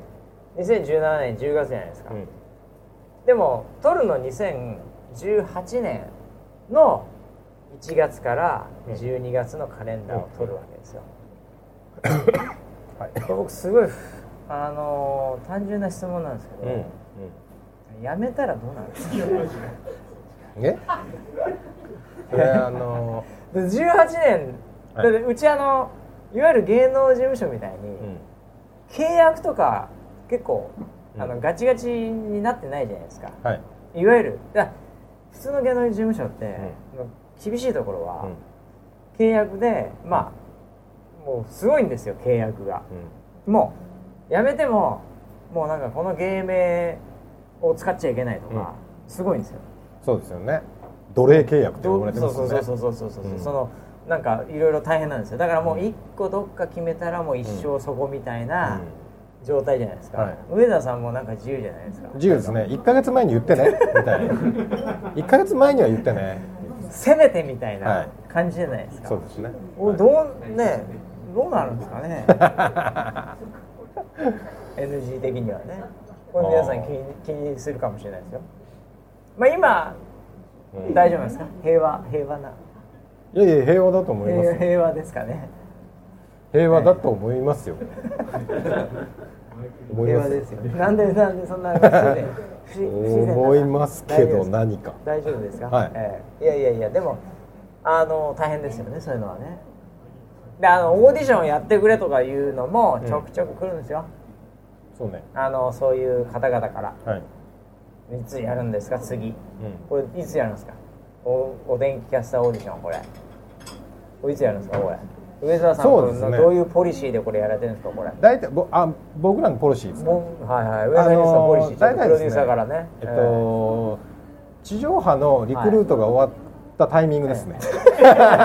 [SPEAKER 2] 2017年10月じゃないですか、
[SPEAKER 1] うん
[SPEAKER 2] でも撮るの2018年の1月から12月のカレンダーを撮るわけですよ、
[SPEAKER 1] はい
[SPEAKER 2] これ僕すごいあのー単純な質問なんですけ
[SPEAKER 1] うん
[SPEAKER 2] ど、やめたらどうなるんですか
[SPEAKER 1] うん えそれあの
[SPEAKER 2] で18年だ
[SPEAKER 1] はい
[SPEAKER 2] ってうちあのいわゆる芸能事務所みたいに、
[SPEAKER 1] うん
[SPEAKER 2] 契約とか結構あ
[SPEAKER 1] う
[SPEAKER 2] の
[SPEAKER 1] ん
[SPEAKER 2] ガチガチになってないじゃないですか、
[SPEAKER 1] はい
[SPEAKER 2] い、わゆるだ普通の芸能事務所って、
[SPEAKER 1] う
[SPEAKER 2] 厳しいところ
[SPEAKER 1] う
[SPEAKER 2] は
[SPEAKER 1] ん
[SPEAKER 2] 契約でまあもうすごいんですよ契約が
[SPEAKER 1] うん
[SPEAKER 2] もうやめてももうなんかこの芸名を使っちゃいけないとか、すごいんですよ
[SPEAKER 1] そうですよね奴隷契約って
[SPEAKER 2] ど
[SPEAKER 1] 呼
[SPEAKER 2] う
[SPEAKER 1] ばれて
[SPEAKER 2] そ
[SPEAKER 1] ま
[SPEAKER 2] う
[SPEAKER 1] す
[SPEAKER 2] そ
[SPEAKER 1] よ
[SPEAKER 2] う
[SPEAKER 1] ね
[SPEAKER 2] そうそうそうそうそう、
[SPEAKER 1] うん
[SPEAKER 2] そのなんかいろいろ大変なんですよだからもう一個どっか決めたらもう一生そこみたいな状態じゃないですか、
[SPEAKER 1] はい
[SPEAKER 2] 上田さんもなんか自由じゃないですか
[SPEAKER 1] 自由ですね1か月前に言ってねみたい な1か月前には言ってね
[SPEAKER 2] せめてみたい
[SPEAKER 1] は
[SPEAKER 2] ない感じじゃないです か、
[SPEAKER 1] そうですね
[SPEAKER 2] お
[SPEAKER 1] はい
[SPEAKER 2] どうねどうなるんですかね NG 的にはねこれ皆さん気に気にするかもしれないですよまあ今、
[SPEAKER 1] うん
[SPEAKER 2] 大丈夫なんですか平和平和ない
[SPEAKER 1] やいや平和だと思います
[SPEAKER 2] 平
[SPEAKER 1] よ
[SPEAKER 2] 平和ですかね
[SPEAKER 1] 平和だと思いますよ思い
[SPEAKER 2] 平
[SPEAKER 1] ま
[SPEAKER 2] 和
[SPEAKER 1] す
[SPEAKER 2] ですよなんでなんでそんな感じで不思不自然な
[SPEAKER 1] 思いますけど
[SPEAKER 2] 大丈夫です
[SPEAKER 1] 何か
[SPEAKER 2] 大丈夫ですか、
[SPEAKER 1] はい
[SPEAKER 2] ええいやいやいやでもあの大変ですよねそういうのはねであのオーディションやってくれとかいうのもちょくちょく来るんですよ、
[SPEAKER 1] そうね
[SPEAKER 2] あのそういう方々から
[SPEAKER 1] はい
[SPEAKER 2] いつやるんですか次
[SPEAKER 1] うん
[SPEAKER 2] これいつやるんですかおお天気キャスターオーディションこれこれいつやるんですかこれ上澤さん
[SPEAKER 1] そうですね
[SPEAKER 2] これどういうポリシーでこれやられてるんですかこれ
[SPEAKER 1] 大体ぼあ僕らのポリシーですね
[SPEAKER 2] もうはいはい上澤さんのポリシーちょっとプロデューサーからね
[SPEAKER 1] えっと、地上波のリクルートが終わったタイミングですね、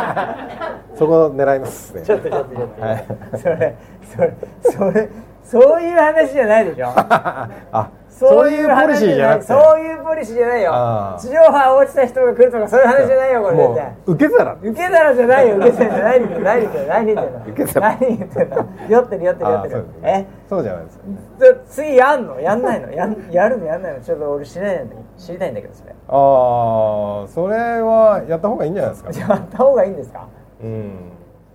[SPEAKER 1] そこを狙いますね
[SPEAKER 2] ちょっとちょっとちょっと、
[SPEAKER 1] はい
[SPEAKER 2] それそれそれそういう話じゃないでしょ
[SPEAKER 1] あそういうポリシーじゃなくて
[SPEAKER 2] そういうポリシーじゃないよ
[SPEAKER 1] あー
[SPEAKER 2] 地上波落ちた人が来るとかそういう話じゃないよこれ絶対
[SPEAKER 1] もう受け皿
[SPEAKER 2] 受け皿じゃないよ受け皿じゃないよ何言ってんの何言ってんの何
[SPEAKER 1] 受け皿
[SPEAKER 2] 言ってんの酔ってる酔ってる酔っ
[SPEAKER 1] あ
[SPEAKER 2] て
[SPEAKER 1] そ
[SPEAKER 2] る
[SPEAKER 1] うです
[SPEAKER 2] え
[SPEAKER 1] ねそうじゃないですよね
[SPEAKER 2] じゃ次やんのやんないの やんやるのやんないのちょっと俺知りないんだけど知りたいんだけどそれ
[SPEAKER 1] ああそれはやった方がいいんじゃないです か
[SPEAKER 2] じゃあやった方がいいんですか
[SPEAKER 1] うん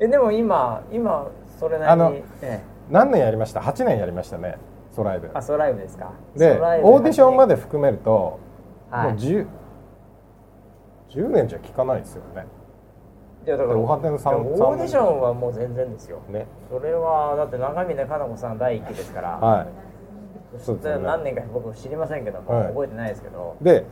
[SPEAKER 2] えでも今今それなり
[SPEAKER 1] あの
[SPEAKER 2] にええ
[SPEAKER 1] 何年やりました8年やりましたねソライブ
[SPEAKER 2] あソライブですか
[SPEAKER 1] で
[SPEAKER 2] ソライブ
[SPEAKER 1] オーディションまで含めると、
[SPEAKER 2] はい
[SPEAKER 1] もう 10, 10年じゃ効かないですよね
[SPEAKER 2] いやだから
[SPEAKER 1] おはてんさん
[SPEAKER 2] オーディションはもう全然ですよ
[SPEAKER 1] ね
[SPEAKER 2] それはだって中峰かな子さん第一期ですから、
[SPEAKER 1] はいそうですよね
[SPEAKER 2] 何年か僕知りませんけども、
[SPEAKER 1] はい
[SPEAKER 2] 覚えてないですけど
[SPEAKER 1] で,、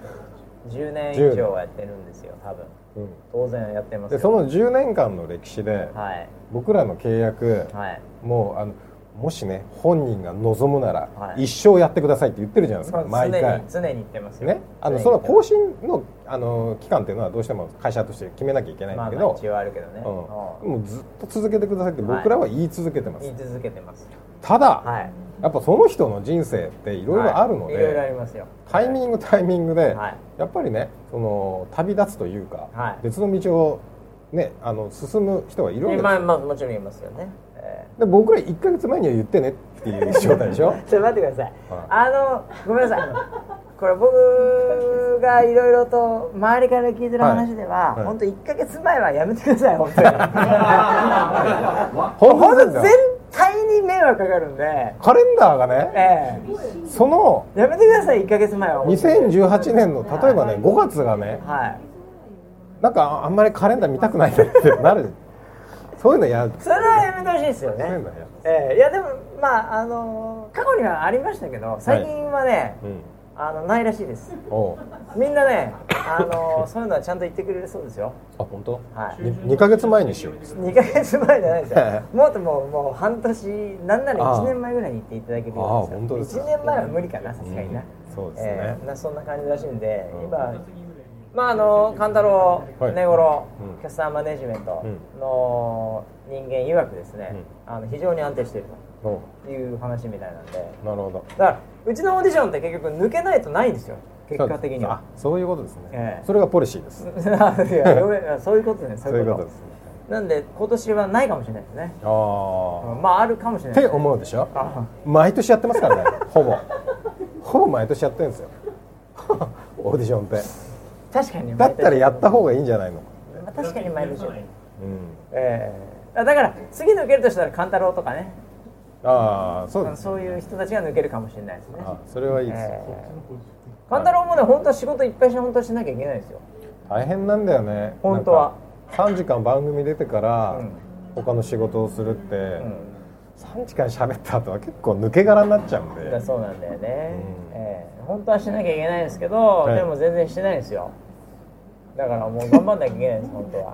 [SPEAKER 2] 10年以上はやってるんですよ多分
[SPEAKER 1] うん、
[SPEAKER 2] 当然やってます
[SPEAKER 1] で
[SPEAKER 2] よ
[SPEAKER 1] その10年間の歴史で
[SPEAKER 2] はい
[SPEAKER 1] 僕らの契約、
[SPEAKER 2] はい
[SPEAKER 1] もうあのもしね本人が望むなら、
[SPEAKER 2] はい
[SPEAKER 1] 一生やってくださいって言ってるじゃないです
[SPEAKER 2] 常
[SPEAKER 1] か
[SPEAKER 2] に
[SPEAKER 1] 毎回。
[SPEAKER 2] 常に言ってますよ
[SPEAKER 1] ね、あの
[SPEAKER 2] 常
[SPEAKER 1] その
[SPEAKER 2] に言って
[SPEAKER 1] 更
[SPEAKER 2] ます
[SPEAKER 1] 新のあの期間っていうのはどうしても会社として決めなきゃいけないん
[SPEAKER 2] ま
[SPEAKER 1] だ
[SPEAKER 2] あ
[SPEAKER 1] け
[SPEAKER 2] まあ
[SPEAKER 1] ど、
[SPEAKER 2] 一応あるけど
[SPEAKER 1] う
[SPEAKER 2] ね、
[SPEAKER 1] ん、
[SPEAKER 2] う
[SPEAKER 1] もうずっと続けてくださいって僕らは言い続けてま
[SPEAKER 2] ん
[SPEAKER 1] す、
[SPEAKER 2] 言い続けてます
[SPEAKER 1] ただ、
[SPEAKER 2] はい
[SPEAKER 1] やっぱその人の人生ってい
[SPEAKER 2] い
[SPEAKER 1] ろいろあるので、
[SPEAKER 2] いろいろありますよ
[SPEAKER 1] タイミングタイミングで、
[SPEAKER 2] はい
[SPEAKER 1] やっぱりねその旅立つというか、
[SPEAKER 2] はい
[SPEAKER 1] 別の道を、ね、あの進む人はいるわけですよ
[SPEAKER 2] まあまあもちろん言いますよね、え
[SPEAKER 1] で僕ら1か月前には言ってねっていう状態でしょ
[SPEAKER 2] えちょっと待ってください、あのごめんなさいこれ僕がいろいろと周りから聞いてる話で
[SPEAKER 1] は
[SPEAKER 2] は、
[SPEAKER 1] いはい
[SPEAKER 2] 本当1か月前はやめてください本当に
[SPEAKER 1] 本
[SPEAKER 2] 本
[SPEAKER 1] 当
[SPEAKER 2] 当
[SPEAKER 1] ですよ
[SPEAKER 2] 全体に迷惑かかるんで、
[SPEAKER 1] カレンダーがね
[SPEAKER 2] え
[SPEAKER 1] その
[SPEAKER 2] えやめてください1か月前は本当に
[SPEAKER 1] 2018年の例えばね5月がね
[SPEAKER 2] はい
[SPEAKER 1] なんかあんまりカレンダー見たくないなってなるそういうのや
[SPEAKER 2] それはやめてほしいですよね
[SPEAKER 1] そういうのや
[SPEAKER 2] ええいやでもまああの過去にはありましたけど最近はね、
[SPEAKER 1] うん
[SPEAKER 2] あのないらしいです
[SPEAKER 1] おう
[SPEAKER 2] みんなね あのそういうのはちゃんと言ってくれるそうですよ
[SPEAKER 1] あ本当
[SPEAKER 2] はい
[SPEAKER 1] 2, ヶ月前にしようです
[SPEAKER 2] 2ヶ月前じゃないですよ
[SPEAKER 1] え
[SPEAKER 2] もっともうもう半年なんなら
[SPEAKER 1] ああ
[SPEAKER 2] 1年前ぐらいに行っていただけるよう
[SPEAKER 1] ああ本当
[SPEAKER 2] に
[SPEAKER 1] で
[SPEAKER 2] です
[SPEAKER 1] す
[SPEAKER 2] よ
[SPEAKER 1] か
[SPEAKER 2] 1年前は無理かなさすがにな、
[SPEAKER 1] うんそうですね
[SPEAKER 2] ええなそんな感じらしいんで、
[SPEAKER 1] うん
[SPEAKER 2] 今まああの勘太郎
[SPEAKER 1] はい
[SPEAKER 2] 根頃、
[SPEAKER 1] うん
[SPEAKER 2] キャスターマネジメントの人間曰くですね、あの非常に安定している
[SPEAKER 1] おう
[SPEAKER 2] という話みたいなんで
[SPEAKER 1] なるほど
[SPEAKER 2] だからうちのオーディションって結局抜けないとないんですよ結果的には
[SPEAKER 1] あそういうことですね、
[SPEAKER 2] ええ
[SPEAKER 1] それがポリシーです
[SPEAKER 2] いやそういうことねそ
[SPEAKER 1] そ
[SPEAKER 2] う
[SPEAKER 1] う
[SPEAKER 2] い
[SPEAKER 1] いううこ
[SPEAKER 2] こ
[SPEAKER 1] ととですね
[SPEAKER 2] なんで今年はないかもしれないですね
[SPEAKER 1] あ
[SPEAKER 2] まああるかもしれ
[SPEAKER 1] あっ
[SPEAKER 2] ない
[SPEAKER 1] て思うでしょ
[SPEAKER 2] あ
[SPEAKER 1] 毎年やってますから ねほぼほぼ毎年やってるんですよ オーディションって
[SPEAKER 2] 確かに
[SPEAKER 1] だったらやった方がいいんじゃないの
[SPEAKER 2] まあ確かに毎年
[SPEAKER 1] うん
[SPEAKER 2] ええだから次抜けるとしたら勘太郎とかね
[SPEAKER 1] ああそう
[SPEAKER 2] うん
[SPEAKER 1] です
[SPEAKER 2] そういう人たちが抜けるかもしれないですね
[SPEAKER 1] あそれはいいです、
[SPEAKER 2] ええ勘太郎もね本当は仕事いっぱいし本当はしなきゃいけないんですよ
[SPEAKER 1] 大変なんだよね
[SPEAKER 2] 本当は
[SPEAKER 1] なんか3時間番組出てから
[SPEAKER 2] うん
[SPEAKER 1] 他の仕事をするって、
[SPEAKER 2] うん
[SPEAKER 1] 3時間喋った後は結構抜け殻になっちゃうん
[SPEAKER 2] だから
[SPEAKER 1] で
[SPEAKER 2] そうなんだよね、
[SPEAKER 1] うん
[SPEAKER 2] ええ本当はしなきゃいけないんですけど、
[SPEAKER 1] い
[SPEAKER 2] でも全然してないんですよだからもう頑張んなきゃいけない んです本当は、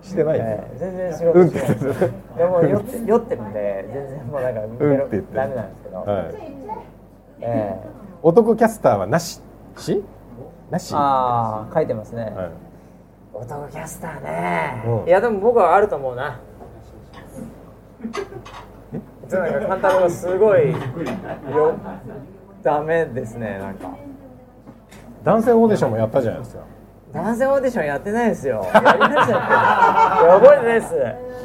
[SPEAKER 1] してないです、
[SPEAKER 2] ええ全然仕
[SPEAKER 1] う
[SPEAKER 2] 事
[SPEAKER 1] んっ
[SPEAKER 2] して
[SPEAKER 1] て
[SPEAKER 2] ない
[SPEAKER 1] 言
[SPEAKER 2] で
[SPEAKER 1] っ
[SPEAKER 2] す
[SPEAKER 1] てる
[SPEAKER 2] でも酔って酔ってるんで全然もうなんか
[SPEAKER 1] うんって言って
[SPEAKER 2] ダメなんですけど、
[SPEAKER 1] はい、
[SPEAKER 2] ええ
[SPEAKER 1] 男キャスターはなししなし
[SPEAKER 2] ああ書いてますね、
[SPEAKER 1] はい、
[SPEAKER 2] 男キャスターね、
[SPEAKER 1] うん
[SPEAKER 2] いやでも僕はあると思うなえなんか勘太郎がすごいよダメですねなんか
[SPEAKER 1] 男性オーディションもやったじゃないですか
[SPEAKER 2] 男性オーディションやってないですよ。やりましたよ。いや覚えてないです。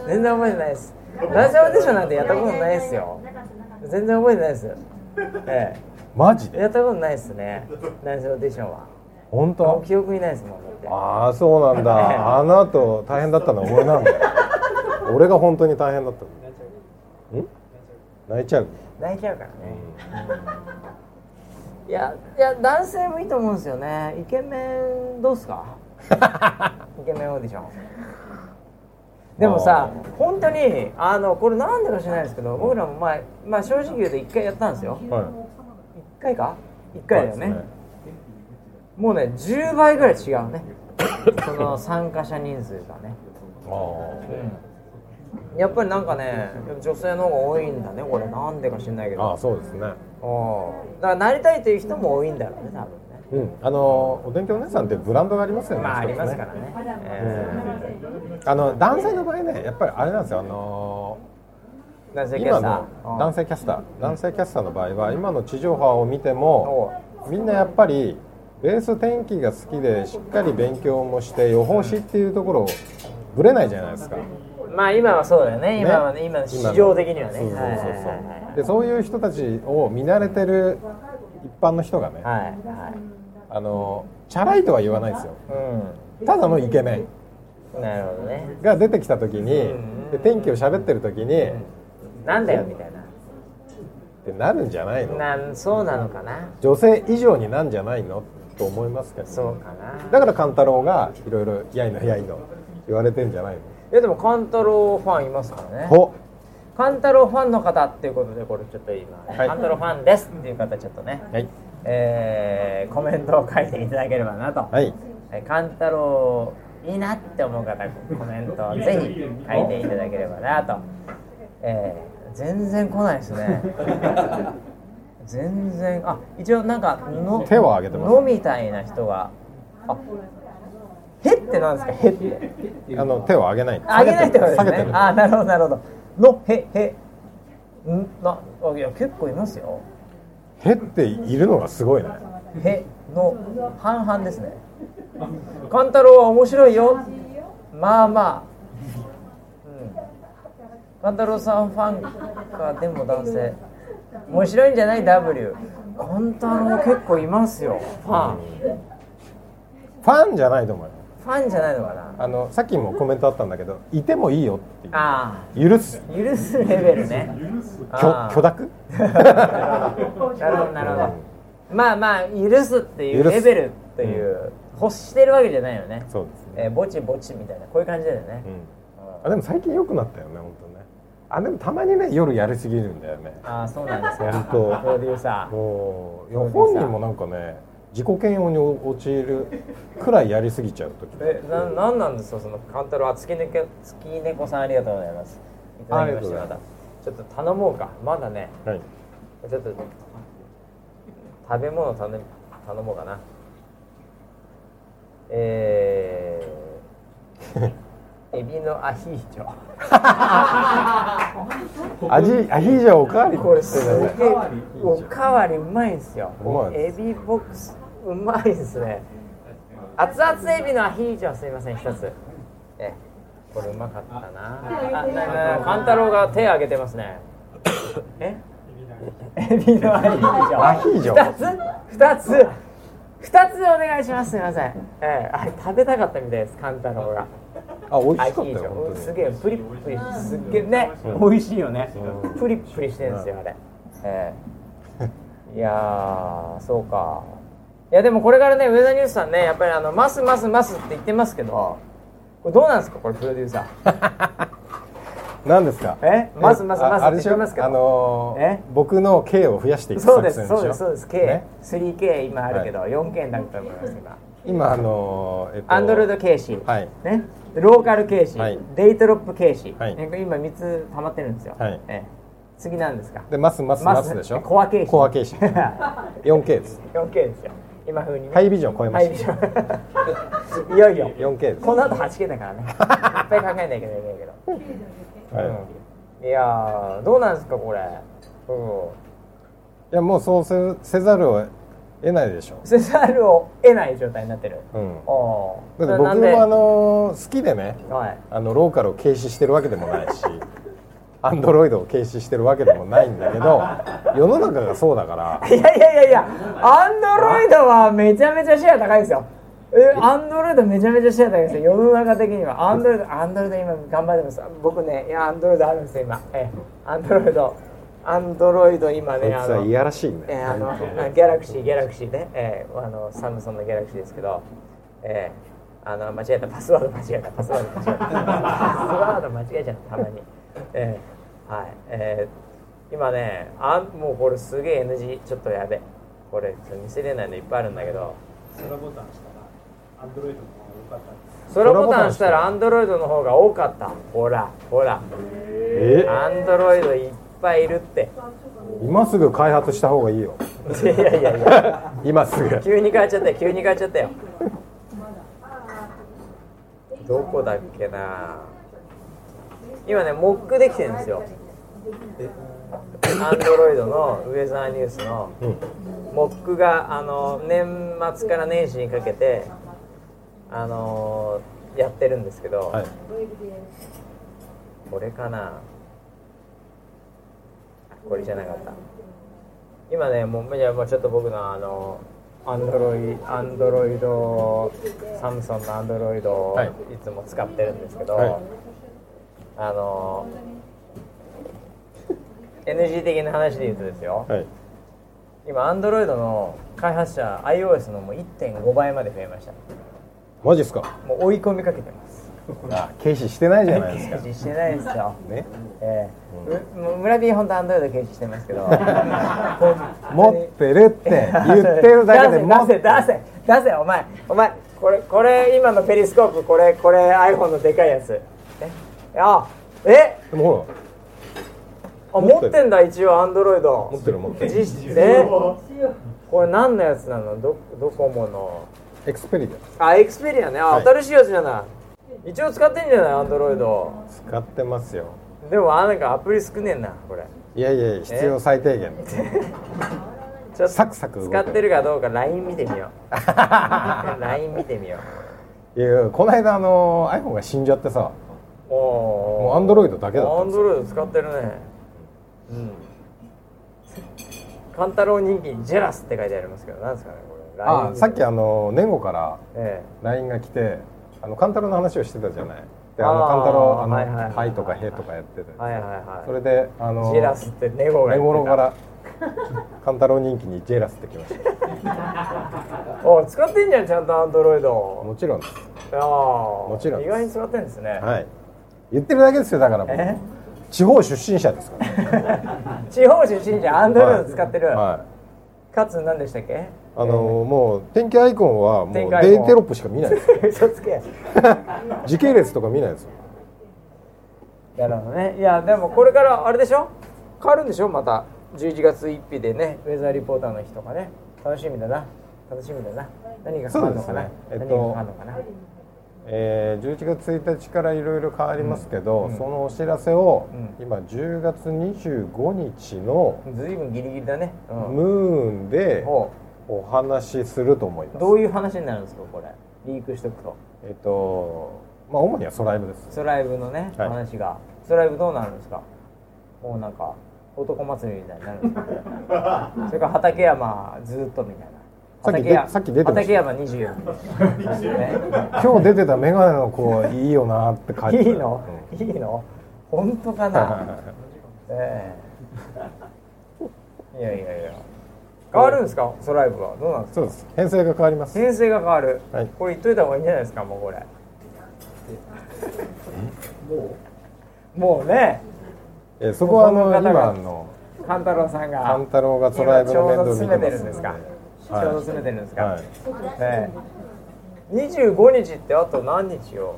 [SPEAKER 2] 全然覚えてないです。男性オーディションなんてやったことないです よ。全然覚えてないです。え
[SPEAKER 1] マジ
[SPEAKER 2] え、や
[SPEAKER 1] で
[SPEAKER 2] ったことないですね。男性オーディションは。
[SPEAKER 1] 本
[SPEAKER 2] も
[SPEAKER 1] 当
[SPEAKER 2] う記憶にないですもん。だって
[SPEAKER 1] ああそうなん だあの後大変だったのは俺なんだよ俺が本当に大変だったのん泣いちゃう
[SPEAKER 2] 泣いちゃうからね。いや、いや、男性もいいと思うんですよね。イケメンどうっすか。イケメンオーディション。でもさ
[SPEAKER 1] あ、
[SPEAKER 2] 本当に、あの、これなんでか知らないですけど、僕らも前、まあ、正直言うと一回やったんですよ。
[SPEAKER 1] は
[SPEAKER 2] 一回か。一
[SPEAKER 1] い
[SPEAKER 2] 回だよね。
[SPEAKER 1] そうです
[SPEAKER 2] もうね、10倍ぐらい違 うね。その参加者人数がね。やっぱりなんかね、女性の方が多いんだね、これ、なんでか知らないけ
[SPEAKER 1] あああ
[SPEAKER 2] ど。
[SPEAKER 1] あそうですね
[SPEAKER 2] うんだから、なりたいという人も多いんだろうね、多分
[SPEAKER 1] う
[SPEAKER 2] ね。
[SPEAKER 1] んあのお天気お姉さんってブランドがありますよね
[SPEAKER 2] まああります
[SPEAKER 1] 一つ
[SPEAKER 2] か
[SPEAKER 1] ね
[SPEAKER 2] らね。え
[SPEAKER 1] あの男性の場合ねやっぱりあれなんですよあの
[SPEAKER 2] ー男性キャ
[SPEAKER 1] 今
[SPEAKER 2] スタ
[SPEAKER 1] の
[SPEAKER 2] ー。
[SPEAKER 1] 男性キャスター男性キャスターの場合は今の地上波を見てもみんなやっぱりベース天気が好きでしっかり勉強もして予報士っていうところをぶれないじゃないですか、ね、
[SPEAKER 2] まあ今はそうだよね。今はね、今の市場的にはね。
[SPEAKER 1] そうそう
[SPEAKER 2] はい
[SPEAKER 1] そう
[SPEAKER 2] はいはい
[SPEAKER 1] そうでそういう人たちを見慣れてる一般の人がね、
[SPEAKER 2] はいはい
[SPEAKER 1] あのチャラいとは言わないですよ
[SPEAKER 2] は
[SPEAKER 1] ただのイケメン
[SPEAKER 2] い。うん。なるほどね。
[SPEAKER 1] が出てきた時に
[SPEAKER 2] うん
[SPEAKER 1] で天気を喋ってる時にっ
[SPEAKER 2] なんだよみたいな。
[SPEAKER 1] てなるんじゃないの
[SPEAKER 2] なんそうなのかな。
[SPEAKER 1] 女性以上になんじゃないのと思いますけど
[SPEAKER 2] そうかな。
[SPEAKER 1] だから勘太郎がいろいろやいのやいの言われてんじゃないの
[SPEAKER 2] いやでもカンタロウファンいますからね。
[SPEAKER 1] ほ
[SPEAKER 2] カンタロウファンの方っていうことでこれちょっと今、
[SPEAKER 1] はい
[SPEAKER 2] カンタロウファンですっていう方ちょっとね。
[SPEAKER 1] はい
[SPEAKER 2] えーコメントを書いていただければなと。
[SPEAKER 1] はい
[SPEAKER 2] えーカンタロウいいなって思う方コメントをぜひ書いていただければなと、えー全然来ないです ね全然あ一応なんかの
[SPEAKER 1] 手を挙げてます
[SPEAKER 2] のみたいな人があへってなんですかへって
[SPEAKER 1] あの手を上げない
[SPEAKER 2] あげないってことです
[SPEAKER 1] 下げて
[SPEAKER 2] ね
[SPEAKER 1] る
[SPEAKER 2] あなるほどなるほどのへへんなあいや結構いますよ
[SPEAKER 1] 減っているのがすごいね
[SPEAKER 2] への半々ですね勘太郎は面白いよまあまあうん勘太郎さんファンかでも男性面白いんじゃない W 勘太郎結構いますよファン
[SPEAKER 1] ファンじゃないと思うよ
[SPEAKER 2] ファンじゃないのかな
[SPEAKER 1] あのさっきもコメントあったんだけどいてもいいよっていう
[SPEAKER 2] あ
[SPEAKER 1] 許す
[SPEAKER 2] あ許すレベルねあ
[SPEAKER 1] 許
[SPEAKER 2] あ
[SPEAKER 1] 許諾
[SPEAKER 2] なるほどなるほどまあまあ許すっていうレベルという欲してるわけじゃないよね
[SPEAKER 1] そうですね、
[SPEAKER 2] えーぼちぼちみたいなこういう感じだよね
[SPEAKER 1] うん、あでも最近良くなったよね本当ねあでもたまにね夜やりすぎるんだよね
[SPEAKER 2] ああそうなんです
[SPEAKER 1] 割
[SPEAKER 2] かプロ
[SPEAKER 1] と
[SPEAKER 2] デューサー
[SPEAKER 1] もういや本人もなんかね自己嫌悪に陥るくらいやりすぎちゃう時
[SPEAKER 2] えななんなんですかそのカンタロウは月猫月猫さんありがとうございますいただきました
[SPEAKER 1] あ
[SPEAKER 2] ま
[SPEAKER 1] りが
[SPEAKER 2] たちょっと頼もうかまだね
[SPEAKER 1] はい
[SPEAKER 2] ちょっと食べ物頼み頼もうかなえ ー、エビのアヒージョ
[SPEAKER 1] 味アヒージョおかわり
[SPEAKER 2] これすげ
[SPEAKER 1] ね
[SPEAKER 2] えおかわりうまいんすよ
[SPEAKER 1] うまいで
[SPEAKER 2] エビボックスうまいですね熱々エビのアヒージョすいません一つえこれうまかったなあなんか勘太郎が手挙げてますねえエビのアヒージョ
[SPEAKER 1] アヒージョ
[SPEAKER 2] 二つ二つ二つお願いしますすみませんええあれ食べたかったみたいです勘太郎が
[SPEAKER 1] あ美味
[SPEAKER 2] ア
[SPEAKER 1] し
[SPEAKER 2] ヒ
[SPEAKER 1] かった
[SPEAKER 2] ージ
[SPEAKER 1] よ本
[SPEAKER 2] ョ
[SPEAKER 1] 当に
[SPEAKER 2] すげえプリプリすっげえね
[SPEAKER 1] うん
[SPEAKER 2] 美味しいよね
[SPEAKER 1] うん
[SPEAKER 2] プリプリしてるんですよあれええ いやーそうかいやでもこれからね上田ニュースさんねやっぱりあのますますますって言ってますけどこれどうなんですかこれプロデューサー
[SPEAKER 1] 何ですか
[SPEAKER 2] えまずまずまず
[SPEAKER 1] ああれでし
[SPEAKER 2] って
[SPEAKER 1] ょ
[SPEAKER 2] 言ってますけど
[SPEAKER 1] あのー
[SPEAKER 2] え
[SPEAKER 1] 僕の K を増やしていく
[SPEAKER 2] そ
[SPEAKER 1] 作
[SPEAKER 2] うで
[SPEAKER 1] 戦
[SPEAKER 2] す
[SPEAKER 1] でしょ
[SPEAKER 2] そうですそうです
[SPEAKER 1] ね
[SPEAKER 2] K3K 今あるけど 4K になると思います今
[SPEAKER 1] 今あのーえっと
[SPEAKER 2] アンドロイド軽視、
[SPEAKER 1] はい
[SPEAKER 2] ね、ローカル軽視、
[SPEAKER 1] はい
[SPEAKER 2] デイトロップ軽視、
[SPEAKER 1] はい
[SPEAKER 2] ね今3つ溜まってるんですよ、
[SPEAKER 1] はい
[SPEAKER 2] ええ次なんですか
[SPEAKER 1] でますます
[SPEAKER 2] マ
[SPEAKER 1] ま
[SPEAKER 2] ス
[SPEAKER 1] すでしょ
[SPEAKER 2] コア軽視
[SPEAKER 1] コア軽視 4K です
[SPEAKER 2] 4K ですよ今風にね
[SPEAKER 1] ハイビジョン超えま
[SPEAKER 2] ハイビジ
[SPEAKER 1] した
[SPEAKER 2] ョン いよいよ
[SPEAKER 1] 4K です
[SPEAKER 2] この後 8K だからねいっぱい考えなきゃいけないけど
[SPEAKER 1] はい
[SPEAKER 2] いやーどうなんですかこれう
[SPEAKER 1] いやもうそうせせざるを得ないでしょ
[SPEAKER 2] んせざるを得ない状態になってる
[SPEAKER 1] うん
[SPEAKER 2] お
[SPEAKER 1] だ
[SPEAKER 2] ー
[SPEAKER 1] って
[SPEAKER 2] な
[SPEAKER 1] 僕
[SPEAKER 2] んで
[SPEAKER 1] もあのー好きでね
[SPEAKER 2] はい
[SPEAKER 1] あのローカルを軽視してるわけでもない しアンドロイドを軽視してるわけでもないんだけど世の中がそうだから
[SPEAKER 2] いやいやいやいや、アンドロイドはめちゃめちゃシェア高いですよ。え、アンドロイドめちゃめちゃシェア高いですよ。世の中的には。アンドロイド、アンドロイド今頑張ってます。僕ね、いや、アンドロイドあるんですよ、今。え、アンドロイド、アンドロイド今
[SPEAKER 1] こいつ
[SPEAKER 2] ね、あ
[SPEAKER 1] は
[SPEAKER 2] の
[SPEAKER 1] い、やらしいね
[SPEAKER 2] えあの、 ギャラクシー、ギャラクシーね、えあの、サムソンのギャラクシーですけど、えあの、間違えた、パスワード間違えた、パスワード間違えた。パスワード間違えちゃった、たまに。えはい。えー今ね、あもうこれすげえ NG、ちょっとやべえ。これ、ちょっと見せれないのいっぱいあるんだけど、
[SPEAKER 7] 空ボタンしたら、アンドロイドの方が良かったです。
[SPEAKER 2] 空ボタンしたらアンドロイドの方が多かった。ほら、ほら。
[SPEAKER 1] え
[SPEAKER 2] アンドロイドいっぱいいるって。
[SPEAKER 1] 今すぐ開発した方がいい よ
[SPEAKER 2] いやいやいや。
[SPEAKER 1] 今すぐ
[SPEAKER 2] 急に変えちゃったよ急に変えちゃったよ どこだっけな今ねモックできてるんですよアンドロイドのウェザーニュースの
[SPEAKER 1] うん
[SPEAKER 2] モックがあの年末から年始にかけてあのやってるんですけど、
[SPEAKER 1] はい
[SPEAKER 2] これかなこれじゃなかった今ねもういやもうちょっと僕のあのアンドロイアンドロイドサムソンのアンドロイドを
[SPEAKER 1] はい
[SPEAKER 2] いつも使ってるんですけど、
[SPEAKER 1] はい
[SPEAKER 2] あの NG 的な話で言うとですよ、
[SPEAKER 1] はい
[SPEAKER 2] 今アンドロイドの開発者 iOS のもう1.5倍まで増えました
[SPEAKER 1] マジっすか
[SPEAKER 2] もう追い込みかけてます
[SPEAKER 1] あ軽視してないじゃないですか
[SPEAKER 2] 実してないですよ
[SPEAKER 1] ね
[SPEAKER 2] ええうもう村 B 本当アンドロイド禁止してますけど本当に
[SPEAKER 1] 持ってるって言ってるだけで 持っ
[SPEAKER 2] 出せ出せ出せ出せお前お前これこれ今のペリスコープこれこれ iPhone のでかいやつえあえ
[SPEAKER 1] でもほ
[SPEAKER 2] あ持ってんだ一応アンドロイド
[SPEAKER 1] ら持ってる持ってる
[SPEAKER 2] 実えこれ何のやつなのどドコモの
[SPEAKER 1] エクスペリで
[SPEAKER 2] あエクスペリアねあ、
[SPEAKER 1] はい
[SPEAKER 2] 新しいやつじゃない一応使ってんじゃないアンドロイド
[SPEAKER 1] 使ってますよ
[SPEAKER 2] でもあなんかアプリ少ねえなこれ
[SPEAKER 1] いやいや必要最低 限です
[SPEAKER 2] ちょっと
[SPEAKER 1] サクサク動く
[SPEAKER 2] 使ってるかどうか LINE 見てみよ う LINE 見てみよ
[SPEAKER 1] いやこの間あの iPhone が死んじゃってさ
[SPEAKER 2] うも
[SPEAKER 1] もう Android だけだった
[SPEAKER 2] ア
[SPEAKER 1] ん
[SPEAKER 2] ン
[SPEAKER 1] で
[SPEAKER 2] ドロイド使ってるねうん勘太郎人気にジェラスって書いてありますけどなんですかねこれ LINE
[SPEAKER 1] あさっきあの年後から
[SPEAKER 2] え
[SPEAKER 1] LINE が来てあのカンタロの話をしてたじゃないであ
[SPEAKER 2] あ
[SPEAKER 1] の
[SPEAKER 2] ー
[SPEAKER 1] カンタロあの「
[SPEAKER 2] はいはいはい
[SPEAKER 1] はい」とか「へ」とかやってて
[SPEAKER 2] えはいはいはい
[SPEAKER 1] それであの
[SPEAKER 2] ジェラスってネゴが
[SPEAKER 1] 寝
[SPEAKER 2] 言ってた
[SPEAKER 1] 頃からカンタロ人気にジェラスってきま した
[SPEAKER 2] おい使ってんじゃんちゃんとアンドロイド
[SPEAKER 1] もちろんです
[SPEAKER 2] いやも
[SPEAKER 1] ちろんです
[SPEAKER 2] 意外に使ってんですね、
[SPEAKER 1] はい言ってるだけですよだから僕
[SPEAKER 2] え
[SPEAKER 1] 地方出身者です から、ね、
[SPEAKER 2] 地方出身じゃんアンドロイド使ってる、
[SPEAKER 1] はい
[SPEAKER 2] かつ何でしたっけ
[SPEAKER 1] あのもう天気アイコンはもう
[SPEAKER 2] 天気アイコン
[SPEAKER 1] デイテロップしか見ないです よ
[SPEAKER 2] 嘘つけ
[SPEAKER 1] 時系列とか見ないですよ
[SPEAKER 2] なるほどねいやでもこれからあれでしょ変わるんでしょまた11月1日でねウェザーリポーターの日とかね楽しみだな楽しみだな何が変わるのか
[SPEAKER 1] そう
[SPEAKER 2] な、
[SPEAKER 1] ですねえっと
[SPEAKER 2] 何が変わるのかな、
[SPEAKER 1] えー、11月1日からいろいろ変わりますけど、そのお知らせを、
[SPEAKER 2] う
[SPEAKER 1] 今10月25日の
[SPEAKER 2] ずいぶんギリギリだね、うん
[SPEAKER 1] ムーンで
[SPEAKER 2] ほ
[SPEAKER 1] お話しすると思いま
[SPEAKER 2] う
[SPEAKER 1] す
[SPEAKER 2] どういう話になるんですかこれリークしとくと
[SPEAKER 1] えっとまあ主にはソライブです
[SPEAKER 2] ソライブのね、
[SPEAKER 1] はい
[SPEAKER 2] 話がソライブどうなるんですかもうなんか男祭りみたいになるんですか それから畠山ずっとみたいな
[SPEAKER 1] さっき
[SPEAKER 2] 畠山
[SPEAKER 1] でさっき出てました
[SPEAKER 2] 畠山24
[SPEAKER 1] 今日出てたメガネの子いいよなって書いて
[SPEAKER 2] ね
[SPEAKER 1] た
[SPEAKER 2] いいの、
[SPEAKER 1] うん
[SPEAKER 2] いいの本当か
[SPEAKER 1] はいはいは
[SPEAKER 2] ない
[SPEAKER 1] はい
[SPEAKER 2] ええいやいやいや変わるんですかソライブはどうなんですか
[SPEAKER 1] そうです編成が変わります
[SPEAKER 2] 編成が変わる、
[SPEAKER 1] はい
[SPEAKER 2] これ言っといた方がいいんじゃないですかもうこれもうね
[SPEAKER 1] えーそこはあ
[SPEAKER 2] こ
[SPEAKER 1] の
[SPEAKER 2] の方が
[SPEAKER 1] 今の
[SPEAKER 2] 勘太郎さんが
[SPEAKER 1] 勘太郎がソライブの面倒を見て
[SPEAKER 2] 今ちょうど詰めて
[SPEAKER 1] ま
[SPEAKER 2] る
[SPEAKER 1] す
[SPEAKER 2] んです
[SPEAKER 1] の
[SPEAKER 2] かちょう
[SPEAKER 1] はい
[SPEAKER 2] ど詰めてるんですか、
[SPEAKER 1] はい
[SPEAKER 2] ええ25日ってあと何日よ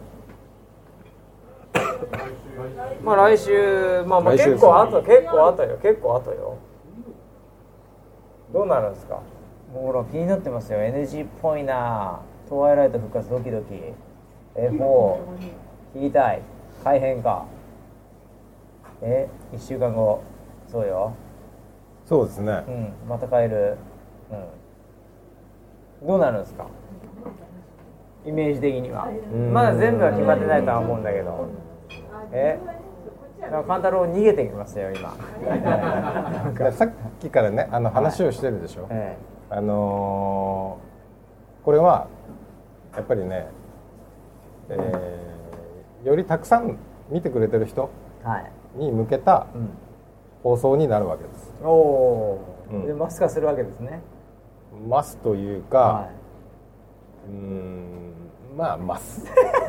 [SPEAKER 2] まあ来週まあまあ
[SPEAKER 1] 来週
[SPEAKER 2] 結構あと結構あとよ結構あとよどうなるんですかもうほら気になってますよ NG っぽいな「トワイライト復活ドキドキ」F4 聞きたい改編かえ1週間後そうよ
[SPEAKER 1] そうですね
[SPEAKER 2] うんまた変えるうんどうなるんですかイメージ的には
[SPEAKER 1] ん
[SPEAKER 2] まだ全部は決まってないとは思うんだけどえなんか勘太郎逃げてきますよ今
[SPEAKER 1] なんかさっきからねあの話をしてるでしょ、
[SPEAKER 2] え
[SPEAKER 1] あのーこれはやっぱりね、えーよりたくさん見てくれてる人
[SPEAKER 2] えはい
[SPEAKER 1] に向けた
[SPEAKER 2] うん
[SPEAKER 1] 放送になるわけです
[SPEAKER 2] おおー、
[SPEAKER 1] うん
[SPEAKER 2] でマスカするわけですね
[SPEAKER 1] マスというか、
[SPEAKER 2] は
[SPEAKER 1] うーんまあマス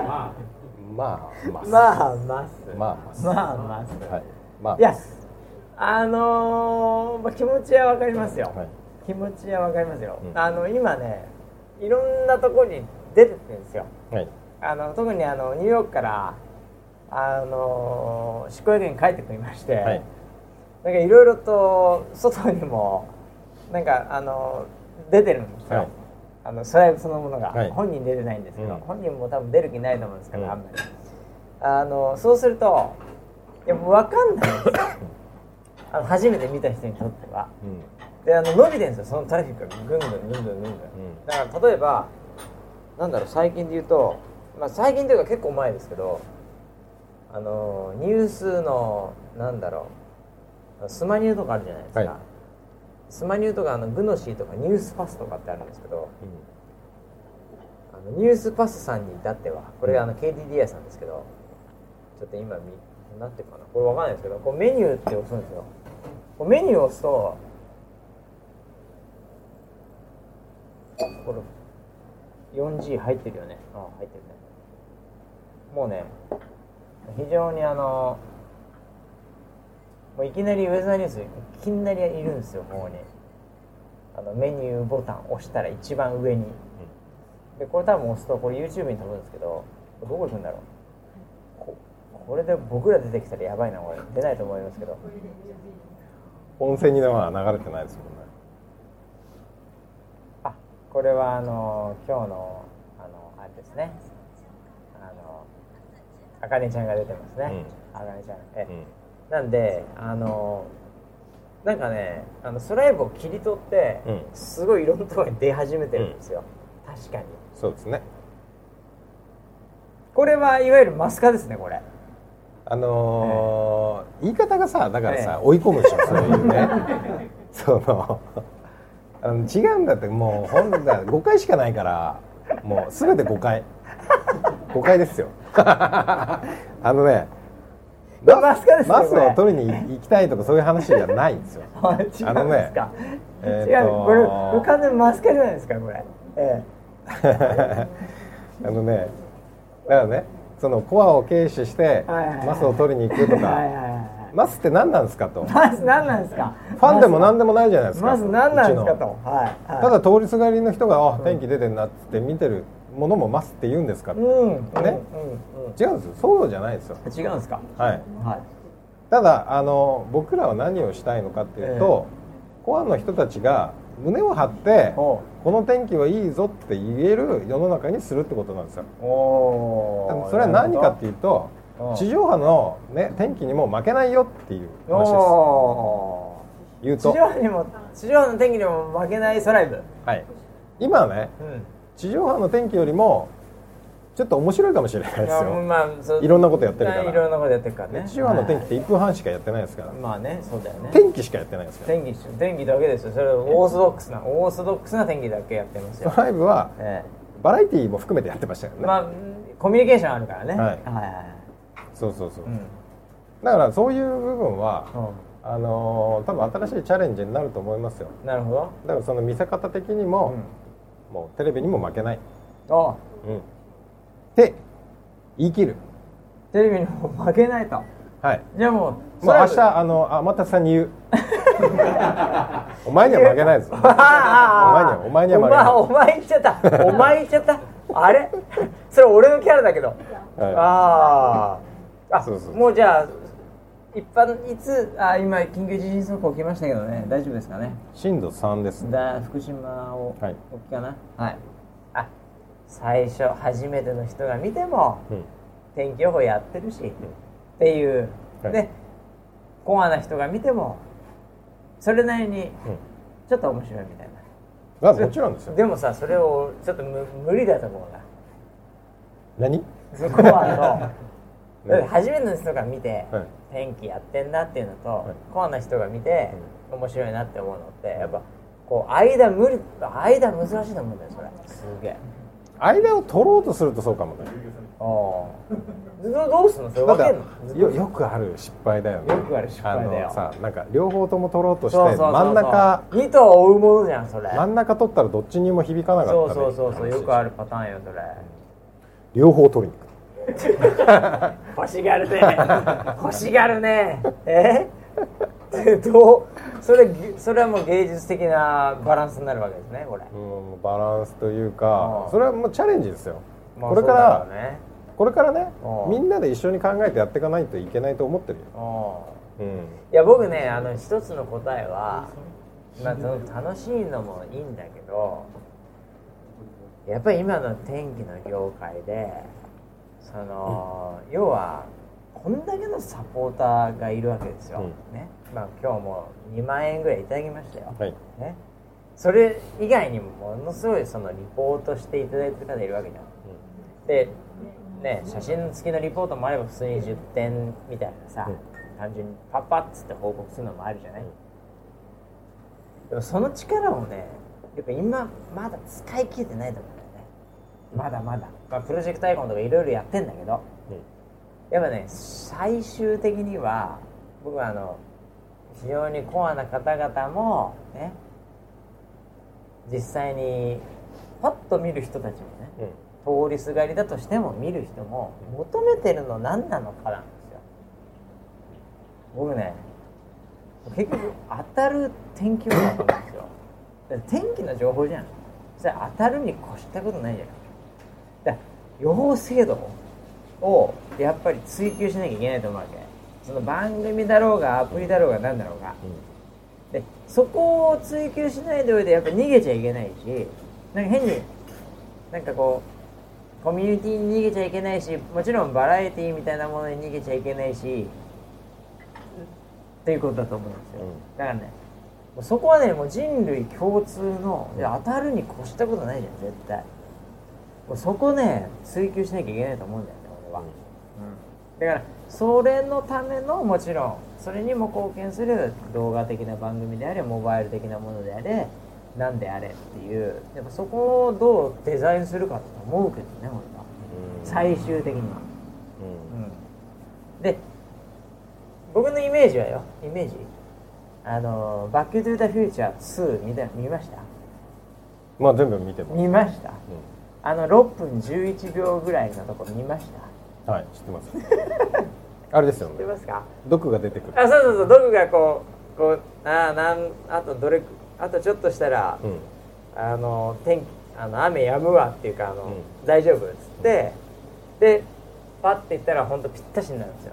[SPEAKER 1] まあマスまあマス
[SPEAKER 2] いまあマスまあマス
[SPEAKER 1] はいまあ
[SPEAKER 2] いやあのーまあ、気持ちはわかりますよ、
[SPEAKER 1] はい
[SPEAKER 2] 気持ちはわかりますよ、
[SPEAKER 1] うん
[SPEAKER 2] あの今ねいろんなとこに出てってるんですよ
[SPEAKER 1] はい
[SPEAKER 2] あの特にあのニューヨークからあの執行役員帰ってくりまして、
[SPEAKER 1] はい
[SPEAKER 2] なんかいろいろと外にもなんかあの出てるんですよ、
[SPEAKER 1] はい
[SPEAKER 2] あのスライブそのものが、
[SPEAKER 1] はい
[SPEAKER 2] 本人出てないんですけど、
[SPEAKER 1] うん
[SPEAKER 2] 本人も多分出る気ないと思うんですけど、
[SPEAKER 1] うん
[SPEAKER 2] あんまりあのそうするといやもう分かんな いんですよあの初めて見た人にとっては。
[SPEAKER 1] うん
[SPEAKER 2] であの伸びてるんですよそのトラフィックがぐんぐんぐんぐんぐんぐん、
[SPEAKER 1] ん
[SPEAKER 2] だから例えばなんだろう最近で言うと、まあ、最近というか結構前ですけどあのニュースのなんだろうスマニューとかあるじゃないですか、
[SPEAKER 1] はい
[SPEAKER 2] スマニューとかあのグノシーとかニュースパスとかってあるんですけどあのニュースパスさんに至ってはこれあの KDDI さんですけどちょっと今見なってるかなこれわかんないですけどこうメニューって押すんですよこうメニューを押すとこれ 4G 入ってるよねあ入ってるねもうね非常にあのもういきなりウェザーニュースいきなりいるんですよここにあのメニューボタン押したら一番上にでこれ多分押すとこれ YouTube に飛ぶんですけどどこ行くんだろうここれで僕ら出てきたらやばいなこれ出ないと思いますけど
[SPEAKER 1] 温泉には流れてないですもんね
[SPEAKER 2] あこれはあの今日のあのあれですねあのあかねちゃんが出てますね、あかねちゃんえ、
[SPEAKER 1] うん
[SPEAKER 2] なんであのなんかねあのスライブを切り取って、
[SPEAKER 1] うん
[SPEAKER 2] すごいいろんなところに出始めてるんですよ、確かに
[SPEAKER 1] そうですね
[SPEAKER 2] これはいわゆるマスカですねこれ
[SPEAKER 1] あのー言い方がさだからさ、
[SPEAKER 2] え
[SPEAKER 1] 追い込むでしょ そういうねその あの違うんだってもう本だ誤解しかないからもう全て誤解 誤解ですよ あのね
[SPEAKER 2] マスカですね
[SPEAKER 1] マス
[SPEAKER 2] これ
[SPEAKER 1] を取りに行きたいとかそういう話じゃないんですよ
[SPEAKER 2] あ違うんですか、
[SPEAKER 1] あのねえ
[SPEAKER 2] 違
[SPEAKER 1] ー
[SPEAKER 2] う
[SPEAKER 1] と
[SPEAKER 2] これ浮かんでマスカじゃないですかこれえ
[SPEAKER 1] あのねだからねそのコアを軽視して
[SPEAKER 2] はいはいはい
[SPEAKER 1] マスを取りに行く
[SPEAKER 2] え
[SPEAKER 1] と
[SPEAKER 2] はいはい
[SPEAKER 1] か
[SPEAKER 2] はい
[SPEAKER 1] マスって何なんですかと
[SPEAKER 2] マス何なんですか
[SPEAKER 1] ファンでも何でもないじゃないですか
[SPEAKER 2] マス何なんですか
[SPEAKER 1] うち
[SPEAKER 2] と
[SPEAKER 1] の
[SPEAKER 2] はい、はい、
[SPEAKER 1] ただ通りすがりの人が「あ天気出てんな」っつって見てるものもマスって言うんですか、
[SPEAKER 2] う
[SPEAKER 1] 違うん
[SPEAKER 2] うん
[SPEAKER 1] ね
[SPEAKER 2] うん
[SPEAKER 1] ですよそうじゃないですよ
[SPEAKER 2] うん違うんですか
[SPEAKER 1] はい
[SPEAKER 2] はい
[SPEAKER 1] ただあの僕らは何をしたいのかっていうと、コアの人たちが胸を張って
[SPEAKER 2] お
[SPEAKER 1] この天気はいいぞって言える世の中にするってことなんですよ
[SPEAKER 2] お
[SPEAKER 1] それは何かって
[SPEAKER 2] いう
[SPEAKER 1] いうと
[SPEAKER 2] うん
[SPEAKER 1] 地上波の、ね、天気にも負けないよっていう話です
[SPEAKER 2] お
[SPEAKER 1] 言う
[SPEAKER 2] ー地
[SPEAKER 1] と、
[SPEAKER 2] 上にも地上の天気にも負けないソライブ
[SPEAKER 1] はい、今ね
[SPEAKER 2] うん
[SPEAKER 1] 地上波の天気よりもちょっと面白いかもしれないです
[SPEAKER 2] いや
[SPEAKER 1] よ
[SPEAKER 2] まあそう
[SPEAKER 1] いろんなことやってるから
[SPEAKER 2] いろんなことやってるからね
[SPEAKER 1] 1話の天気って1分半しかやってないですから
[SPEAKER 2] はいまあねそうだよね
[SPEAKER 1] 天気しかやってないですから
[SPEAKER 2] 天気天気だけですよそれオーソドックスなオーソドックスな天気だけやってます よ、
[SPEAKER 1] 5は
[SPEAKER 2] え
[SPEAKER 1] バラエティーも含めてやってましたよ
[SPEAKER 2] え
[SPEAKER 1] ね、
[SPEAKER 2] まあコミュニケーションあるからね
[SPEAKER 1] はい
[SPEAKER 2] はいはい
[SPEAKER 1] そうそうそう、
[SPEAKER 2] うん
[SPEAKER 1] だからそういう部分は、
[SPEAKER 2] う
[SPEAKER 1] あのー多分新しいチャレンジになると思いますよ
[SPEAKER 2] んなるほど
[SPEAKER 1] だからその見せ方的にも、もうテレビにも負けない、う
[SPEAKER 2] お
[SPEAKER 1] ん、って言い切る
[SPEAKER 2] テレビにも負けないと
[SPEAKER 1] はい
[SPEAKER 2] じゃあもう
[SPEAKER 1] もう明
[SPEAKER 2] それは
[SPEAKER 1] 日あの天達さんに 言うお前には負けないぞ
[SPEAKER 2] ああ
[SPEAKER 1] お前にはお前には
[SPEAKER 2] お前お前言っちゃったお前言っちゃったあれ それ俺のキャラだけど
[SPEAKER 1] 負けない、は
[SPEAKER 2] あーあ
[SPEAKER 1] そうそうそう
[SPEAKER 2] もうじゃあ一般いつあ今緊急地震速報来ましたけどね大丈夫ですかね
[SPEAKER 1] い、震度3です
[SPEAKER 2] だ福島を
[SPEAKER 1] はい
[SPEAKER 2] 沖かなはいあ最初初めての人が見ても
[SPEAKER 1] うん
[SPEAKER 2] 天気予報やってるし、っていう、
[SPEAKER 1] はい
[SPEAKER 2] でコアな人が見てもそれなりにちょっと面白いみたいな、
[SPEAKER 1] まあもちろんですよ
[SPEAKER 2] でもさそれをちょっとむ無理だと思うな
[SPEAKER 1] 何
[SPEAKER 2] そこ はあの、
[SPEAKER 1] ね
[SPEAKER 2] 初めての人が見て、
[SPEAKER 1] はい
[SPEAKER 2] 天気やってんなっていうのと、
[SPEAKER 1] い
[SPEAKER 2] コアな人が見て、面白いなって思うのってやっぱこう間無理間難しいと思うんだよそれすげえ
[SPEAKER 1] 間を取ろうとするとそうかもね
[SPEAKER 2] どどうすんのそれ
[SPEAKER 1] だか
[SPEAKER 2] 分け
[SPEAKER 1] ら
[SPEAKER 2] んの
[SPEAKER 1] よよくある失敗だよね
[SPEAKER 2] よくある失敗だよ
[SPEAKER 1] あのさなんか両方とも取ろうとして
[SPEAKER 2] そうそうそうそう
[SPEAKER 1] 真ん中
[SPEAKER 2] 二頭を追うものじゃんそれ
[SPEAKER 1] 真ん中取ったらどっちにも響かなか
[SPEAKER 2] そ
[SPEAKER 1] っ
[SPEAKER 2] う
[SPEAKER 1] た
[SPEAKER 2] そうそうそうよくあるパターンよそれ
[SPEAKER 1] 両方取りに行く
[SPEAKER 2] 欲しが るね欲しがるねえでどうそれそれはもう芸術的なバランスになるわけですねこれ、
[SPEAKER 1] うんバランスという
[SPEAKER 2] う
[SPEAKER 1] か
[SPEAKER 2] ん
[SPEAKER 1] それはもうチャレンジですよ
[SPEAKER 2] まあ
[SPEAKER 1] これか
[SPEAKER 2] そうだ
[SPEAKER 1] ら
[SPEAKER 2] ろうね
[SPEAKER 1] これからね
[SPEAKER 2] うん
[SPEAKER 1] みんなで一緒に考えてやっていかないといけないと思ってるよ
[SPEAKER 2] う
[SPEAKER 1] うん
[SPEAKER 2] んいや僕ねあの一つの答えは、まあ、その楽しいのもいいんだけどやっぱり今の天気の業界でその、要はこんだけのサポーターがいるわけですよ、
[SPEAKER 1] う
[SPEAKER 2] ねまあ、今日も2万円ぐらいいただきましたよ、
[SPEAKER 1] はい
[SPEAKER 2] ね、それ以外にもものすごいそのリポートしていただいてる方いるわけじゃんで、ね、写真付きのリポートもあれば普通に10点みたいなさ、単純にパッパッつって報告するのもあるじゃない、でもその力をねやっぱ今まだ使い切れてないと思うんだよねまだまだ、まあ、プロジェクトアイコンとかいろいろやってんだけどやっぱね最終的には僕はあの非常にコアな方々もね実際にパッと見る人たちもね、
[SPEAKER 1] うんうん
[SPEAKER 2] 通りすがりだとしても見る人も求めてるの何なのかなんですよ僕ね結局当たる天気予報なんですよだから天気の情報じゃんそれ当たるに越したことないじゃないだから予報精度をやっぱり追求しなきゃいけないと思うわけその番組だろうがアプリだろうが何だろうが、でそこを追求しないでおいてやっぱ逃げちゃいけないしなんか変になんかこうコミュニティに逃げちゃいけないしもちろんバラエティみたいなものに逃げちゃいけないしっていうことだと思うんですよ、
[SPEAKER 1] うん
[SPEAKER 2] だからねもうそこはねもう人類共通のいや当たるに越したことないじゃん絶対もうそこね追求しなきゃいけないと思うんだよね俺は、だからそれのためのもちろんそれにも貢献する動画的な番組であれモバイル的なものであれ何であれっていうやっぱそこをどうデザインするかだと思うけどね俺は最終的には、
[SPEAKER 1] うん
[SPEAKER 2] で僕のイメージはよイメージあの「バック・トゥ・ザ・フューチャー2」見た見ました
[SPEAKER 1] まあ全部見てます
[SPEAKER 2] 見ましたあの6分11秒ぐらいのとこ見ました
[SPEAKER 1] うんはい知ってます あれですよ
[SPEAKER 2] 見て
[SPEAKER 1] ね
[SPEAKER 2] ますか
[SPEAKER 1] 毒が出てくる
[SPEAKER 2] あそうそうそう毒がこうこうあーなんあとどれあとちょっとしたら、
[SPEAKER 1] うん
[SPEAKER 2] あの天気あの雨やむわっていうかあの、
[SPEAKER 1] う
[SPEAKER 2] 大丈夫っつって、でパッて行ったら本当ぴったしになるんですよ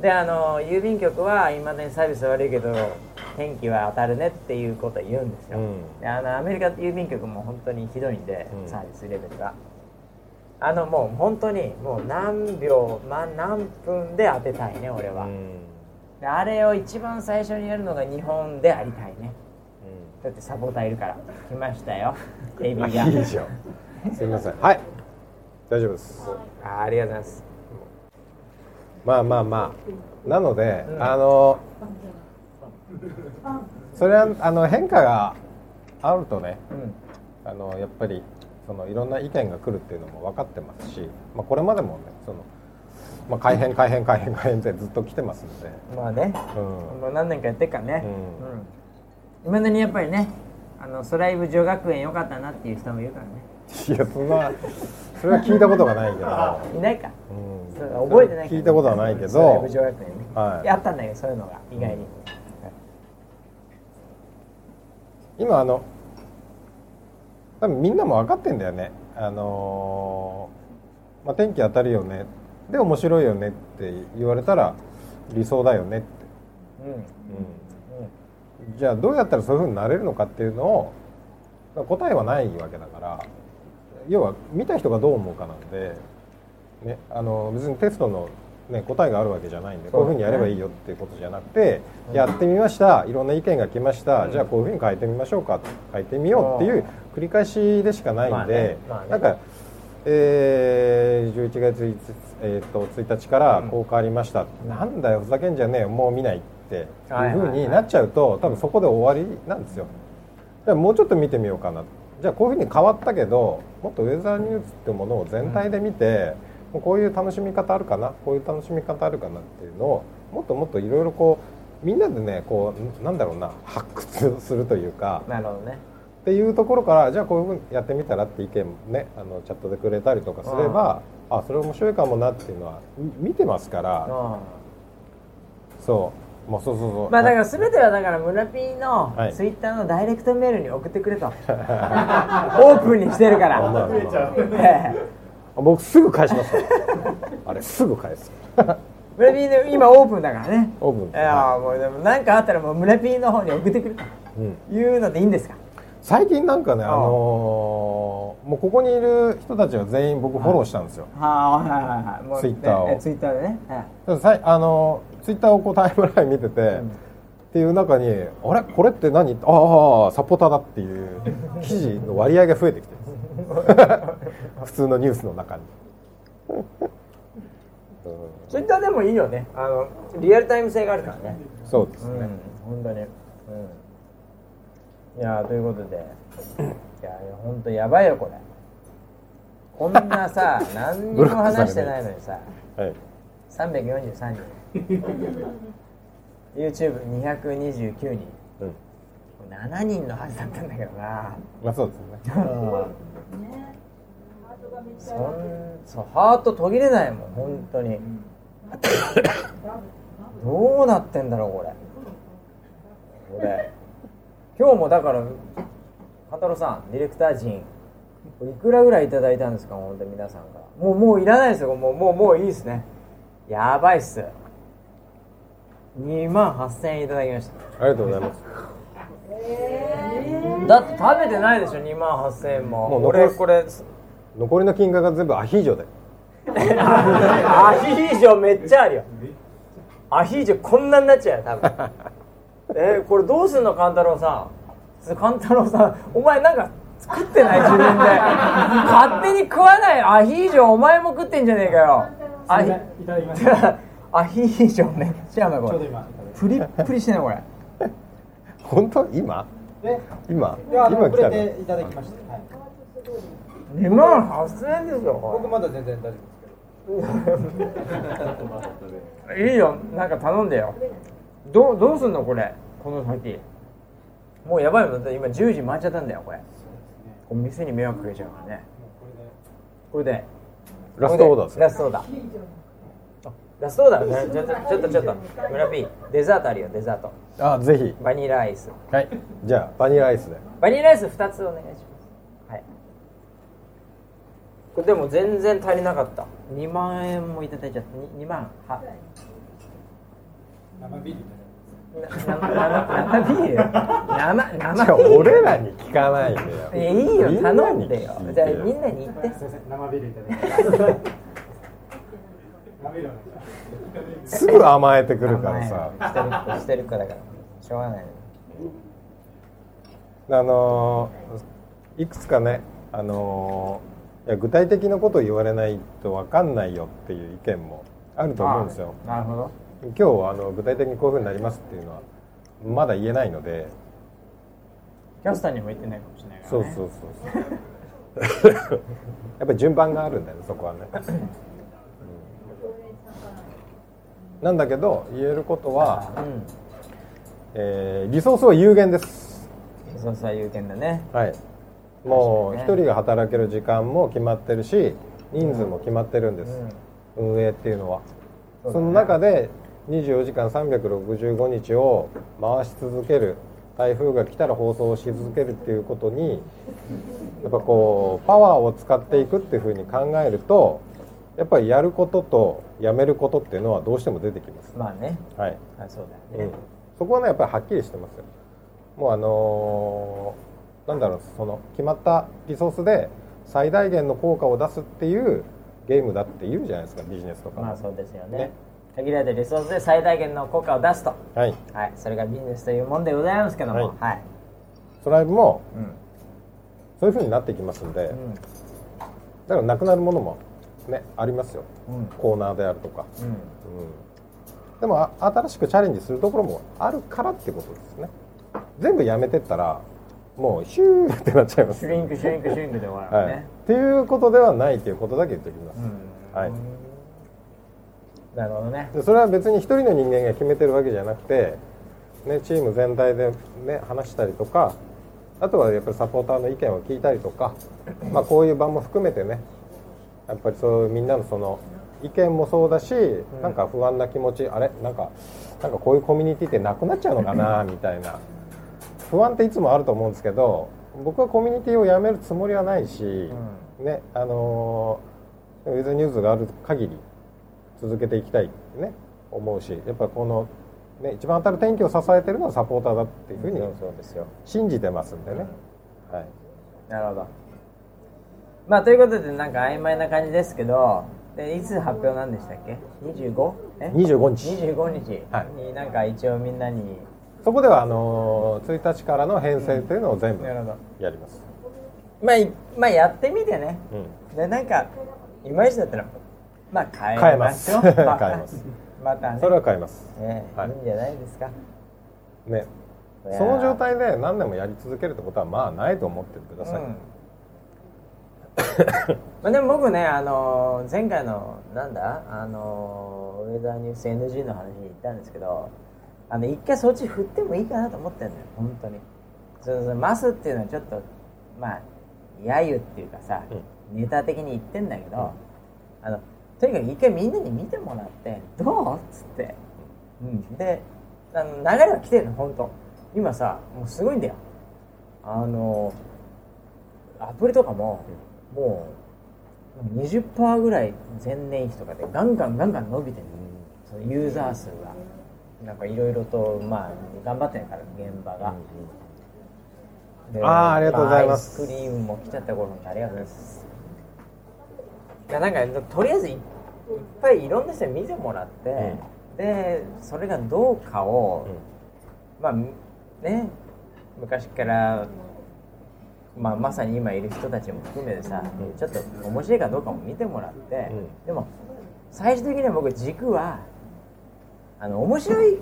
[SPEAKER 2] であの郵便局はいまだにサービス悪いけど天気は当たるねっていうことは言うんですよ、
[SPEAKER 1] うん
[SPEAKER 2] であのアメリカ郵便局も本当にひどいんで、
[SPEAKER 1] うん
[SPEAKER 2] サービスレベルがあのもう本当にもう何秒、ま、何分で当てたいね俺は、であれを一番最初にやるのが日本でありたいねだって サポーターいるから来ましたよエビが
[SPEAKER 1] うんいいじゃんすみませんはい大丈夫です
[SPEAKER 3] はい
[SPEAKER 2] あーありがとうございます
[SPEAKER 1] まあまあまあなので、あのそれはあの変化があるとね
[SPEAKER 2] うん
[SPEAKER 1] あのやっぱりそのいろんな意見が来るっていうのも分かってますし、まあ、これまでもねその、まあ、改変改変改変改変ってずっと来てますので、
[SPEAKER 2] まあね
[SPEAKER 1] うん
[SPEAKER 2] もう何年かやってっからね
[SPEAKER 1] うん
[SPEAKER 2] いま、未だにやっぱりねあのソライブ女学園良かったなっていう人もいるからね
[SPEAKER 1] いやそんなそれは聞いたことがないけど、
[SPEAKER 2] いないか
[SPEAKER 1] うん
[SPEAKER 2] そうか覚えてないから
[SPEAKER 1] 聞いたことはないけ
[SPEAKER 2] ソライ
[SPEAKER 1] ど
[SPEAKER 2] ブ女学園ね、
[SPEAKER 1] はい
[SPEAKER 2] やったんだけどそういうのが意外に、
[SPEAKER 1] 今あの多分みんなも分かってんだよねあのーまあ、天気当たるよねで面白いよねって言われたら理想だよねって、
[SPEAKER 2] うん
[SPEAKER 1] うんじゃあどうやったらそういうふうになれるのかっていうのを答えはないわけだから要は見た人がどう思うかなんで、ね、あの別にテストの、ね、答えがあるわけじゃないんでこういうふうにやればいいよっていうことじゃなくて、やってみましたいろんな意見が来ました、じゃあこういうふうに変えてみましょうか変えてみようっていう繰り返しでしかないんで、
[SPEAKER 2] まあねまあね
[SPEAKER 1] なんか、えー11月 1,、えーと1日からこう変わりました、なんだよふざけんじゃねえよもう見ないっていうふうになっちゃうと多分そこで終わりなんですよ。じゃあもうちょっと見てみようかなじゃあこういうふうに変わったけどもっとウェザーニュースってものを全体で見て、もうこういう楽しみ方あるかなこういう楽しみ方あるかなっていうのをもっともっといろいろこうみんなでねこうなんだろうな発掘するというか
[SPEAKER 2] なるほどね
[SPEAKER 1] っていうところからじゃあこういうふうにやってみたらって意見もねあのチャットでくれたりとかすればあそれ面白いかもなっていうのはみ見てますから
[SPEAKER 2] う
[SPEAKER 1] そうもうそうそうそうん
[SPEAKER 2] まあだから全てはだから村ピーの
[SPEAKER 1] はい
[SPEAKER 2] ツイッターのダイレクトメールに送ってくれとオープンにしてるか
[SPEAKER 1] まあまあまあ
[SPEAKER 2] らええ
[SPEAKER 1] 僕すぐ返しますからあれすぐ返す
[SPEAKER 2] 村ピーの今オープンだからね
[SPEAKER 1] オープン
[SPEAKER 2] いやもうでも何かあったらもう村ピーの方に送ってくると
[SPEAKER 1] うん
[SPEAKER 2] いうのでいいんですか
[SPEAKER 1] 最近なんかね、あ
[SPEAKER 2] ああ
[SPEAKER 1] のーもうここにいる人たちは全員僕フォローしたんですよ、
[SPEAKER 2] はいはいはいはいもう
[SPEAKER 1] Twitter を
[SPEAKER 2] えツイッターでねはい
[SPEAKER 1] たださいあのーツイッターをこうタイムライン見てて、っていう中に「あれこれって何?」ああサポーターだ」っていう記事の割合が増えてきてる普通のニュースの中に、うん
[SPEAKER 2] ツイッターでもいいよねあのリアルタイム性があるからね
[SPEAKER 1] そうです
[SPEAKER 2] う
[SPEAKER 1] ね、
[SPEAKER 2] ん本当にうんいやーというこ とでいやー本当やばいよこれこん なさ何にも話してないのにさ
[SPEAKER 1] はい
[SPEAKER 2] 343人 YouTube229 人
[SPEAKER 1] うん
[SPEAKER 2] 7人のはずだったんだけどな
[SPEAKER 1] まあそうですね
[SPEAKER 3] ねハートがめっちゃ
[SPEAKER 2] そんそうハート途切れないもん本当にどうなってんだろうこれこれ今日もだから勘太郎さんディレクター陣これいくらぐらいいただいたんですか本当に皆さんからもうもういらないですよもうもうもういいですねやばいっす2万8000円いただきました
[SPEAKER 1] ありがとうございます
[SPEAKER 2] だって食べてないでしょ2万8000円も
[SPEAKER 1] もう残
[SPEAKER 2] 俺
[SPEAKER 1] り
[SPEAKER 2] これ
[SPEAKER 1] 残りの金額が全部アヒージョで
[SPEAKER 2] アヒージョめっちゃあるよアヒージョこんなになっちゃうよ多分 えこれどうすんの勘太郎さん勘太郎さんお前なんか作ってない自分で 勝手に食わないアヒージョお前も食ってんじゃねえかよアヒ
[SPEAKER 7] いただきました。
[SPEAKER 2] アヒ ージョめっちゃうまい
[SPEAKER 7] ちょう
[SPEAKER 2] こ
[SPEAKER 7] ど
[SPEAKER 2] れ
[SPEAKER 7] 今いただきまし
[SPEAKER 2] プリップリしてないこれ
[SPEAKER 1] 本当今
[SPEAKER 7] た。で、
[SPEAKER 1] 今
[SPEAKER 7] いやあの
[SPEAKER 1] 今
[SPEAKER 7] く
[SPEAKER 1] 来た
[SPEAKER 7] れ
[SPEAKER 1] の
[SPEAKER 7] ていただきました。はい。
[SPEAKER 2] 2万8000円ですよ
[SPEAKER 7] 僕
[SPEAKER 2] こ
[SPEAKER 7] まだ全然大丈夫です
[SPEAKER 2] れいいよなんか頼んでよどうどうすんのこれこの先もうやばいもんだって今10時回っちゃったんだよこれこれ店に迷惑かけちゃうからねこれで
[SPEAKER 1] ラストオーダーです
[SPEAKER 2] ラストオーダーあラストオーダーねちょちょちょっとちょっと村 P デザートあるよデザート
[SPEAKER 1] あぜひ
[SPEAKER 2] バニラアイス
[SPEAKER 1] はいじゃあバニラアイスで
[SPEAKER 2] バニラアイス2つお願いしますはいこれでも全然足りなかった2万円もいただいちゃったに 2, 万は
[SPEAKER 7] 生ビールいただきました。
[SPEAKER 2] ななな生ビール生生
[SPEAKER 1] じゃあ
[SPEAKER 2] ビール
[SPEAKER 1] 俺らに聞かないで
[SPEAKER 2] い
[SPEAKER 1] よ
[SPEAKER 2] やいいよ頼んでよ
[SPEAKER 1] みんなに聞いて
[SPEAKER 2] じゃあみんなに言って
[SPEAKER 7] すいません、生ビールいただきます。生ビールお願いします。
[SPEAKER 1] すぐ甘えてくるからさ
[SPEAKER 2] してる子してる子だからしょうがない
[SPEAKER 1] あのーいくつかねあのいや具体的なことを言われないと分かんないよっていう意見もあると思うんですよ
[SPEAKER 5] なるほど
[SPEAKER 1] 今日はあの具体的にこういうふうになりますっていうのはまだ言えないので
[SPEAKER 5] キャスターにも言ってないかもしれないから、ね、
[SPEAKER 1] そうそうそうそう やっぱり順番があるんだよねそこはね、うんなんだけど言えることは、
[SPEAKER 2] うん
[SPEAKER 1] えーリソースは有限です
[SPEAKER 2] そうそう言うてんだね
[SPEAKER 1] はいもう一
[SPEAKER 2] 確かにね
[SPEAKER 1] 人が働ける時間も決まってるし人数も決まってるんです、運営っていうのはそ,、の中で24時間365日を回し続ける台風が来たら放送し続けるっていうことにやっぱこうパワーを使っていくっていうふうに考えるとやっぱりやることとやめることっていうのはどうしても出てきます、
[SPEAKER 2] まあね
[SPEAKER 1] はい
[SPEAKER 2] あそうだ
[SPEAKER 1] う
[SPEAKER 2] よ
[SPEAKER 1] ん
[SPEAKER 2] ね、
[SPEAKER 1] そこはねやっぱりはっきりしてますよもうあのーなんだろうその決まったリソースで最大限の効果を出すっていうゲームだって言うじゃないですかビジネスとか、
[SPEAKER 2] まあそうですよね
[SPEAKER 1] ね
[SPEAKER 2] 限られたリソースで最大限の効果を出すと
[SPEAKER 1] はい
[SPEAKER 2] はいそれがビジネスというもんでございますけども
[SPEAKER 1] はい
[SPEAKER 2] はい
[SPEAKER 1] トライブも
[SPEAKER 2] うん
[SPEAKER 1] そういう風になってきますんで、
[SPEAKER 2] うん
[SPEAKER 1] だからなくなるものもねありますよ
[SPEAKER 2] うん
[SPEAKER 1] コーナーであるとか、
[SPEAKER 2] うん
[SPEAKER 1] うんでもあ新しくチャレンジするところもあるからってことですね全部やめてったらもうヒューってなっちゃいます
[SPEAKER 2] シュリンクシュリンクシュリンクで終わる
[SPEAKER 1] はい、
[SPEAKER 2] のね、
[SPEAKER 1] っていうことではないということだけ言っておきます、はい、
[SPEAKER 2] なるほどね
[SPEAKER 1] でそれは別に一人の人間が決めてるわけじゃなくて、ね、チーム全体で、ね、話したりとかあとはやっぱりサポーターの意見を聞いたりとか、まあ、こういう場も含めてねやっぱりそうみんなのその意見もそうだし、なんか不安な気持ちあれなんかなんかこういうコミュニティってなくなっちゃうのかなみたいな不安っていつもあると思うんですけど僕はコミュニティをやめるつもりはないし、ねあのーウィズニュースがある限り続けていきたいってね思うしやっぱこの、ね、一番当たる天気を支えてるのはサポーターだっていうふうに
[SPEAKER 2] そうですよ
[SPEAKER 1] 信じてますんでね、はい、
[SPEAKER 2] なるほどまあということでなんか曖昧な感じですけどでいつ発表なんでしたっけ 25? え
[SPEAKER 1] 25日
[SPEAKER 2] 25日
[SPEAKER 1] はい
[SPEAKER 2] になんか一応みんなに、
[SPEAKER 1] そこではあのー1日からの編成というのを全部
[SPEAKER 2] なるほ
[SPEAKER 1] や
[SPEAKER 2] ど
[SPEAKER 1] ります、
[SPEAKER 2] まあい、まあやってみてね
[SPEAKER 1] うん
[SPEAKER 2] でなんかいまいちだったらまあ変
[SPEAKER 1] 変え
[SPEAKER 2] えま
[SPEAKER 1] ますす
[SPEAKER 2] よ
[SPEAKER 1] 変えます
[SPEAKER 2] また ね
[SPEAKER 1] それは変えます
[SPEAKER 2] ね
[SPEAKER 1] はい
[SPEAKER 2] い、いんじゃないですか
[SPEAKER 1] ね
[SPEAKER 2] いやー
[SPEAKER 1] その状態で何年もやり続けるってことはまあないと思ってください、
[SPEAKER 2] うんまあでも僕ね、あのー前回のなんだ、あのーウェザーニュース NG の話に行ったんですけどあの一回そっち振ってもいいかなと思ってんだよ本当にそうそうマスっていうのはちょっとまあ揶揄っていうかさ、ネタ的に言ってんだけど、あのとにかく一回みんなに見てもらってどうっつって、うん、であの流れは来てるの本当今さもうすごいんだよあのアプリとかももう20%ぐらい前年比とかでガンガンガンガン伸びてる、そのユーザー数がなんかいろいろとまあ頑張ってるから現場が、で
[SPEAKER 1] あーありがとうございます
[SPEAKER 2] あアイスクリームも来ちゃった頃にありがとうございますいやなんかとりあえずいっぱいいろんな人に見てもらって、でそれがどうかを、まあね昔から、まあ、まさに今いる人たちも含めてさ、ちょっと面白いかどうかも見てもらって、
[SPEAKER 1] うん
[SPEAKER 2] でも最終的には僕軸はあの面白い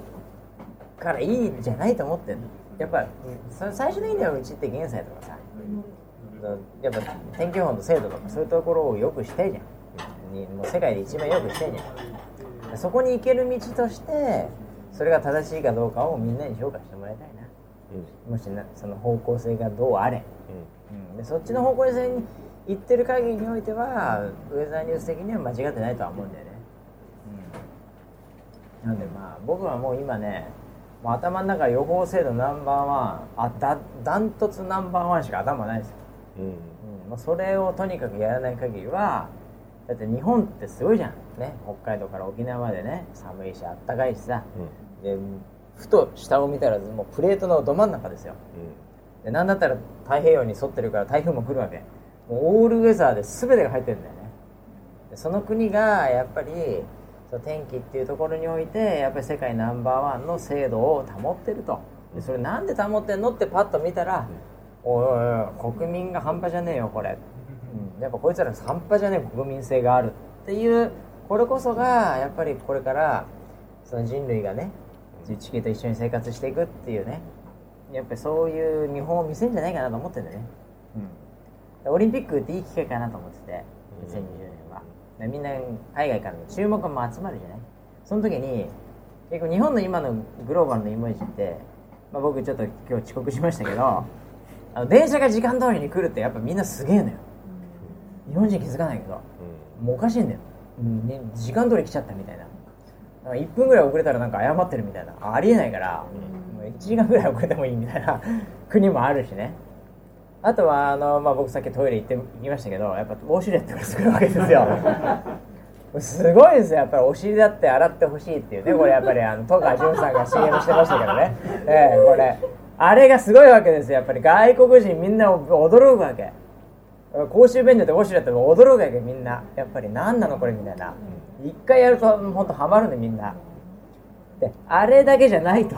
[SPEAKER 2] からいいんじゃないと思ってんのやっぱそ最終的にはうちって現在とかさやっぱ天気予報の精度とかそういうところをよくしたいじゃんにもう世界で一番よくしたいじゃんそこに行ける道としてそれが正しいかどうかをみんなに評価してもらいたいなもしなその方向性がどうあれ、うんでそっちの方向性に行ってる限りにおいてはウェザーニュース的には間違ってないとは思うんだよね、うん、なのでまあ僕はもう今ねもう頭の中予報精度ナンバーワンあだダントツナンバーワンしか頭ないですよ、
[SPEAKER 1] うんうん
[SPEAKER 2] うんまあ、それをとにかくやらない限りはだって日本ってすごいじゃんね北海道から沖縄までね寒いしあったかいしさ、でふと下を見たらもうプレートのど真ん中ですよで何だったら太平洋に沿ってるから台風も来るわけもうオールウェザーで全てが入ってるんだよねでその国がやっぱりその天気っていうところにおいてやっぱり世界ナンバーワンの精度を保ってるとでそれなんで保ってんのってパッと見たら、おいおいおい国民が半端じゃねえよこれ、やっぱこいつらの半端じゃない国民性があるっていうこれこそがやっぱりこれからその人類がね地球と一緒に生活していくっていうねやっぱりそういう見本を見せるんじゃないかなと思ってんだよね、オリンピックっていい機会かなと思ってて2020年は、でみんな海外からの注目も集まるじゃないその時に結構日本の今のグローバルのイメージって、まあ、僕ちょっと今日遅刻しましたけどあの電車が時間通りに来るってやっぱみんなすげえのよ日本人気づかないけどもうおかしいんだよ、うんね、時間通り来ちゃったみたいななんか1分ぐらい遅れたらなんか謝ってるみたいなあありえないから、もう1時間ぐらい遅れてもいいみたいな国もあるしねあとはあの、まあ、僕さっきトイレ行ってきましたけどやっぱウォシュレットが少ないわけですよすごいですよやっぱりお尻だって洗ってほしいっていうねこれやっぱりあの戸川淳さんが CM してましたけどね、ええこれあれがすごいわけですよやっぱり外国人みんな驚くわけ公衆便所でウォシュレットで驚くわけみんなやっぱり何なのこれみたいな一回やると本当ハマるねみんなであれだけじゃないと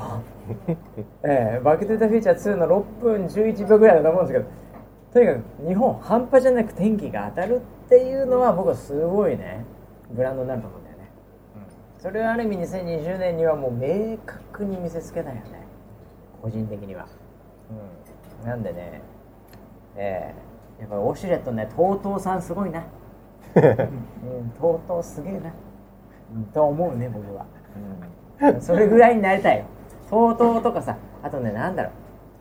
[SPEAKER 2] ええバック・トゥ・ザ・フューチャー2の6分11秒ぐらいだと思うんですけどとにかく日本半端じゃなく天気が当たるっていうのは僕はすごいねブランドになると思うんだよね、それはある意味2020年にはもう明確に見せつけたよね個人的には、うん、なんでねええやっぱりオシュレットね TOTO さんすごいなうん、とうとうすげえな、うん、と思うね僕は、うん、それぐらいになりたいよ TOTO とかさあとねなんだろう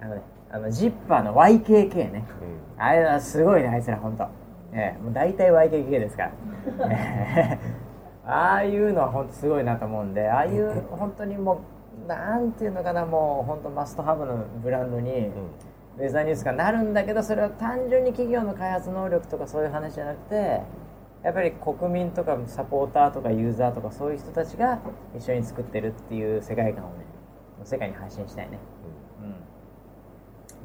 [SPEAKER 2] あのねあのジッパーの YKK ね、あれはすごいねあいつら本当ええもう大体 YKK ですから、ええああいうのは本当すごいなと思うんでああいう本当にもうなんていうのかなもう本当マストハブのブランドに、ウェザーニュースがなるんだけどそれは単純に企業の開発能力とかそういう話じゃなくてやっぱり国民とかサポーターとかユーザーとかそういう人たちが一緒に作ってるっていう世界観をね世界に発信したいね、うん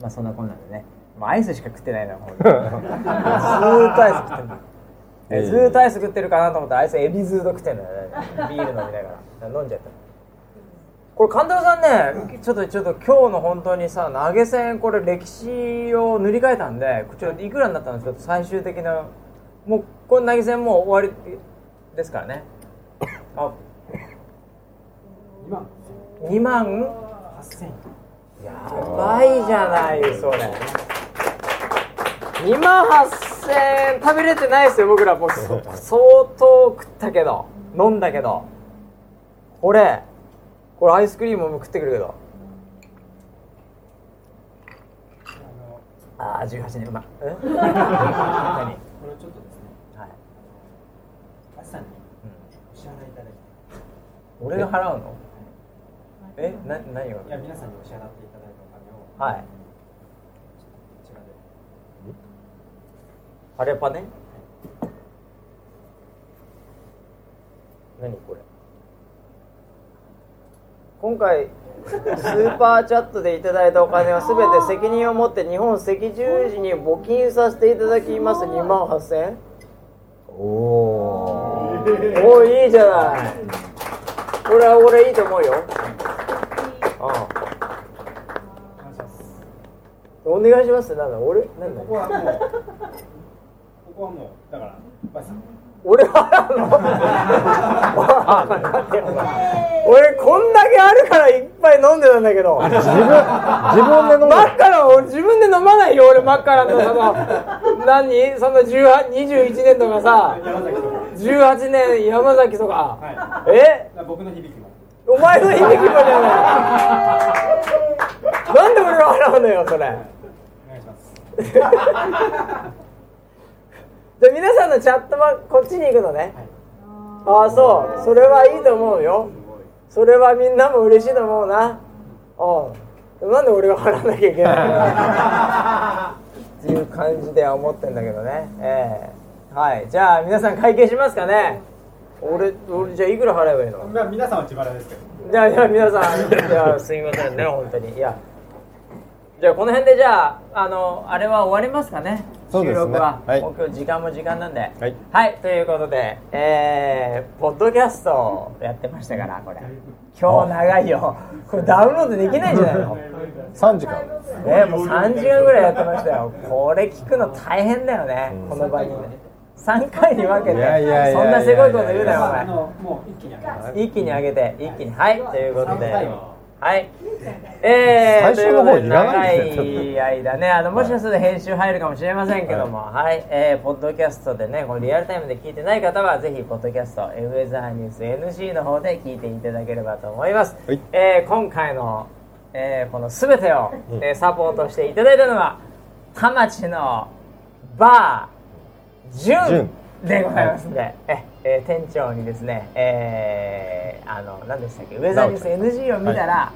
[SPEAKER 2] まあそんなこんなんでねもうアイスしか食ってないなほんとずーっとアイス食ってるえずーっとアイス食ってるかなと思ったらアイスエビズード食ってんだよねビール飲みながら飲んじゃったこれ神田さんねちょっとちょっと今日の本当にさ投げ銭これ歴史を塗り替えたんでこちらいくらになったんですか最終的なもうこの投げ銭もう終わりですからねあ
[SPEAKER 7] 今
[SPEAKER 5] 2万
[SPEAKER 7] 8000
[SPEAKER 5] やばいじゃないそれ2万8000円食べれてないですよ僕らもうそ相当食ったけど飲んだけどこれこれアイスクリームも食ってくるけどああ18年うまいえ
[SPEAKER 7] これ
[SPEAKER 5] 何
[SPEAKER 7] をちょっとですね
[SPEAKER 5] はい
[SPEAKER 7] あさんにお支払いいただきた
[SPEAKER 5] 俺が払うのえな何を
[SPEAKER 7] いいや皆さんにお支払っていただいたお金をこ
[SPEAKER 5] はい
[SPEAKER 7] ちらで
[SPEAKER 5] あれパネ何これ今回スーパーチャットでいただいたお金はすべて責任を持って日本赤十字に募金させていただきます2万8000円
[SPEAKER 1] おー
[SPEAKER 5] おーいいじゃないこれは俺いいと思うよああ
[SPEAKER 7] お願いします
[SPEAKER 5] お願いしますなんだ俺なんだ
[SPEAKER 7] ここはもうここはもうだからバイさん
[SPEAKER 5] 俺払うのわかってる俺こんだけあるからいっぱい飲んでたんだけど
[SPEAKER 1] 自分自分で飲ん
[SPEAKER 5] マ
[SPEAKER 1] だ
[SPEAKER 5] ッカラン俺自分で飲まないよ俺マッカランのその何その18 21年とかさ
[SPEAKER 7] 山崎とか
[SPEAKER 5] 18年山崎とか、
[SPEAKER 7] は
[SPEAKER 5] え
[SPEAKER 7] い僕の響きも
[SPEAKER 5] お前の響きもじゃないなんで俺が払うのよそれ
[SPEAKER 7] お願いします
[SPEAKER 5] じゃあ皆さんのチャットはこっちに行くのね、ああそうそれはいいと思うよそれはみんなも嬉しいと思うなうんなんで俺が払わなきゃいけない のっていう感じでは思ってんだけどねええはいじゃあ皆さん会計しますかね俺俺じゃあいくら払えばいいの
[SPEAKER 7] まあ皆さんは自腹ですけど
[SPEAKER 5] じゃあじゃあ皆さんじゃあすいませんね本当にいやじゃあこの辺でじゃああのあれは終わりますかね
[SPEAKER 1] そうですね
[SPEAKER 5] 収録は、
[SPEAKER 1] はい
[SPEAKER 5] もう今日時間も時間なんではいということでえー、ポッドキャ ストをやってましたからこれ今日長いよこれダウンロードできないんじゃないの
[SPEAKER 1] 3時間です
[SPEAKER 2] ね、もう3時間ぐらいやってましたよ、これ聞くの大変だよね、この番組、3回に分けて、
[SPEAKER 1] いやいやいやいや
[SPEAKER 2] そんなせこいこと言うな
[SPEAKER 1] や
[SPEAKER 2] よ、
[SPEAKER 7] あ
[SPEAKER 2] お前。
[SPEAKER 7] のもう一気に上げます。
[SPEAKER 2] 一気に上げて、一気に、はい、ということ
[SPEAKER 7] 三
[SPEAKER 2] で、
[SPEAKER 7] 回も
[SPEAKER 2] はい、えー、
[SPEAKER 1] 最初の方
[SPEAKER 2] ということで
[SPEAKER 1] いらないですね
[SPEAKER 2] 長い間ね、あのもしかすると編集入るかもしれませんけども、はい、えー、ポッドキャストでね、こうリアルタイムで聞いてない方は、ぜひ、ポッドキャスト、f s ハニュース NC の方で聞いていただければと思います。
[SPEAKER 1] はい
[SPEAKER 2] えー今回の、えーこの全てを、
[SPEAKER 1] うん
[SPEAKER 2] えーサポートしていただいたのは田町のバージュンでございますんで、ええー店長にですね、えーあの何でしたっけウェザーニュース NG を見たら、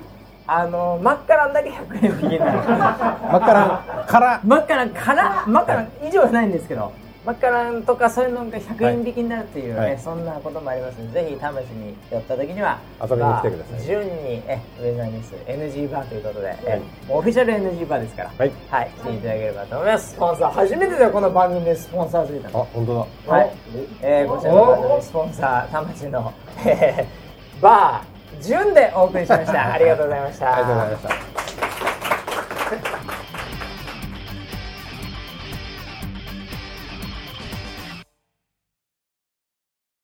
[SPEAKER 2] あのマッカランだけ100円引きになる
[SPEAKER 1] マカランから
[SPEAKER 2] マッカランからマッカラン以上はないんですけどマッカランとかそういうのが100円引きになるっていう、
[SPEAKER 1] はい
[SPEAKER 2] えそんなこともありますのでぜひ田町に寄った時には
[SPEAKER 1] 遊びに来てください
[SPEAKER 2] まあ順にえウェザーニュース NG バーということで、え
[SPEAKER 1] はい
[SPEAKER 2] もうオフィシャル NG バーですから
[SPEAKER 1] はい
[SPEAKER 2] 来ていただければと思いますスポンサー初めてだよこの番組でスポンサーついた
[SPEAKER 1] あ
[SPEAKER 2] の
[SPEAKER 1] 本当だ
[SPEAKER 2] はい、えー、こちらの番組スポンサー田町の、えーバー順でお送りしましたありがとうございました
[SPEAKER 1] ありがとうございました